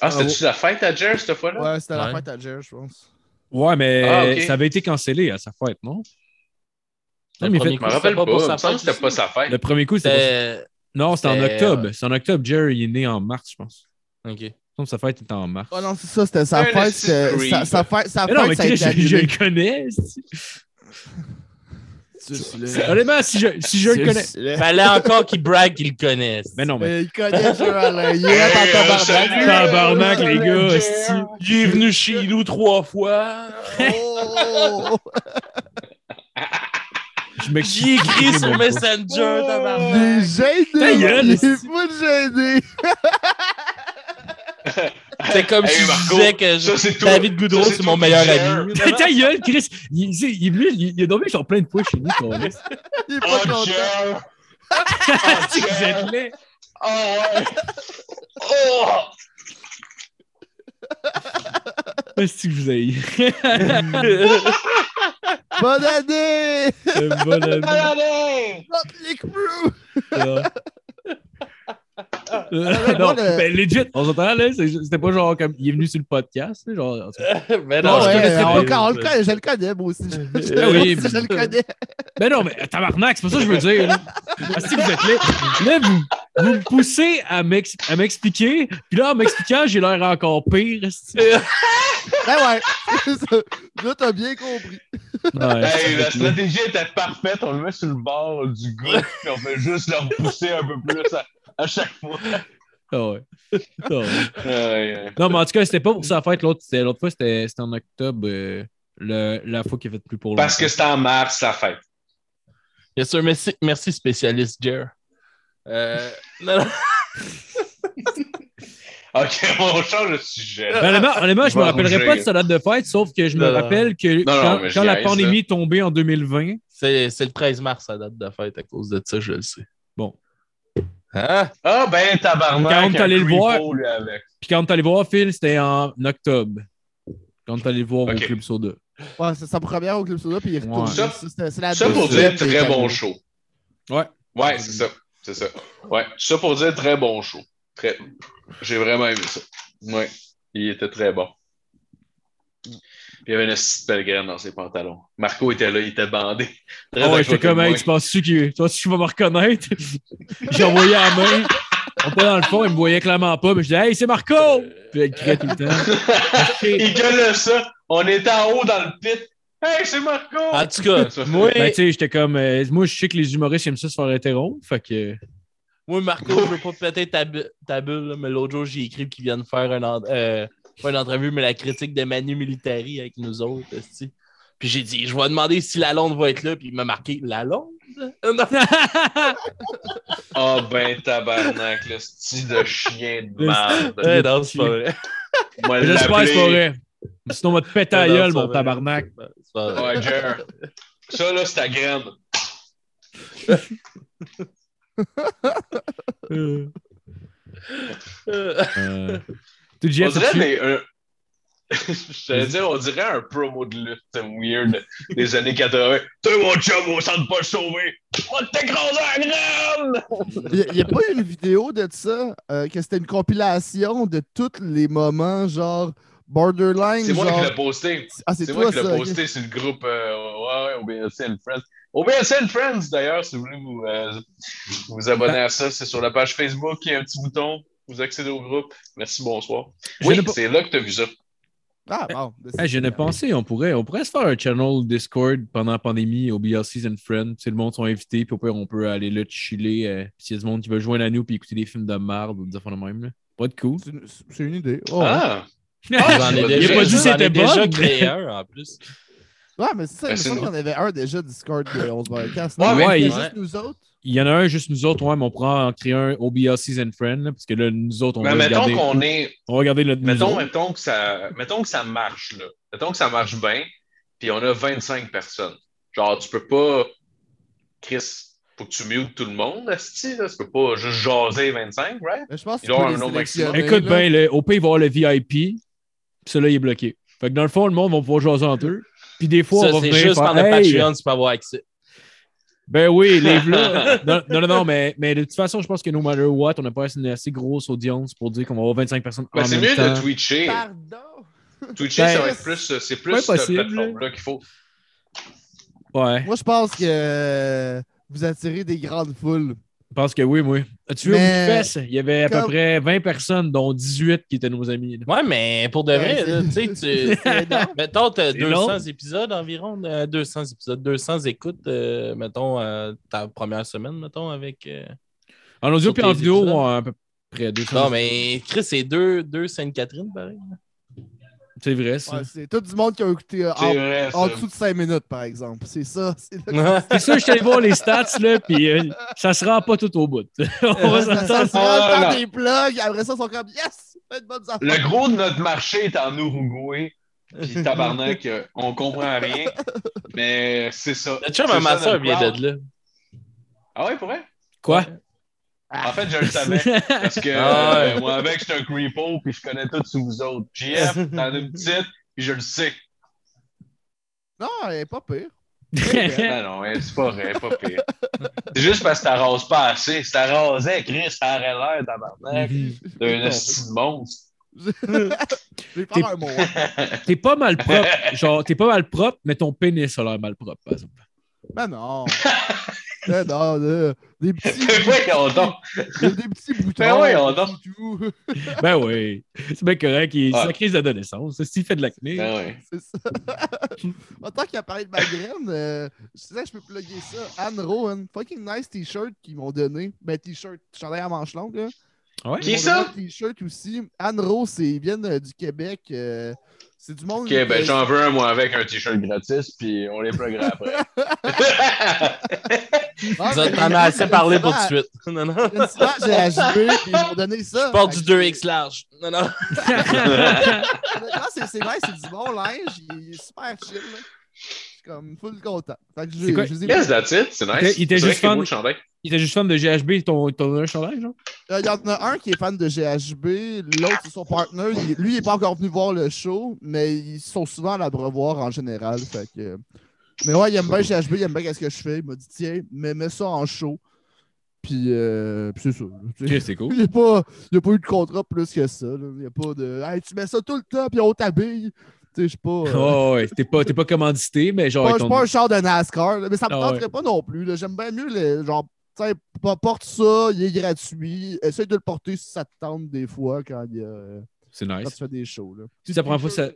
S3: Ah, c'était-tu la fête à Jer, cette fois-là?
S1: Ouais, c'était la
S4: Ouais.
S1: fête à Jer, je pense.
S2: Ouais, mais
S3: Ah, ok.
S2: ça avait été cancellé à sa fête, non?
S4: Le
S2: mais
S4: premier
S2: fait-
S3: Je me rappelle pas,
S4: C'était pas Euh,
S3: il
S4: pour sa
S3: me semble que
S4: fête
S3: c'était pas sa fête.
S2: Le premier coup, c'était. pas-
S4: C'était.
S2: Non, c'était en
S4: c'était-
S2: octobre. C'est en octobre. Jerry il est né en mars, je pense.
S4: Ok.
S2: Non, sa fête était en mars.
S1: Ah non, c'est ça, c'était sa
S3: Un
S1: fête.
S3: esti de
S1: c'était-
S3: creep.
S1: Sa sa fête, sa
S2: Mais non, mais
S1: fête, ça a
S2: Chris,
S1: été
S2: je, je
S1: annulé.
S2: le connais. c'est-
S1: C'est-
S2: Honnêtement, si je, si je le connais.
S1: c'est-
S4: Fallait encore qu'il brague qu'il le connaisse.
S2: Mais non, mais.
S1: Mais il connaît Jer Alain. Il est en
S3: Hey, euh, salut,
S1: tabarnak.
S2: Tabarnak,
S3: euh,
S2: les
S3: salut,
S2: gars,
S3: Jer.
S2: esti.
S4: Il est venu chez nous trois fois.
S1: Oh!
S2: Je m'excuse.
S4: J'ai écrit sur
S2: Même pas.
S4: Messenger,
S1: Il
S4: tabarnak.
S1: est
S2: Ta gueule,
S1: gêné! Il est
S2: esti.
S1: fou de gêné!
S4: C'est comme
S3: Hey,
S4: si je
S3: Marco,
S4: disais que je-
S3: Ça, c'est tout.
S4: David Goudreau,
S3: Ça,
S4: c'est mon
S3: tout,
S4: meilleur
S3: Jer.
S4: ami.
S2: Ta ta gueule, Chris! Il, il, il est venu, il, il a dormi genre plein de fois chez nous, ton liste.
S1: Il est
S3: Oh,
S1: pas content!
S3: Jer.
S4: Ah,
S2: Tu sais que vous êtes laid.
S3: Oh, ouais. Oh!
S2: Est-ce que vous avez.
S1: Bonne année!
S2: C'est bon, là.
S3: Allez!
S1: Not les crew!
S2: Euh,
S1: mais
S2: non,
S1: moi, le-
S2: ben, legit, on s'entend là, c'est- c'était pas genre comme il est venu sur le podcast, là, genre. en tout cas.
S4: Mais
S1: Non,
S4: non, je
S1: ouais,
S4: connaissais
S1: on
S4: pas.
S1: le con- on le connaît, je le connais, moi aussi. Je, je-
S2: Eh oui,
S1: je le connais.
S2: Ben non, mais tabarnak, c'est pas ça que je veux dire. Là, Parce que vous êtes là, là vous, vous me poussez à m'ex- à m'expliquer, puis là, en m'expliquant, j'ai l'air encore pire. esti.
S1: Ben ouais! c'est ça. Là, t'as bien compris.
S2: Ouais,
S3: Hey, la
S2: c'est vrai.
S3: stratégie était parfaite. On le met sur le bord du gars, puis on fait juste le repousser un peu plus à, à chaque fois.
S2: Ah ouais. Ah ouais.
S3: Ouais, ouais.
S2: Non, mais en tout cas, c'était pas pour sa fête. L'autre c'était- l'autre fois, c'était c'était en octobre, euh, le- la fois qu'il a fait plus pour
S3: Parce que
S2: longtemps.
S3: c'était en mars, la fête.
S4: Bien sûr, merci, merci spécialiste Jer. Euh, non, non,
S3: Ok, on change de sujet.
S2: Ben, honnêtement, honnêtement, je me
S3: Va
S2: rappellerai
S3: rougir.
S2: pas de sa date de fête, sauf que je me
S4: Non, non.
S2: rappelle que
S3: Non, non,
S2: quand,
S3: mais je
S2: quand la
S3: niaise, là.
S2: pandémie est tombée en 2020,
S4: c'est c'est le 13 mars, la date de fête, à cause de ça, je le sais.
S2: Bon.
S4: Hein?
S3: Ah, ben, tabarnak.
S2: Quand on est
S3: un
S2: allé le voir-
S3: creepo, lui, avec.
S2: puis quand t'es allé voir Phil, c'était en octobre. Quand t'es allé voir
S3: Ok.
S2: au Club Soda.
S1: Ouais, c'est sa première au Club Soda, puis il
S2: Ouais.
S1: retourne.
S3: Ça-
S1: C'est c'est la
S3: Ça pour
S1: deuxième
S3: dire
S1: des
S3: très bon
S1: cadeaux.
S3: show.
S2: Ouais.
S3: Ouais, c'est ça. C'est ça. Ouais, ça pour dire très bon show. Très... J'ai vraiment aimé ça. Ouais, il était très bon. Puis il y avait une petite belle graine dans ses pantalons. Marco était là, il était bandé. Très
S2: Ah
S3: à
S2: ouais, j'étais
S3: côté
S2: comme,
S3: de
S2: hey,
S3: moi.
S2: tu penses-tu que, tu penses-tu que je vais me reconnaître? J'ai envoyé à la main. On était dans le fond, il me voyait clairement pas, mais je dis, hey, c'est Marco! Puis elle criait tout le temps.
S3: il gueule ça. On était en haut dans le pit. Hey, c'est Marco!
S2: Ah.
S4: En tout cas,
S3: Ça-
S4: moi,
S2: Ben, tu sais, j'étais comme, euh, moi, je sais que les humoristes aiment ça se faire interrompre, fait que.
S4: moi, Marco, je veux pas péter ta, bu- ta bulle, là, mais l'autre jour, j'ai écrit qu'ils viennent faire un en- euh, pas une entrevue, mais la critique de Manu Militari avec nous autres. esti. Puis j'ai dit, je vais demander si Lalonde va être là, puis il m'a marqué Lalonde.
S3: Ah ben tabarnak, le style de chien de
S2: Le
S3: merde.
S4: Eh, non, c'est pas vrai.
S3: Moi,
S2: J'espère que c'est pas
S3: l'appeler-
S2: vrai. Sinon, on va te péter la
S4: Non,
S2: gueule,
S4: c'est
S2: mon
S4: vrai.
S2: tabarnak.
S4: C'est pas vrai.
S3: Ouais, Jer. Ça là, c'est ta graine.
S2: Euh,
S4: Euh,
S2: tu
S3: On
S2: Jeff,
S3: dirait
S2: tu-
S3: des, un... Je t'allais dire, on dirait un promo de lutte weird des années 80. T'es mon chum au centre pas le sauver! On t'écrase à la graine!
S1: Il n'y a pas eu une vidéo de ça, euh, que c'était une compilation de tous les moments, genre borderline.
S3: C'est moi
S1: genre-
S3: qui l'ai posté.
S1: Ah, c'est
S3: C'est moi
S1: toi,
S3: qui l'ai
S1: ça.
S3: posté sur le groupe euh, ouais, ouais, OBLC and Friends. OBLC and Friends, d'ailleurs, si vous voulez vous, euh, vous abonner à ça, c'est sur la page Facebook. Il y a un petit bouton. Vous accédez au groupe. Merci, bonsoir.
S2: Je
S3: Oui,
S2: n'ai pas-
S3: c'est là que tu as vu ça.
S1: Ah, bon.
S2: Hey, je viens de penser, on pourrait, on pourrait se faire un channel Discord pendant la pandémie au BLCs and Friends. Tu sais, le monde sont invités, puis au pire, on peut aller là chiller. euh, puis s'il y a du monde qui veut joindre à nous puis écouter des films de merde ou des affaires de même, là. pas de cool.
S1: C'est une- C'est une idée. Oh, ouais.
S3: Ah!
S2: Ah,
S3: j'en ai
S2: il a
S3: déjà-
S2: pas dit
S4: j'en ai
S2: c'était bon.
S4: déjà
S2: mais-
S4: créé un, en plus.
S1: Ouais, mais c'est ça, il me
S3: Ben, c'est
S1: semble
S3: nous.
S1: qu'on avait un déjà Discord de 11 podcast.
S3: Ouais,
S1: mais
S2: ouais,
S1: il y a
S2: il-
S1: juste nous autres.
S2: Il y en a un juste nous autres, ouais, mais on pourra en créer un au BLCs and Friends, là, parce que là, nous autres, on
S3: Mais
S2: va
S3: Ben, mettons
S2: regarder.
S3: qu'on est.
S2: On va regarder notre nous
S3: Mettons,
S2: autres.
S3: mettons, que ça, mettons que ça marche, là. Mettons que ça marche bien, puis on a 25 personnes. Genre, tu peux pas, Chris, faut que tu mutes tout le monde, asti, là. Tu peux pas juste jaser 25, right?
S1: Mais je pense
S3: Il
S1: que tu
S3: doit
S1: peux
S3: avoir
S1: les
S3: un nombre
S1: sélectionner,
S2: Écoute ben,
S1: là.
S2: bien, le- au pire, il va y avoir le VIP, puis celui-là, il est bloqué. Fait que dans le fond, le monde va pouvoir jaser entre eux. Puis des fois, on
S4: Ça,
S2: va
S4: c'est
S2: venir
S4: juste
S2: faire,
S4: par le
S2: Hey,
S4: Patreon, tu peux avoir accès.
S2: Ben oui, les vlogs. non, non, non, non, mais, mais de toute façon, je pense que no matter what, on n'a pas une assez grosse audience pour dire qu'on va avoir 25 personnes
S3: Ben,
S2: en
S3: c'est
S2: même
S3: mieux
S2: temps.
S3: de twitcher.
S1: Pardon.
S3: Twitcher,
S2: Ben,
S3: ça va être plus, euh, c'est plus
S2: pas
S3: cette
S2: possible,
S3: plateforme-là qu'il faut.
S2: Ouais,
S1: Moi, je pense que euh, vous attirez des grandes foules.
S2: je pense que oui, moi. As-tu vu au
S1: Mais-
S2: Bookfest? Il y avait à peu
S1: Comme-
S2: près 20 personnes, dont 18 qui étaient nos amis. là.
S4: Ouais, mais pour de vrai,
S1: Ouais,
S4: là,
S1: c'est-
S4: tu sais, tu.
S1: C'est énorme.
S4: Mettons, t'as
S2: C'est
S4: 200
S2: long.
S4: épisodes environ, euh, 200 épisodes, 200 écoutes, euh, mettons, euh, ta première semaine, mettons, avec. euh,
S2: En audio
S4: Sur
S2: puis en
S4: tes
S2: vidéo,
S4: épisodes?
S2: ouais, à peu près 200.
S4: Non, mais Chris, c'est deux, deux Sainte-Catherine, pareil.
S2: C'est vrai, ça.
S1: Ouais, C'est tout du monde qui a écouté euh,
S3: C'est
S1: en,
S3: vrai, ça.
S1: en dessous de 5 minutes, par exemple. C'est ça. c'est là que-
S2: C'est sûr, je suis allé voir les stats, là, puis euh, ça se rend pas tout au bout. on va
S1: Ça, ça
S2: s'entendre.
S1: se rentre dans
S3: Voilà.
S1: des plugs. Après ça, ils sont comme Yes! Faites bonnes affaires.
S3: Le gros de notre marché est en Uruguay, puis tabarnak, euh, on comprend rien, mais c'est ça.
S4: Le chum
S3: C'est
S4: à ma
S3: ça,
S4: soeur
S3: notre
S4: vient
S3: crowd.
S4: de là.
S3: Ah ouais, pour vrai?
S2: Quoi?
S3: En fait, je le savais. Parce que
S4: Ah ouais.
S3: euh, moi, avec, je suis un creepo, puis je connais tout sous vous autres. JF, t'en as une petite, puis je le sais.
S1: Non, elle est pas pire.
S3: Non, non, hein, c'est pas vrai, pas pire. C'est juste parce que t'arroses pas assez. Si t'arrosais, Chris, ça aurait l'air, tabarnak,
S2: Mhm.
S3: d'un esti de monstre.
S1: Je vais faire un mot. hein.
S2: T'es pas mal propre. Genre, t'es pas mal propre, mais ton pénis a l'air mal propre, par exemple.
S1: Ben non. Ben non, là. Des petits,
S3: Mais Ben voyons donc.
S1: des, des petits boutons.
S3: Ben voyons donc.
S1: tout, tout.
S2: Ben oui. C'est bien correct. Il... C'est
S3: Ouais.
S2: la crise d'adolescence. ça. S'il fait de l'acné.
S3: Ben ouais.
S1: C'est ça. Autant qu'il a parlé de ma graine, euh, je sais, je peux plugger ça. Anne Rowan, fucking nice t-shirt qu'ils m'ont donné. Ben, t-shirt, chandail à manches longues, là.
S2: Ouais.
S3: Qui
S1: Ils
S3: est
S1: ont
S3: ça?
S1: des t-shirts aussi. Anne Rose, c'est- ils viennent euh, du Québec. euh, c'est du monde.
S3: Ok,
S1: euh,
S3: ben j'en veux un, moi, avec un t-shirt gratis, puis on les plugera après.
S1: ah,
S4: Vous en
S1: mais
S4: avez
S1: moi,
S4: assez parlé pour
S1: principalement-
S4: tout de suite. Non, non.
S1: principalement, J'ai agi, puis ils m'ont donné ça.
S4: Je porte du
S1: Fait que-
S4: 2X large. Non, non.
S1: Honnêtement, c'est c'est vrai, c'est du bon linge. Il est super chill. là. Je suis comme full content. Fait que je,
S2: C'est quoi-
S1: je les ai-
S3: yes, that's it, c'est nice.
S2: Il était
S3: C'est
S2: juste
S3: vrai qu'il est
S2: fan.
S3: beau, le chandail.
S2: Il était juste fan de GHB, ton, ton un chandail, genre?
S1: Euh, Il y en a un qui est fan de GHB, l'autre c'est son partner. Il- lui, il n'est pas encore venu voir le show, mais ils sont souvent à l'abreuvoir en général. Fait que... Mais ouais, il aime bien GHB, il aime bien ce que je fais. Il m'a dit tiens, mais mets ça en show. Puis, euh, puis c'est ça. là, tu sais.
S2: Ok, c'est cool.
S1: Il n'y a, pas il y a pas eu de contrat plus que ça. là. Il n'y a pas de Hey, tu mets ça tout le temps, puis on t'habille. Tu sais, je suis pas. euh,
S2: Oh, ouais, t'es pas, t'es pas commandité, mais genre.
S1: pas,
S2: avec
S1: je suis
S2: ton-
S1: pas un char de NASCAR, là, mais ça me
S2: Ah
S1: tenterait pas non plus. là. J'aime bien mieux les genre tu sais, p- porte ça, il est gratuit. Essaye de le porter si ça te tente des fois quand, il y a, euh,
S2: C'est
S1: quand
S2: nice.
S1: tu fais des shows. Là.
S2: C'est la première fois que ça.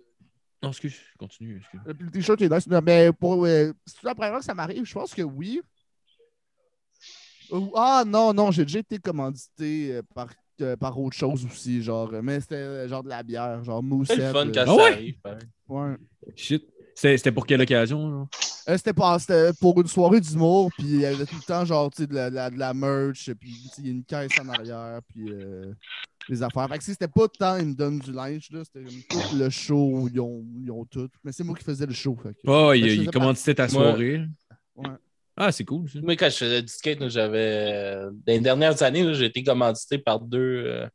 S2: Non, excuse, continue. excuse.
S1: Le le t-shirt est nice. Non, mais pour euh, c'est la première fois que ça m'arrive, je pense que oui. Ou- ah non, non, j'ai déjà été commandité euh, par, euh, par autre chose aussi, genre, euh, mais c'était euh, genre de la bière, genre euh, mousse.
S4: C'est le fun quand
S2: Ah
S4: ça
S2: ouais?
S4: arrive. pareil.
S2: Shit. C'était c'était pour quelle occasion, genre?
S1: Euh, c'était pas- c'était pour une soirée d'humour, puis il y avait tout le temps genre tu sais, de la, de la- de la merch, puis tu sais, il y a une caisse en arrière, puis euh, des affaires. Fait que si c'était pas tant, ils me donnent du linge, là, c'était comme tout le show, ils ont, ils ont tout. Mais c'est moi qui faisais le show. Fait que,
S2: Oh, il,
S1: Ben, je
S2: il
S1: faisais
S2: commanditait ta
S4: Moi-
S2: soirée.
S1: Ouais.
S2: Ah, c'est cool, ça.
S4: Moi, quand je faisais du skate, là, j'avais. euh, Dans les dernières années, là, j'ai été commandité par deux. euh,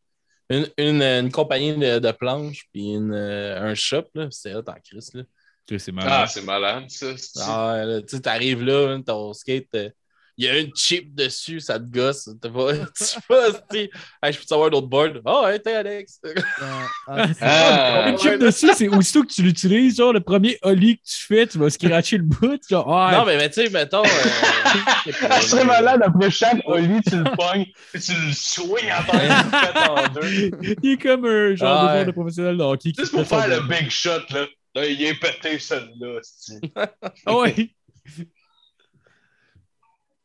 S4: Une, une, une compagnie de, de planches, puis une, euh, un shop. là. C'était hot en crise. Là.
S2: Chris, C'est
S3: Ah,
S2: malade.
S3: c'est malade, ça. c'est-
S4: Ah, là, tu sais, t'arrives là, hein, ton skate, euh, il y a une chip dessus, ça te gosse. T'as pas, tu sais pas, tu sais, Hey, je peux savoir d'autres boards. Ah, oh, ouais, t'es Alex.
S1: euh, ah, c'est-
S3: Ah.
S4: Euh,
S2: Le chip dessus, c'est aussitôt que tu l'utilises, genre le premier ollie que tu fais, tu vas scratcher le bout, genre, ah,
S4: Non, mais, mais tu sais, mettons. euh,
S3: Ah,
S4: Je
S3: je serais malade après chaque Oli, tu le pognes, puis tu le swings en terre, tu le pètes en deux.
S2: il est comme un genre
S4: Ah
S2: de
S4: ouais.
S2: joueur de professionnel de hockey. qui
S3: Juste
S2: fait
S3: pour
S2: ça,
S3: faire le
S2: genre.
S3: big shot, là. Là, il est pété, celui-là. c'est-tu.
S2: Ah ouais.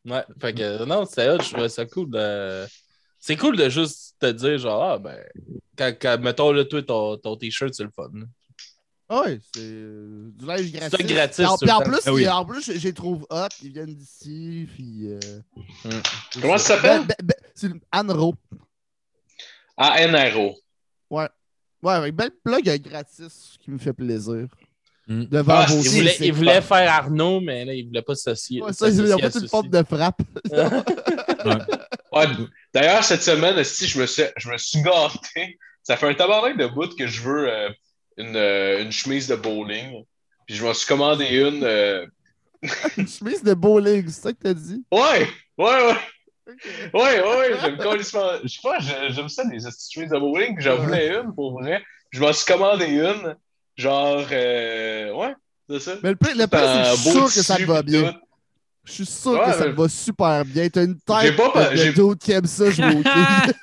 S4: Ouais, fait que euh, non, c'est hot, je trouvais ça cool de. C'est cool de juste te dire, genre, ah, ben, quand, quand- mettons, là, toi, ton, ton t-shirt, c'est le fun.
S1: Ah ouais, c'est euh, du linge gratuit.
S4: ça, gratis,
S1: Et En,
S4: tout
S1: puis en
S4: le temps.
S1: plus,
S2: Ah oui.
S1: ils- en plus, je- je les trouve hot, ils viennent d'ici, puis. euh,
S3: Comment ça s'appelle? Ah,
S1: Ben- ben- ben- c'est le- Anne Rowe.
S3: ANRO.
S1: Ouais, avec belle plug euh, gratis qui me fait plaisir.
S2: Mm.
S1: Devant
S3: Ah,
S1: vos
S4: Il
S3: c'est-
S1: yeux,
S4: voulait,
S1: c'est
S4: il voulait
S1: fun.
S4: faire Arnaud, mais là, il voulait pas s'associer.
S1: Ouais, ça, ils
S4: s'associer
S1: ont pas
S4: à
S1: une
S4: ceci.
S1: porte de frappe.
S3: Ouais, D'ailleurs, cette semaine, si je me suis, je me suis gâté, ça fait un tabarnak de bout que je veux euh, une, euh, une chemise de bowling. Puis je m'en suis commandé une. euh,
S1: Une chemise de bowling, c'est ça que t'as dit?
S3: Ouais, ouais, ouais. Ouais, ouais, j'aime complètement. Je sais pas, je- j'aime ça, les petites chemises de bowling, puis j'en voulais une pour vrai. Je m'en suis commandé une. Genre, euh, ouais, c'est ça.
S1: Mais le pire, le pire, c'est que je suis sûr que ça te va bien. Je suis sûr
S3: Ouais,
S1: que ça
S3: mais-
S1: te va super bien. T'as une
S3: J'ai
S1: tête
S3: pas pa- j'ai-
S1: de d'autres qui aiment ça jouer au hockey.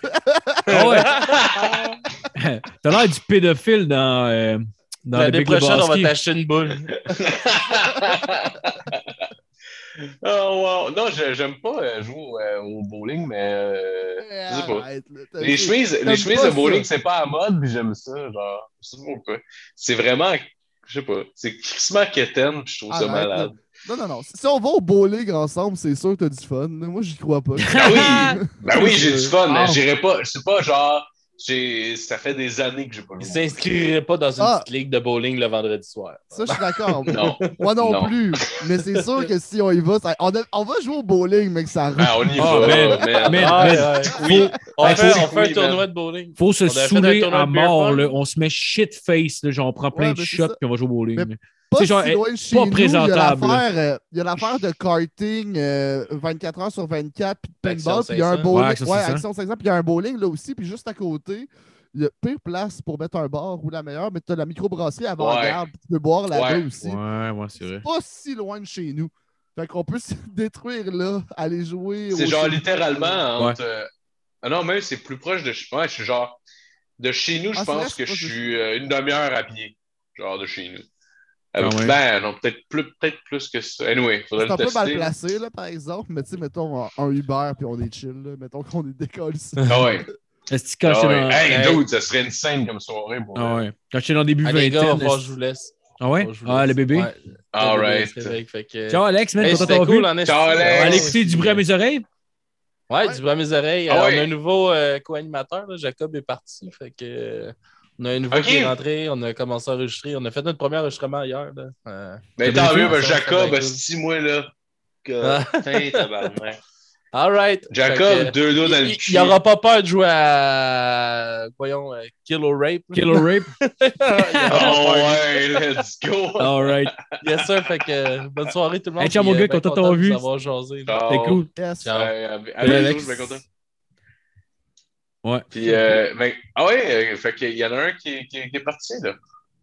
S2: Ah ouais. T'as l'air du pédophile dans, euh, dans le
S4: L'année
S2: Big
S4: prochaine, on va
S2: Lebowski.
S4: t'acheter une boule.
S3: oh, wow. Non, je- j'aime pas euh, jouer au, euh, au bowling, mais. euh, je sais pas.
S1: Arrête, là, t'as-
S3: Les chemises, les
S1: T'aimes
S3: chemises
S1: pas
S3: de bowling,
S1: ça.
S3: c'est pas à mode, puis j'aime ça. Genre, je sais pas pourquoi. C'est vraiment, je sais pas, c'est crissement quétaine, puis je trouve ça
S1: Arrête, là.
S3: malade.
S1: Non, non, non. Si on va au bowling ensemble, c'est sûr que t'as du fun. Moi, j'y crois pas.
S3: Ben
S4: Ah
S3: oui, ben oui, j'ai du fun, mais
S1: Ah.
S3: j'irai pas, c'est pas genre, j'ai, ça fait des années que j'ai pas
S4: Il
S3: joué.
S4: s'inscrirait pas dans une
S1: Ah.
S4: petite ligue de bowling le vendredi soir.
S1: Ça, je suis d'accord.
S3: Non,
S1: Moi non,
S3: Non.
S1: plus. Mais c'est sûr que si on y va, ça- on, a- on va jouer au bowling, mais que ça roule.
S3: ben on y
S2: Ah,
S3: va,
S2: man,
S3: man.
S2: man,
S3: Ah,
S2: man.
S3: oui,
S4: On,
S2: Ah,
S3: Ouais,
S4: fait,
S3: faut-
S4: on fait un
S3: oui,
S4: tournoi de bowling.
S2: Faut se
S4: On avait fait un
S2: saouler
S4: tournoi
S2: à
S4: de beer
S2: mort,
S4: pong.
S2: là. On se met shit face, là. Genre, on prend plein
S1: Ouais,
S2: de
S1: mais c'est
S2: shots,
S1: ça. Ben,
S2: puis on va jouer au bowling.
S1: Mais-
S2: C'est
S1: pas
S2: genre,
S1: si
S2: eh,
S1: loin de chez
S2: pas
S1: nous,
S2: présentable.
S1: Il y a l'affaire, euh, il y a l'affaire de karting euh, 24 heures sur 24, puis de
S4: Action
S1: paintball, puis il y a un
S4: 500.
S2: Ouais,
S1: bowling. Ouais,
S2: Action 500.
S1: Action 500, puis il y a un bowling là aussi, puis juste à côté, il y a pire place pour mettre un bar ou la meilleure, mais tu as la microbrasserie avant-garde, puis tu peux boire là-bas
S3: Ouais.
S1: aussi.
S2: Ouais, ouais, c'est vrai.
S1: C'est pas si loin de chez nous. Fait qu'on peut se détruire là, aller jouer.
S3: c'est
S1: au-
S3: genre littéralement entre, euh, ah non, même c'est plus proche de, chez- ouais, je suis genre, de chez nous, je
S1: Ah, c'est vrai,
S3: pense
S1: c'est
S3: que je
S1: proche de
S3: suis euh, une demi-heure à pied, genre de chez nous.
S2: Ah
S3: Euh,
S2: ouais.
S3: Ben non, peut-être plus, peut-être plus que ça. Anyway, faudrait
S1: Ah, C'est
S3: le
S1: un peu mal
S3: tester.
S1: placé, là, par exemple, mais tu sais, mettons un- un Uber, puis on est chill, là. mettons qu'on est décollé.
S3: Ah ouais.
S2: Est-ce que quand j'étais dans.
S3: Hey,
S4: Hey.
S3: dude, ça serait une scène comme soirée pour
S2: Ah ouais. Quand j'étais dans début
S4: Ah, les gars, on
S2: vingtaine.
S4: va, je vous laisse.
S2: Ah ouais?
S4: Bon, je vous
S2: Ah,
S4: laisse.
S2: le bébé.
S4: Ouais, le
S3: All
S4: bébé,
S3: right.
S4: c'est vrai, fait que-
S2: Ciao, Alex, man.
S4: Hey,
S2: content
S4: c'était
S2: t'avoir
S4: cool, hein.
S2: vu.
S4: en esti.
S3: Ah, Ciao, Alex.
S2: On va
S4: Ouais,
S2: aller écouter du bruit à mes oreilles.
S4: Ouais, du bruit à mes oreilles.
S3: Ah
S4: Euh,
S3: ouais.
S4: On a un nouveau euh, co-animateur, là. Jacob est parti. Fait que, euh, on a un nouveau
S3: Ok.
S4: qui est rentré, on a commencé à enregistrer. On a fait notre premier enregistrement hier. Là. Euh,
S3: Mais
S4: T'as
S3: tant
S4: bien
S3: mieux,
S4: fait,
S3: ben,
S4: ça,
S3: Jacob,
S4: ça,
S3: six mois là.
S4: Ah.
S3: Que- Putain, tabarnak.
S4: All right. Fait
S3: Jacob,
S4: que,
S3: deux doigts dans
S4: euh,
S3: le
S4: il-
S3: cul.
S4: il n'aura pas peur de jouer à. Voyons, euh, Kill or Rape. là.
S2: Killer Rape.
S4: Il aura pas
S3: Oh
S4: peur.
S3: ouais, let's go.
S2: Alright.
S4: Yes, sir. Fait que, euh, bonne soirée tout le monde.
S2: Hey, ciao,
S4: puis,
S2: mon
S4: euh,
S2: gars,
S4: ben
S2: content de
S4: de
S2: t'avoir vu.
S4: vous avoir jasé, là.
S2: C'était cool.
S1: Yes.
S4: Ciao.
S3: Ah, Ouais, ah, à, à
S2: Salut,
S3: bientôt,
S2: Alex.
S3: je vais content.
S2: Ouais.
S3: Puis, euh, ben, ah ouais, euh, fait qu'il y en a un qui, qui, qui est parti, là.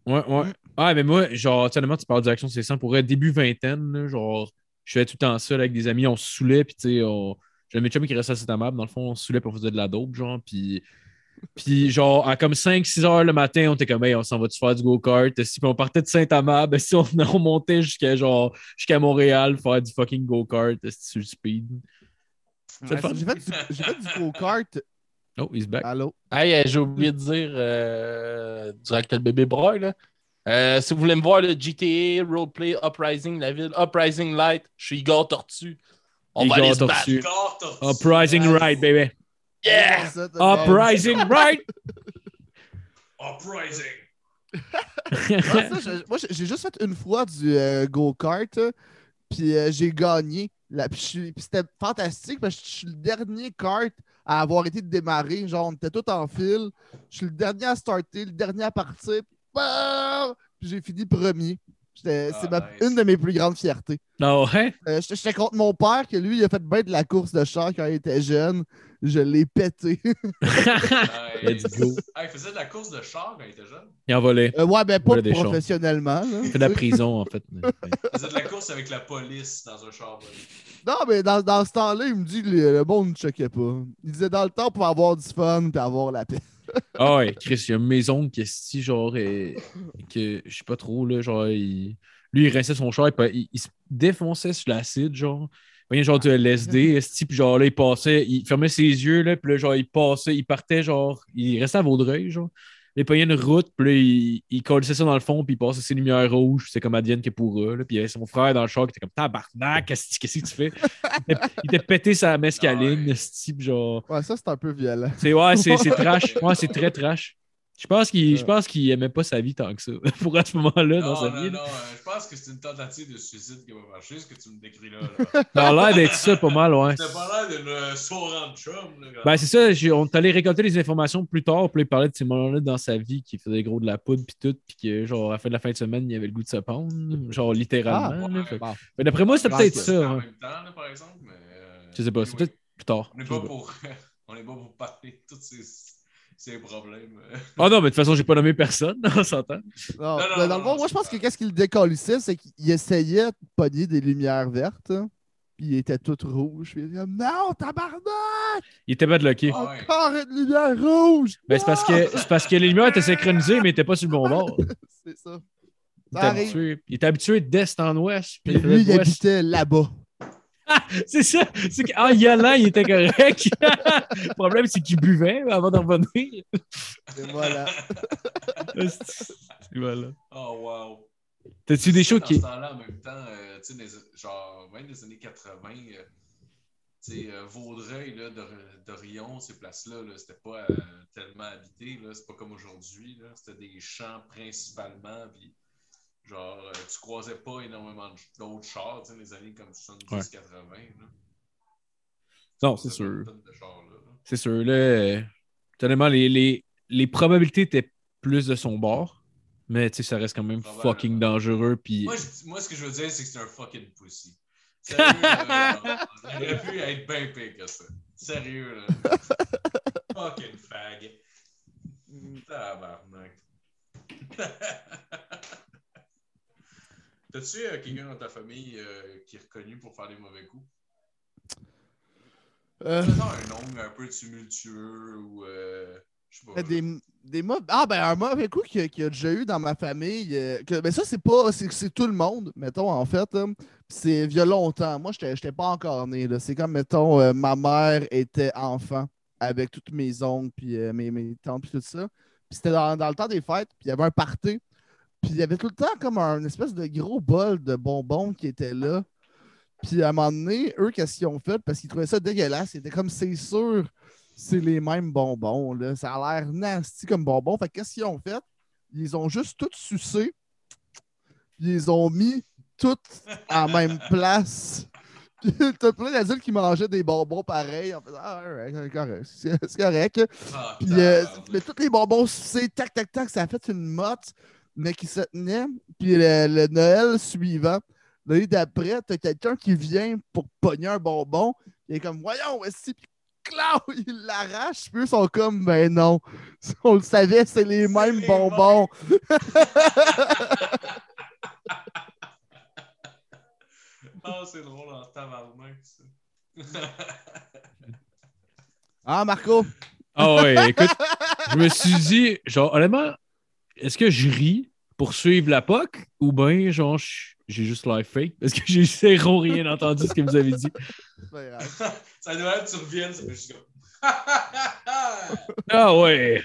S2: Ouais, ouais. Ah, mais moi, genre, tellement tu parles d'action, c'est ça. Pour être début vingtaine, là, genre, je faisais tout le temps seul avec des amis, on se saoulait, puis tu sais, on... j'avais mes chums qui restaient assez tamables. Dans le fond, on se saoulait, puis on faisait de la dope, genre, puis. Puis, genre, à comme 5-6 heures le matin, on était comme, hey, on s'en va-tu faire du go-kart? Si puis on partait de Saint-Amable, si on, on montait jusqu'à genre jusqu'à Montréal faire du fucking go-kart, si sur le speed.
S1: Ouais, J'ai fait, du- j'ai fait du go-kart.
S2: Oh, he's back.
S1: Allô?
S4: Hey, euh, j'ai oublié de dire euh, durant que le bébé braille, là. Euh, si vous voulez me voir, le GTA, Roleplay, Uprising, la ville, Uprising Light, je suis Igor Tortue. On va
S2: Igor
S4: aller se battre.
S2: Tortue. Uprising right, baby.
S4: Yeah!
S1: Ça, t'as bien.
S2: Uprising right!
S3: Uprising.
S1: Ouais, Ah, ça, je- moi, j'ai- j'ai juste fait une fois du euh, go-kart, euh, puis euh, j'ai gagné. Là, puis je suis- puis c'était fantastique parce que je suis le dernier kart à avoir été démarré. Genre, on était tous en file. Je suis le dernier à starter, le dernier à partir. puis bam! Puis j'ai fini premier. J'étais-
S3: Ah,
S1: C'est ma-
S3: nice.
S1: une de mes plus grandes fiertés.
S2: Non, ouais.
S1: Euh, J'étais j'étais contre mon père, que lui, il a fait bien de la course de char quand il était jeune. Je l'ai pété.
S2: Let's go.
S3: Ah, il faisait de la course de char quand il était jeune.
S2: Il en volait.
S1: Euh, ouais, ben pas
S2: Voilà des choses.
S1: professionnellement. là.
S2: Il fait de la prison, en fait.
S3: Il faisait de la course avec la police dans un char.
S1: Non, mais dans, dans ce temps-là, il me dit que le, le monde ne checkait pas. Il disait dans le temps pour avoir du fun et avoir la paix.
S2: Ah ouais, Chris, il y a une maison qui est si genre. euh, que je sais pas trop, là. Genre, il- lui, il rinçait son char, il, pa- il- il se défonçait sur l'acide, genre. Il voyait genre du LSD, esti, puis genre là, il passait, il fermait ses yeux, là, puis là, genre, il passait, il partait, genre, il restait à Vaudreuil, genre. Il payait une route, puis là, il, il collissait ça dans le fond, puis il passait ses lumières rouges, puis c'est comme Adienne que pourra, là. Puis il y avait son frère dans le char qui était comme tabarnak, esti, qu'est-ce que tu fais? Il était- il était pété sa mescaline,
S3: Ouais.
S2: esti, puis genre.
S1: Ouais, ça, c'est un peu violent.
S2: C'est ouais, c'est c'est trash. Ouais, c'est très trash. Je pense qu'il je
S1: Ouais.
S2: pense qu'il aimait pas sa vie tant que ça. Pour à ce moment-là dans sa
S3: Non, non,
S2: vie. là.
S3: non, euh, je pense que c'est une tentative de suicide qui va marcher, ce que tu me décris là.
S2: Ça a l'air d'être ça pas mal, ouais.
S3: C'était pas l'air d'une euh, soirée de chum. là, quand-
S2: Ben c'est ça, j'ai- on est allé récolter les informations plus tard, puis là, il parlait de ces moments-là dans sa vie qui faisait gros de la poudre puis tout, puis que genre à la fin de la fin de semaine, il avait le goût de se pendre, genre littéralement.
S3: Ah,
S2: là.
S3: ouais.
S2: Fait-
S1: Bon.
S2: Mais d'après moi, c'est
S1: Ouais,
S2: peut-être
S1: c'est
S2: ça.
S3: En
S2: ouais.
S3: même temps, là, par exemple. Mais, euh,
S2: Je sais pas, c'est
S3: anyway,
S2: peut-être plus tard.
S3: On n'est
S2: Je
S3: pas
S2: sais pas.
S3: pour. On n'est pas pour parler de tous ces, ces problèmes. euh.
S2: Ah non, mais de toute façon, j'ai pas nommé personne, on s'entend.
S1: Non,
S3: non,
S1: mais
S3: non,
S1: dans le fond,
S3: non,
S1: moi, je
S3: c'est
S1: pense que
S3: pas-
S1: qu'est-ce qu'il décollissait, c'est qu'il essayait de pogner des lumières vertes, hein, puis il était tout rouge. Puis il était comme, non, tabarnak,
S2: Il était pas bloqué.
S3: Ah ouais.
S1: encore une lumière rouge!
S2: Ben c'est parce que c'est parce que les lumières étaient synchronisées, mais étaient pas sur le bon bord.
S1: Ah, C'est ça.
S2: Il
S1: Ça
S2: était
S1: arrive.
S2: habitué, il était habitué d'est en ouest. puis
S1: Puis
S2: il faisait
S1: lui, il
S2: d'ouest.
S1: habitait là-bas.
S2: C'est ça. C'est qu'en y allant, il était correct. le problème, c'est qu'il buvait avant d'en revenir.
S1: Et voilà.
S2: C'est- voilà.
S3: Oh, wow.
S2: T'as-tu des shows qui.
S3: Dans ce temps-là, en même temps, euh, tu sais, des- genre, même des années 80, euh, tu sais, euh, Vaudreuil, là, Dor- Dorion, ces places-là, là, c'était pas euh, tellement habité, là, c'est pas comme aujourd'hui, là, c'était des champs principalement, puis genre, euh, tu croisais pas énormément de- d'autres chars, tu sais, les années comme 70-80, là.
S2: Non, c'est
S3: T'avais
S2: sûr.
S3: une tonne de chars, là, là.
S2: C'est sûr. Là, euh, tellement les, les, les probabilités étaient plus de son bord. Mais tu sais, ça reste quand même fucking dangereux. Puis.
S3: Moi, je- moi, ce que je veux dire, c'est que c'est un fucking pussy. Sérieux, là, genre, il aurait pu être bien pire que ça. Sérieux, là. fucking fag. Tabarnak. T'as-tu euh, quelqu'un dans ta famille euh, qui est reconnu pour faire des mauvais coups?
S1: Euh,
S3: Mettons un nom un peu tumultueux ou... euh, je sais pas.
S1: Des, des mau- Ah, ben, un mauvais coup qu'il y a- qu'il y a déjà eu dans ma famille. euh, que- ben, ça, c'est pas. C'est c'est tout le monde, mettons, en fait. hein. Puis C'est il y a longtemps. Moi, j'étais j'étais pas encore né. là. C'est comme, mettons, euh, ma mère était enfant. avec toutes mes oncles, puis euh, mes, mes tantes, puis tout ça. Puis c'était dans, dans le temps des fêtes, puis il y avait un party. Puis il y avait tout le temps comme un espèce de gros bol de bonbons qui était là. Puis à un moment donné, eux, qu'est-ce qu'ils ont fait? Parce qu'ils trouvaient ça dégueulasse. Ils étaient comme, c'est sûr, c'est les mêmes bonbons. Là. Ça a l'air nasty comme bonbons. Fait que qu'est-ce qu'ils ont fait? Ils ont juste tout sucé. Puis ils les ont mis toutes en même place. Puis t'as plein d'adultes qui mangeaient des bonbons pareils. En faisant, ah, alright, c'est correct. C'est c'est correct.
S3: Ah,
S1: Puis, euh,
S3: tabarnak.
S1: mais tous les bonbons sucés, tac, tac, tac, ça a fait une motte, mais qui se tenait. Puis le, le Noël suivant, l'année d'après, t'as quelqu'un qui vient pour pogner un bonbon. Il est comme, voyons, est-ce puis clau, il l'arrache. Puis eux sont comme, ben non, on le savait, c'est les mêmes
S3: les
S1: bonbons.
S3: Ah, c'est drôle en tabarnak, ça.
S1: Ah, Marco,
S2: Ah ouais, écoute, je me suis dit, genre, honnêtement, est-ce que je ris pour suivre la POC ou ben, genre, je- j'ai juste l'air fake parce que j'ai zéro rien entendu ce que vous avez dit.
S1: c'est pas grave.
S3: ça doit être que tu reviennes, ça fait juste comme.
S2: Ah ouais.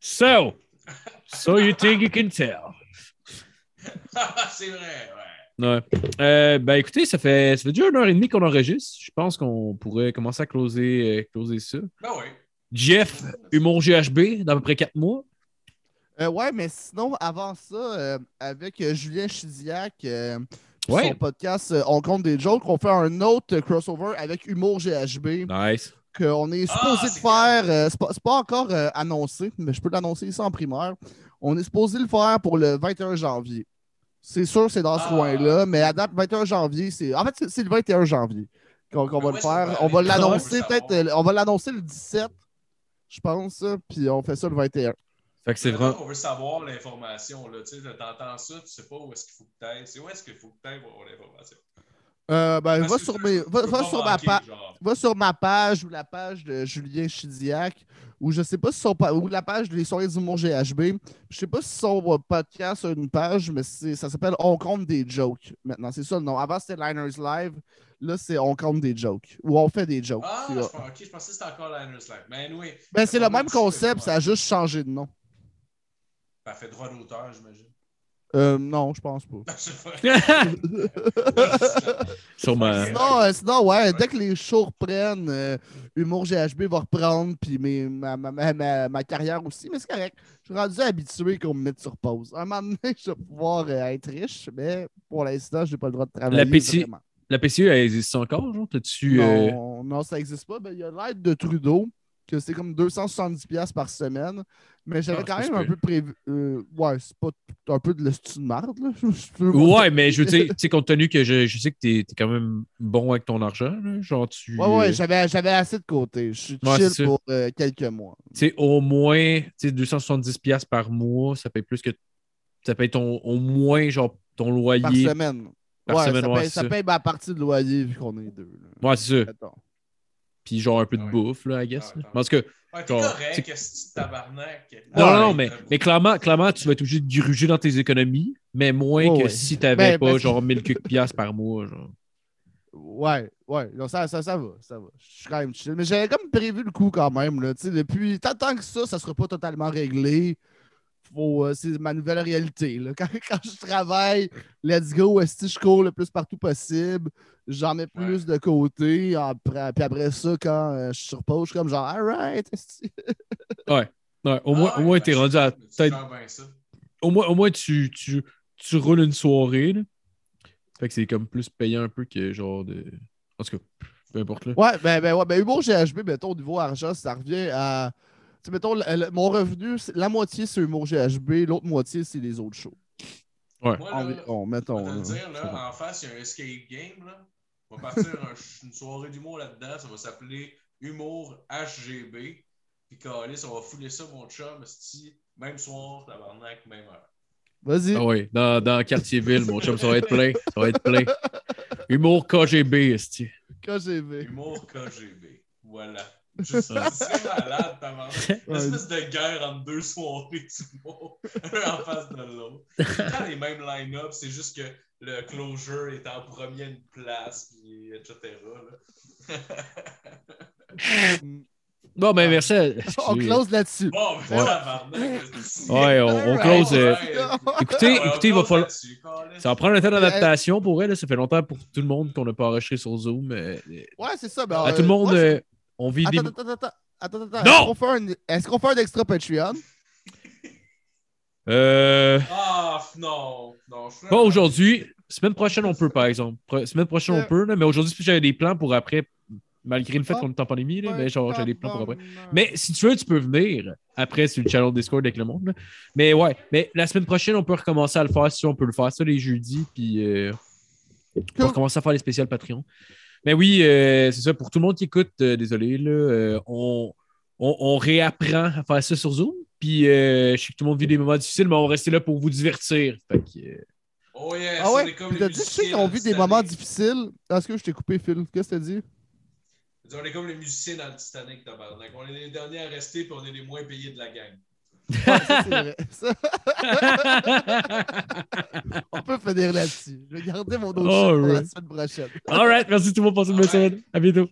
S2: So, so you think you can tell.
S3: c'est vrai, ouais.
S2: Ouais. Euh, ben écoutez, ça fait, ça fait déjà une heure et demie qu'on enregistre. Je pense qu'on pourrait commencer à closer, euh, closer ça.
S3: Ben oui.
S2: Jeff, humour GHB, dans à peu près quatre mois.
S1: Euh, ouais, mais sinon, avant ça, euh, avec euh, Julien Chidiac, euh, puis
S2: Ouais.
S1: son podcast euh, On compte des jokes, on fait un autre euh, crossover avec Humour GHB.
S2: Nice.
S1: qu'on est
S3: Ah,
S1: supposé de
S3: c'est
S1: faire. euh, c'est pas, c'est pas encore euh, annoncé, mais je peux l'annoncer ici en primeur. On est supposé le faire pour le 21 janvier. C'est sûr, c'est dans ce
S3: Ah.
S1: coin-là, mais à date, 21 janvier, c'est. En fait, c'est- c'est le 21 janvier qu'on qu'on
S3: Mais
S1: va
S3: Ah ouais,
S1: le
S3: ça
S1: faire.
S3: va
S1: On va
S3: aller.
S1: l'annoncer
S3: Ah, on veut
S1: peut-être. euh, On va l'annoncer le 17, je pense, euh, puis on fait ça le 21.
S2: Fait que c'est
S3: Maintenant
S2: vraiment.
S3: qu'on veut savoir l'information, là. Tu sais, t'entends ça, tu sais pas où est-ce qu'il faut que t'ailles. C'est où est-ce qu'il faut que t'ailles pour avoir l'information.
S1: Euh, ben,
S3: Parce
S1: va
S3: que
S1: sur,
S3: tu
S1: mes-
S3: peux
S1: va-
S3: pas
S1: va sur ma
S3: manquer,
S1: page.
S3: genre.
S1: va sur ma page ou la page de Julien Chidiac ou je sais pas si son pa- ou la page des soirées d'humour GHB. Je sais pas si son euh, podcast a une page, mais c'est- ça s'appelle On compte des jokes maintenant. C'est ça le nom. Avant c'était Liners Live. Là, c'est On compte des jokes. Ou on fait des jokes.
S3: Ah,
S1: Oh, tu
S3: je
S1: vois.
S3: pense- ok, je pensais que c'était encore Liners Live. Mais anyway,
S1: Ben, c'est le même
S3: c'est le
S1: concept,
S3: même.
S1: ça a juste changé de nom.
S3: ça fait droit d'auteur, j'imagine.
S1: Euh, non, je pense
S3: Je
S1: pas.
S3: sais pas.
S2: Sûrement.
S1: Sinon, euh, sinon, ouais, dès que les shows reprennent, euh, Humour GHB va reprendre, puis mes- ma, ma- ma- ma- ma carrière aussi, mais c'est correct. Je suis rendu habitué qu'on me mette sur pause. Un moment donné, je vais pouvoir euh, être riche, mais pour l'instant, je n'ai pas le droit de travailler.
S2: L'appétit-
S1: vraiment.
S2: La PCU, elle existe encore, genre? T'as-tu. euh,
S1: Non, non, ça n'existe pas. Ben, Il y a l'aide de Trudeau, que c'est comme 270$ par semaine. Mais j'avais
S2: Ah,
S1: quand
S2: c'est
S1: même
S2: pas
S1: un
S2: si
S1: peu prévu. euh, ouais, c'est pas t- un peu de l'estime de marde, là. Je- je veux-
S2: Ouais, mais je veux dire, tu sais, compte tenu que je, je sais que t'es es quand même bon avec ton argent, là, genre tu.
S1: Ouais, ouais, j'avais j'avais assez de côté. Je suis
S2: Ouais, c'est
S1: chill
S2: sûr.
S1: pour euh, quelques mois.
S2: tu sais, au moins, tu sais, 270$ piastres par mois, ça paye plus que. Ça paye ton, au moins, genre, ton
S1: Par
S2: loyer.
S1: semaine.
S2: Par
S1: ouais,
S2: semaine,
S1: ça,
S2: ouais,
S1: paye,
S2: c'est
S1: ça
S2: ça.
S1: paye ma partie de loyer vu qu'on est deux. là.
S2: Ouais, c'est ça.
S1: Attends.
S2: Puis genre un peu de
S3: Ah ouais.
S2: bouffe, là, I guess.
S3: Ah ouais,
S2: là. Parce que.
S3: Ouais, t'es
S2: Genre, c'est-
S3: correct, qu'est-ce que tu tabarnak.
S2: Non,
S1: Ouais,
S2: non, non, mais, mais clairement, clairement, tu vas être obligé de gruger dans tes économies, mais moins
S1: Ouais,
S2: que
S1: ouais.
S2: si t'avais
S1: Ben,
S2: pas
S1: parce que-
S2: genre 1000 quelques piastres par mois, genre.
S1: Ouais, ouais. Non, ça, ça, ça va, ça va. Je suis quand même chill. Mais j'avais comme prévu le coup quand même. Là. Tu sais, Depuis tant, tant que ça, ça sera pas totalement réglé. Faut, euh, c'est ma nouvelle réalité. Là. Quand, quand je travaille, let's go, esti, je cours le plus partout possible. J'en mets plus de côté. Après, puis après ça, quand euh, je suis sur pause, je suis comme genre, alright, esti.
S2: Ouais,
S1: Ah,
S2: au
S3: Ah,
S2: moins, au moins
S3: ben,
S2: t'es rendu à peut-être au moins, au moins tu, tu, tu roules une soirée. Là. Fait que c'est comme plus payant un peu que genre de. En tout cas, peu importe là.
S1: Ouais, ben, ben, ouais, ben, humour GHB, mettons, au niveau argent, ça revient à. Tu sais, mettons, le- le- mon revenu, c'est- la moitié, c'est humour GHB, l'autre moitié, c'est les autres shows. Environ,
S3: On
S1: mettons.
S3: va te Ah, le
S1: là.
S3: dire, là, en face, il y a un escape game. Là. On va partir un ch- une soirée d'humour là-dedans. Ça va s'appeler Humour HGB. Puis, Calis, on va fouler ça, mon chum. esti. Même soir, tabarnak, même heure.
S1: Vas-y.
S2: Ah ouais, dans, dans Quartier-Ville, mon chum, ça va être plein. Ça va être plein. Humour KGB, esti.
S1: KGB.
S3: Humour KGB. Voilà. Je suis malade, tabarnak. Une espèce de guerre entre deux soirées d'humour, un en face de l'autre. C'est pas les mêmes line-up, c'est juste que le closure est en première place, puis etc. là.
S1: Mm.
S2: Bon, ben, merci. à-
S1: On close là-dessus.
S3: Bon, mais
S2: Ouais.
S3: tabarnak, c'est-
S2: Ouais, on, on close. euh, Écoutez,
S3: Ouais, on
S2: écoutez, il va
S3: close
S2: falloir.
S3: là-dessus, câlisse.
S2: Ça va prendre un temps d'adaptation pour elle. là. Ça fait longtemps pour tout le monde qu'on n'a pas enregistré sur Zoom. euh,
S1: Ouais, c'est ça. ben,
S2: à
S1: euh,
S2: tout le monde,
S1: ouais,
S2: euh, on vit des.
S1: Attends, attends, attends, attends, attends.
S2: Non!
S1: Est-ce qu'on fait un- Est-ce qu'on fait un extra Patreon?
S2: Euh,
S3: Ah, f- non, non. je-
S2: pas aujourd'hui. Semaine prochaine, on peut, par exemple. Pro- Semaine prochaine,
S1: Euh.
S2: on peut. là, mais aujourd'hui, c'est plus j'avais des plans pour après, malgré le fait
S1: Ah.
S2: qu'on est en pandémie. là, mais genre, j'avais des plans pour après.
S1: Tabarnak.
S2: Mais si tu veux, tu peux venir après sur le channel Discord avec le monde. là. Mais ouais, mais la semaine prochaine, on peut recommencer à le faire si on peut le faire ça les jeudis. Puis euh, on peut
S1: Cool.
S2: recommencer à faire les spéciales Patreon. Mais oui, euh, c'est ça. Pour tout le monde qui écoute, euh, désolé, là, euh, on, on- on réapprend à faire ça sur Zoom. Puis euh, je sais que tout le monde vit des moments difficiles, mais on va rester là pour vous divertir. Fait que, euh,
S3: Oh yes,
S1: Ah
S3: on
S1: ouais?
S3: est comme
S1: Puis
S3: les
S1: t'as dit, tu sais
S3: musiciens
S1: qu'on
S3: dans
S1: vit
S3: le
S1: des moments
S3: Titanic.
S1: difficiles. Est-ce que je t'ai coupé, Phil? Qu'est-ce que t'as dit?
S3: On est comme les musiciens dans le Titanic, tabarnak. On est les derniers à rester, puis on est les moins payés de la gang.
S1: Ouais, ça, c'est vrai. Ça, on peut finir là-dessus. Je vais garder mon autre
S2: All
S1: shot pour la
S2: right.
S1: semaine prochaine.
S2: All right, merci tout le monde pour cette bonne semaine. À bientôt.